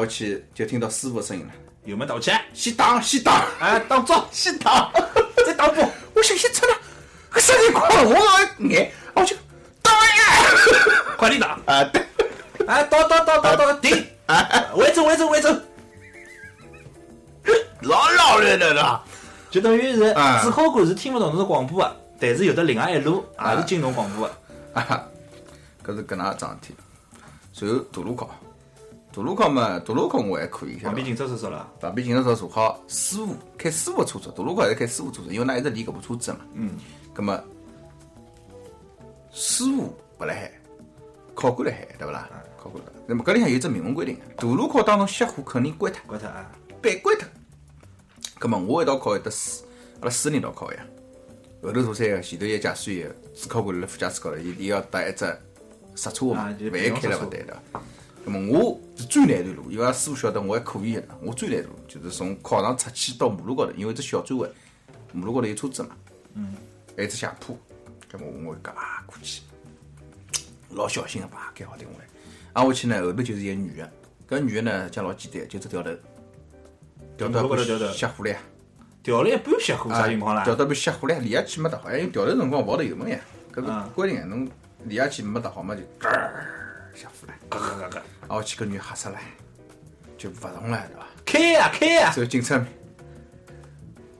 Speaker 4: 下去就听到师傅个声音了，
Speaker 3: 油门倒起，
Speaker 4: 先打先打，
Speaker 3: 哎，当中
Speaker 4: 先打。
Speaker 3: 再当步，
Speaker 4: 我想先出来，搿啥情况？我老眼，啊我就打呀！
Speaker 3: 快点打，
Speaker 4: 啊，对，
Speaker 3: 哎，倒倒倒倒倒，停，回走回走回走，
Speaker 4: 老老热闹了。
Speaker 3: 就等于是
Speaker 4: 哎
Speaker 3: 主考官是听勿懂侬是广播个，但是有的另外一路也是进侬广播个。
Speaker 4: 啊搿是搿能介桩事体。随后大路考，大路考嘛，大路考我还可以，晓得伐
Speaker 3: 旁边警察叔叔了，
Speaker 4: 旁边警察叔叔好，师傅开师傅车子，大路高头开师傅车子，因为㑚一直练搿部车子嘛。嗯。葛么，师傅勿辣海，考官辣海，对勿啦？考官辣海。那么搿里向有一只明文规定，大路考当中熄火肯定关脱，
Speaker 3: 怪他啊，
Speaker 4: 被关脱。葛么啊我一道考一得四，阿拉四个人一道考呀。后啊头坐三个，前头一个驾驶员，主考官辣副驾驶高头，伊伊要带一只刹车嘛
Speaker 3: 啊，就是
Speaker 4: 万一开了勿对的。那么我是最难段路，因为阿拉师傅晓得我还可以的，我最难段路就是从考场出去到马路高头，因为有只小转弯，马路高头有车子嘛。嗯。还有只斜坡，葛末我就讲啊，过去老小心个啊吧，盖好停下来。挨下去呢，后头就是一个女个，搿女个呢讲老简单，就只掉头，掉到一
Speaker 3: 马路高头掉头
Speaker 4: 半歇火了呀。
Speaker 3: 调了一半血火啥情况啦？
Speaker 4: 调到被熄火了，离下去没打好，哎，调头辰光跑到油门呀，搿个
Speaker 3: 嗯
Speaker 4: 关键侬离下去没打好嘛，就嗝熄火了，
Speaker 3: 嘎嘎嘎嘎，
Speaker 4: 啊，我去搿女吓死了，就勿动了，对伐？
Speaker 3: 开呀开啊呀！
Speaker 4: 走警察面，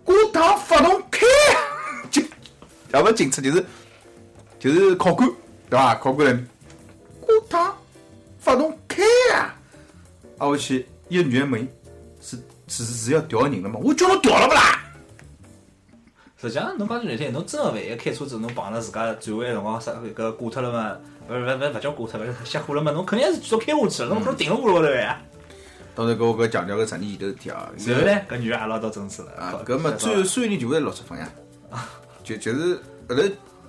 Speaker 4: 我打发动开，就要勿警察就是就是考官，对伐？考官来，我打发动开啊！啊，我去，一个女人问伊，是是是要调人了吗？我叫侬调了不啦？
Speaker 3: 实际上，侬讲句难听，侬真个万一开车子，侬碰着自家转弯的辰光啥搿个挂脱了嘛？勿勿勿勿叫挂脱，勿是熄火了嘛？侬肯定是继续开下去了，
Speaker 4: 嗯
Speaker 3: 侬可能停了马路高头呀。
Speaker 4: 当然，搿我搿强调搿十年前头的事体啊。
Speaker 3: 然后呢，搿女个阿拉到正处了。
Speaker 4: 啊，
Speaker 3: 搞
Speaker 4: 搿
Speaker 3: 啊
Speaker 4: 么最后所有人全部侪六十分呀， 就就是后头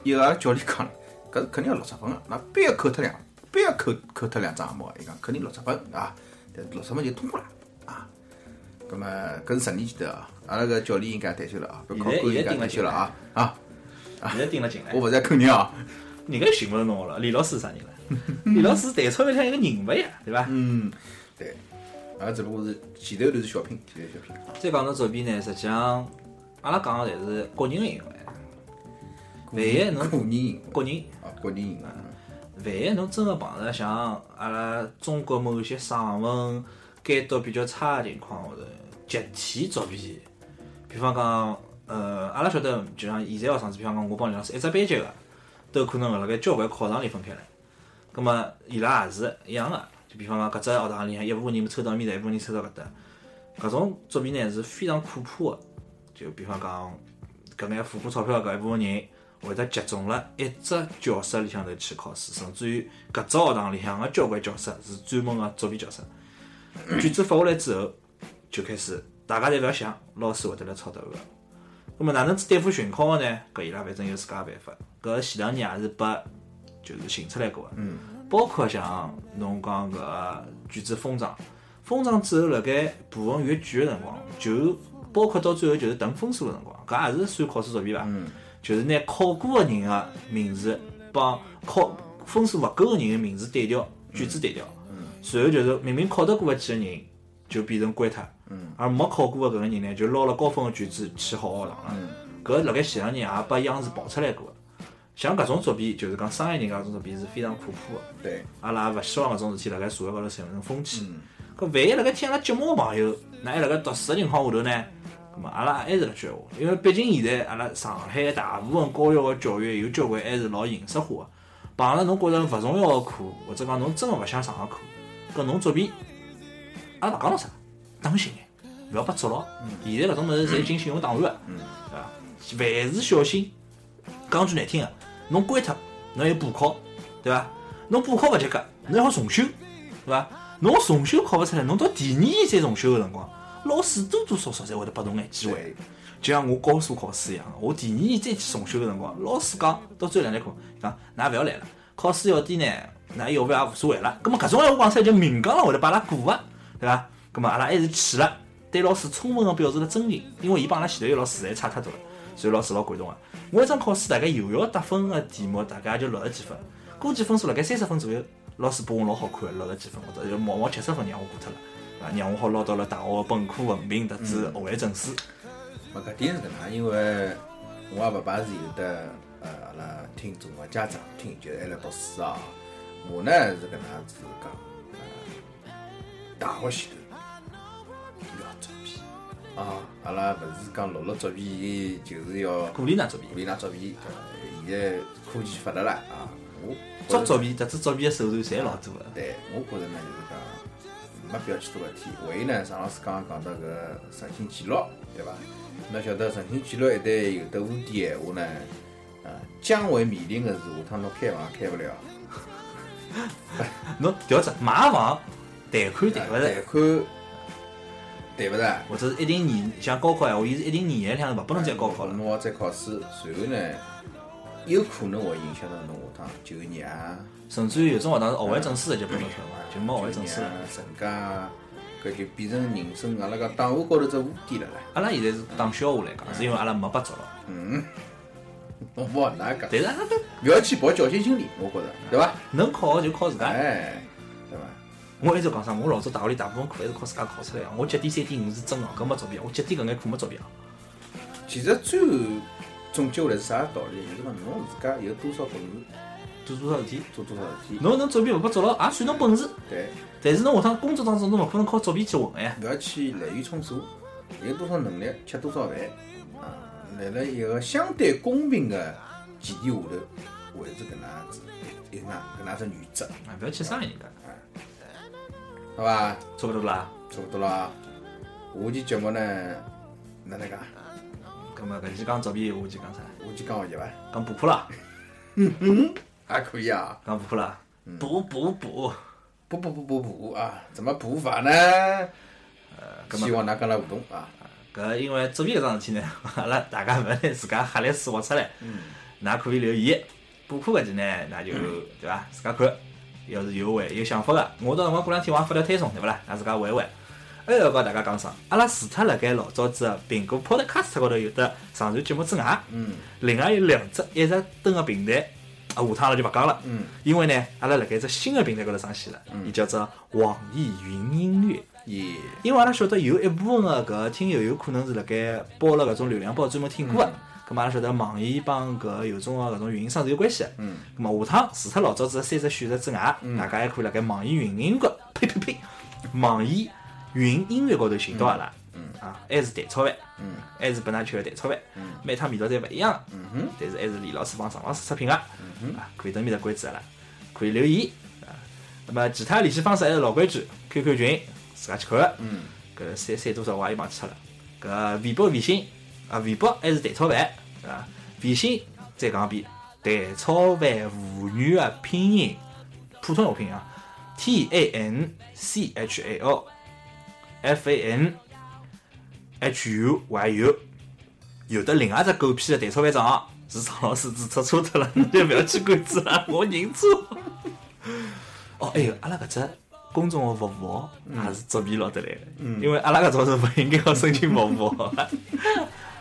Speaker 4: 一个教练讲了，搿肯定要六十分个，那非要扣脱两，非要扣扣脱两张项目，伊讲肯定六十分啊，六十分就通过了啊。搿么搿是十年前头啊，阿拉搿教练应该退休了啊，搿
Speaker 3: 现
Speaker 4: 考
Speaker 3: 在
Speaker 4: 官应
Speaker 3: 现在
Speaker 4: 该
Speaker 3: 定了
Speaker 4: 退休了啊啊！
Speaker 3: 现在盯了进来
Speaker 4: 我，勿是在坑人啊，
Speaker 3: 人家又寻勿着侬了。李老师是啥人了？ 李老师谈钞票像一个人物呀，对伐？
Speaker 4: 嗯，对，阿拉只不过是前头头是小品，前头小品啊，
Speaker 3: 再讲到作弊呢，实际上阿拉讲个侪是个人个行为。
Speaker 4: 个人赢
Speaker 3: 万一侬个人，
Speaker 4: 啊，个人赢啊，
Speaker 3: 万一侬真个碰着像阿拉中国某些省份监督比较差个情况下头，集体作弊，比方讲，呃，阿拉晓得，就像现在学生子，比方讲，我帮李老师一只班级个，啊都可能辣盖交关考场里分配来。葛末伊拉也是一样个，啊就比方讲，搿只学堂里向一部分人抽到面搭，一部分人抽到搿搭，搿种作弊呢是非常可怕个。就比方讲，搿眼付过钞票搿一部分人会得集中辣一只教室里向头去考试，甚至于搿只学堂里向个交关教室是专门个作弊教室。卷子发下来之后，就开始大家侪勿要想，老师会得来抄答案个。那么哪能对付巡考个呢？搿伊拉反正有自家个办法。搿前两年也是拨就是寻出来过个，嗯，包括像侬讲搿个卷子封装，封装之后辣盖部分越卷个辰光，就包括到最后就是等分数个辰光，搿也是算考试作弊伐？嗯，就是拿考过个人个名字帮考分数勿够个人个名字对调，卷子对调，随后就是明明考得过的几个人就变成关他，而没考过的搿个人呢，就捞了高分的卷子去好学堂了。搿辣盖前两年也被央视爆出来过，像搿种作弊，就是讲商业人家搿种作弊是非常可怕的。
Speaker 4: 对。
Speaker 3: 阿拉也勿希望搿种事体辣盖社会高头形成风气。搿万一辣盖听阿拉节目个朋友，那还辣盖读书个情况下头呢？咁么阿拉还是搿句闲话，因为毕竟现在阿拉上海大部分高校个教育有交关还是老形式化个，碰着侬觉着勿重要个课，或者讲侬真个勿想上个课，搿侬作弊，阿拉勿讲侬啥，当心眼，勿要被捉牢。现在搿种物事侪进信用档案个，对伐？凡事小心。讲句难听个，侬关脱，侬还有补考，对伐？侬补考勿及格，侬还好重修，对伐？侬重修考勿出来，侬到第二年再重修个辰光，老师多多少少侪会得拨侬眼机会。就像我高数考试一样，我第二年再去重修个辰光，老师讲到最后两节课，讲㑚勿要来了，考试要点呢，㑚要勿要也无所谓了。葛末搿种闲话讲出来就明讲了，会得把阿拉过个，对伐？葛末阿拉还是去了，对老师充分个表示了尊敬，因为伊帮阿拉前头有老师实在差太多了，所以老师老感动个。我一张考试大概有效得分个题目大概也就六十几分，估计分数辣盖三十分左右，老师拨我老好看个六十几分，或者就毛毛七十分让我过脱了，对伐？让我好捞到了大学个本科文凭特子学位证书。
Speaker 4: 勿搿点是搿能，因为我也勿排除有的呃阿拉听众个家长听，就是还辣读书啊。我呢是搿能样子讲，呃，大学前头勿要作弊啊！阿拉勿是讲落了作弊就是要
Speaker 3: 鼓励㑚作弊
Speaker 4: 鼓励㑚作弊。呃现在科技发达了啊，我
Speaker 3: 抓作弊，特子作弊个手段侪老多个。
Speaker 4: 对，我觉着呢就是讲没必要去做搿天。唯一呢，常老师刚刚讲到搿诚信记录，对伐？侬晓得诚信记录一旦有得污点闲话呢，呃，将会面临的是下趟侬开房也开勿了，
Speaker 3: 侬调整买房贷款贷勿
Speaker 4: 贷
Speaker 3: 着，
Speaker 4: 款对勿着，
Speaker 3: 或者是一定年像高考闲话，伊是一定年限向勿拨侬再高考了。
Speaker 4: 侬要再考试，随后呢，有可能会影响到侬下趟就业啊。
Speaker 3: 甚至于有种学堂是学位证书直接拨侬脱了，就没学位证书了。
Speaker 4: 成家，搿就变成人生阿拉讲档案高头只污点了啦。
Speaker 3: 阿拉现在是打笑话来讲，是因为阿拉没被捉牢。
Speaker 4: 嗯，侬勿好哪讲，
Speaker 3: 但是啊
Speaker 4: 勿要去抱侥幸心理，我觉着，对伐？
Speaker 3: 能考就靠自家。
Speaker 4: 哎，对伐？
Speaker 3: 我一直讲啥，我老早大学里大部分课还是靠自家考出来的。啊我九点三点五是真的，搿没作弊。我九点搿眼课没作弊。啊
Speaker 4: 其实最后总结下来是啥道理？就是讲侬自家有多少本事，
Speaker 3: 做多少事体，
Speaker 4: 做多少事体，
Speaker 3: 侬能作弊勿怕做牢，也算侬本事。
Speaker 4: 对，
Speaker 3: 但是侬下趟工作当中，侬勿可能靠作弊去混个呀。
Speaker 4: 勿要去滥竽充数，有多少能力吃多少饭啊！辣辣一个相对公平的前提下头，还是搿能样子，一搿能样子原则，
Speaker 3: 啊，勿要去伤害人家，
Speaker 4: 好伐？
Speaker 3: 差勿多啦。
Speaker 4: 差不多啦。下期节目呢，哪能讲？
Speaker 3: 葛末搿期讲作弊，我就讲啥？
Speaker 4: 下期讲学习伐？
Speaker 3: 讲补课啦，
Speaker 4: 还可以啊。
Speaker 3: 讲补课啦，补补补。
Speaker 4: 补补补补补啊！怎么补法呢？
Speaker 3: 葛末
Speaker 4: 希望㑚跟阿拉互动呃啊！
Speaker 3: 搿因为作弊搿桩事体呢， 阿拉大家勿要拿自家黑历史挖出来，
Speaker 4: 嗯
Speaker 3: 㑚可以留言。补课搿件呢，㑚就
Speaker 4: 嗯
Speaker 3: 对伐？自家看，要是有回有想法个，我到辰光过两天我也发条推送，对勿啦？㑚自家玩一玩。还有要告大家讲声，阿拉除脱辣盖老早子个苹果 Podcast 高头有得上传节目之外，
Speaker 4: 嗯，
Speaker 3: 另外有两只一直登个平台，啊，下趟阿拉就勿讲了，
Speaker 4: 嗯，
Speaker 3: 因为呢，阿拉辣盖一只新个平台高头上线了，伊叫做网易云音乐，
Speaker 4: 耶，
Speaker 3: 因为阿拉晓得有一部分个搿听友有可能是辣盖包了搿种流量包专门听歌个，咁嘛阿拉晓得网易帮搿有种个搿种运营商是有关系个，嗯，咁嘛下趟除脱老早子的三只选择之外，大家还可以辣盖网易云音乐，呸呸呸，网易云音乐高头寻到阿拉，嗯啊，还是蛋炒饭，嗯，还是本拿吃个蛋炒饭，嗯，每趟味道侪勿一样，嗯哼，但是还是李老师帮常老师出品个，嗯哼，啊，可以等面搭关注阿拉，可以留言。那么其他联系方式还是老规矩，QQ 群自家去看。嗯，搿删删多少我也忘记脱了。搿微博、微信啊，微博还是蛋炒饭啊，微信再讲一遍，蛋炒饭妇女的拼音，普通话拼音啊，T A N C H A O F A N H U Y U。有的另外一只狗屁的蛋炒饭账号是张老师注册错脱了，你就勿要去关注了，我认错。哦，哎哟，阿拉搿只公众号服务也是作弊捞得来的，因为阿拉搿种是勿应该要申请服务 的。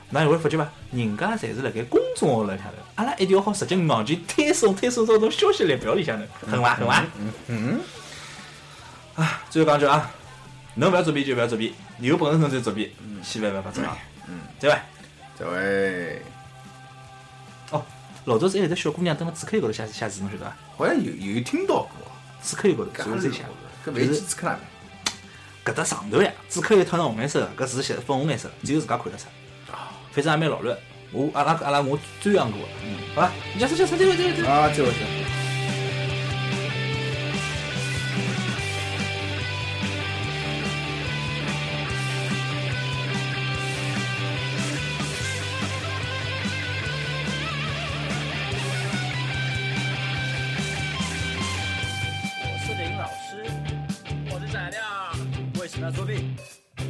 Speaker 3: 那你会发觉伐？人家侪是辣盖公众号里向头，阿拉一定要好直接硬去推送推送到侬消息列表里向头，很伐很伐？嗯。啊，最后讲句啊，侬勿要作弊就勿要作弊，有本事侬再作弊，千万勿要发作啊！嗯，对伐？
Speaker 4: 这位
Speaker 3: 哦，老早子还有只小姑娘蹲辣纸壳高头写写字，侬晓得伐？
Speaker 4: 好像有有听到过，
Speaker 3: 纸壳高头，
Speaker 4: 搿
Speaker 3: 最后再写。
Speaker 4: 搿万一记错了呢？
Speaker 3: 搿搭上头呀，纸壳有烫成红颜色的，搿字写粉红颜色的，只有自家看得出。
Speaker 4: 啊
Speaker 3: 反正也蛮老乱，我阿拉阿拉我追上过的，好吧？你讲啥讲啥？对对对对。
Speaker 4: 啊，这位这位。
Speaker 5: 我是林老师，我是闪亮。为什么要作弊？呃，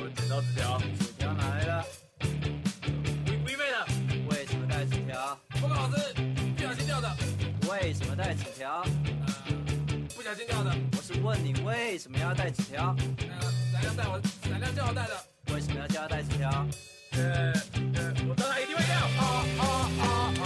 Speaker 5: 我捡到纸条。纸条哪来的？龟龟妹的。为什么带纸条？报告老师，不小心掉的。为什么带纸条？
Speaker 7: 不小心掉的，
Speaker 5: 我是问你为什么要带纸条？
Speaker 7: 呃，闪亮带我，闪亮叫我带的，
Speaker 5: 为什么要叫他带纸条？
Speaker 7: 呃呃，我当然一定会掉。啊啊啊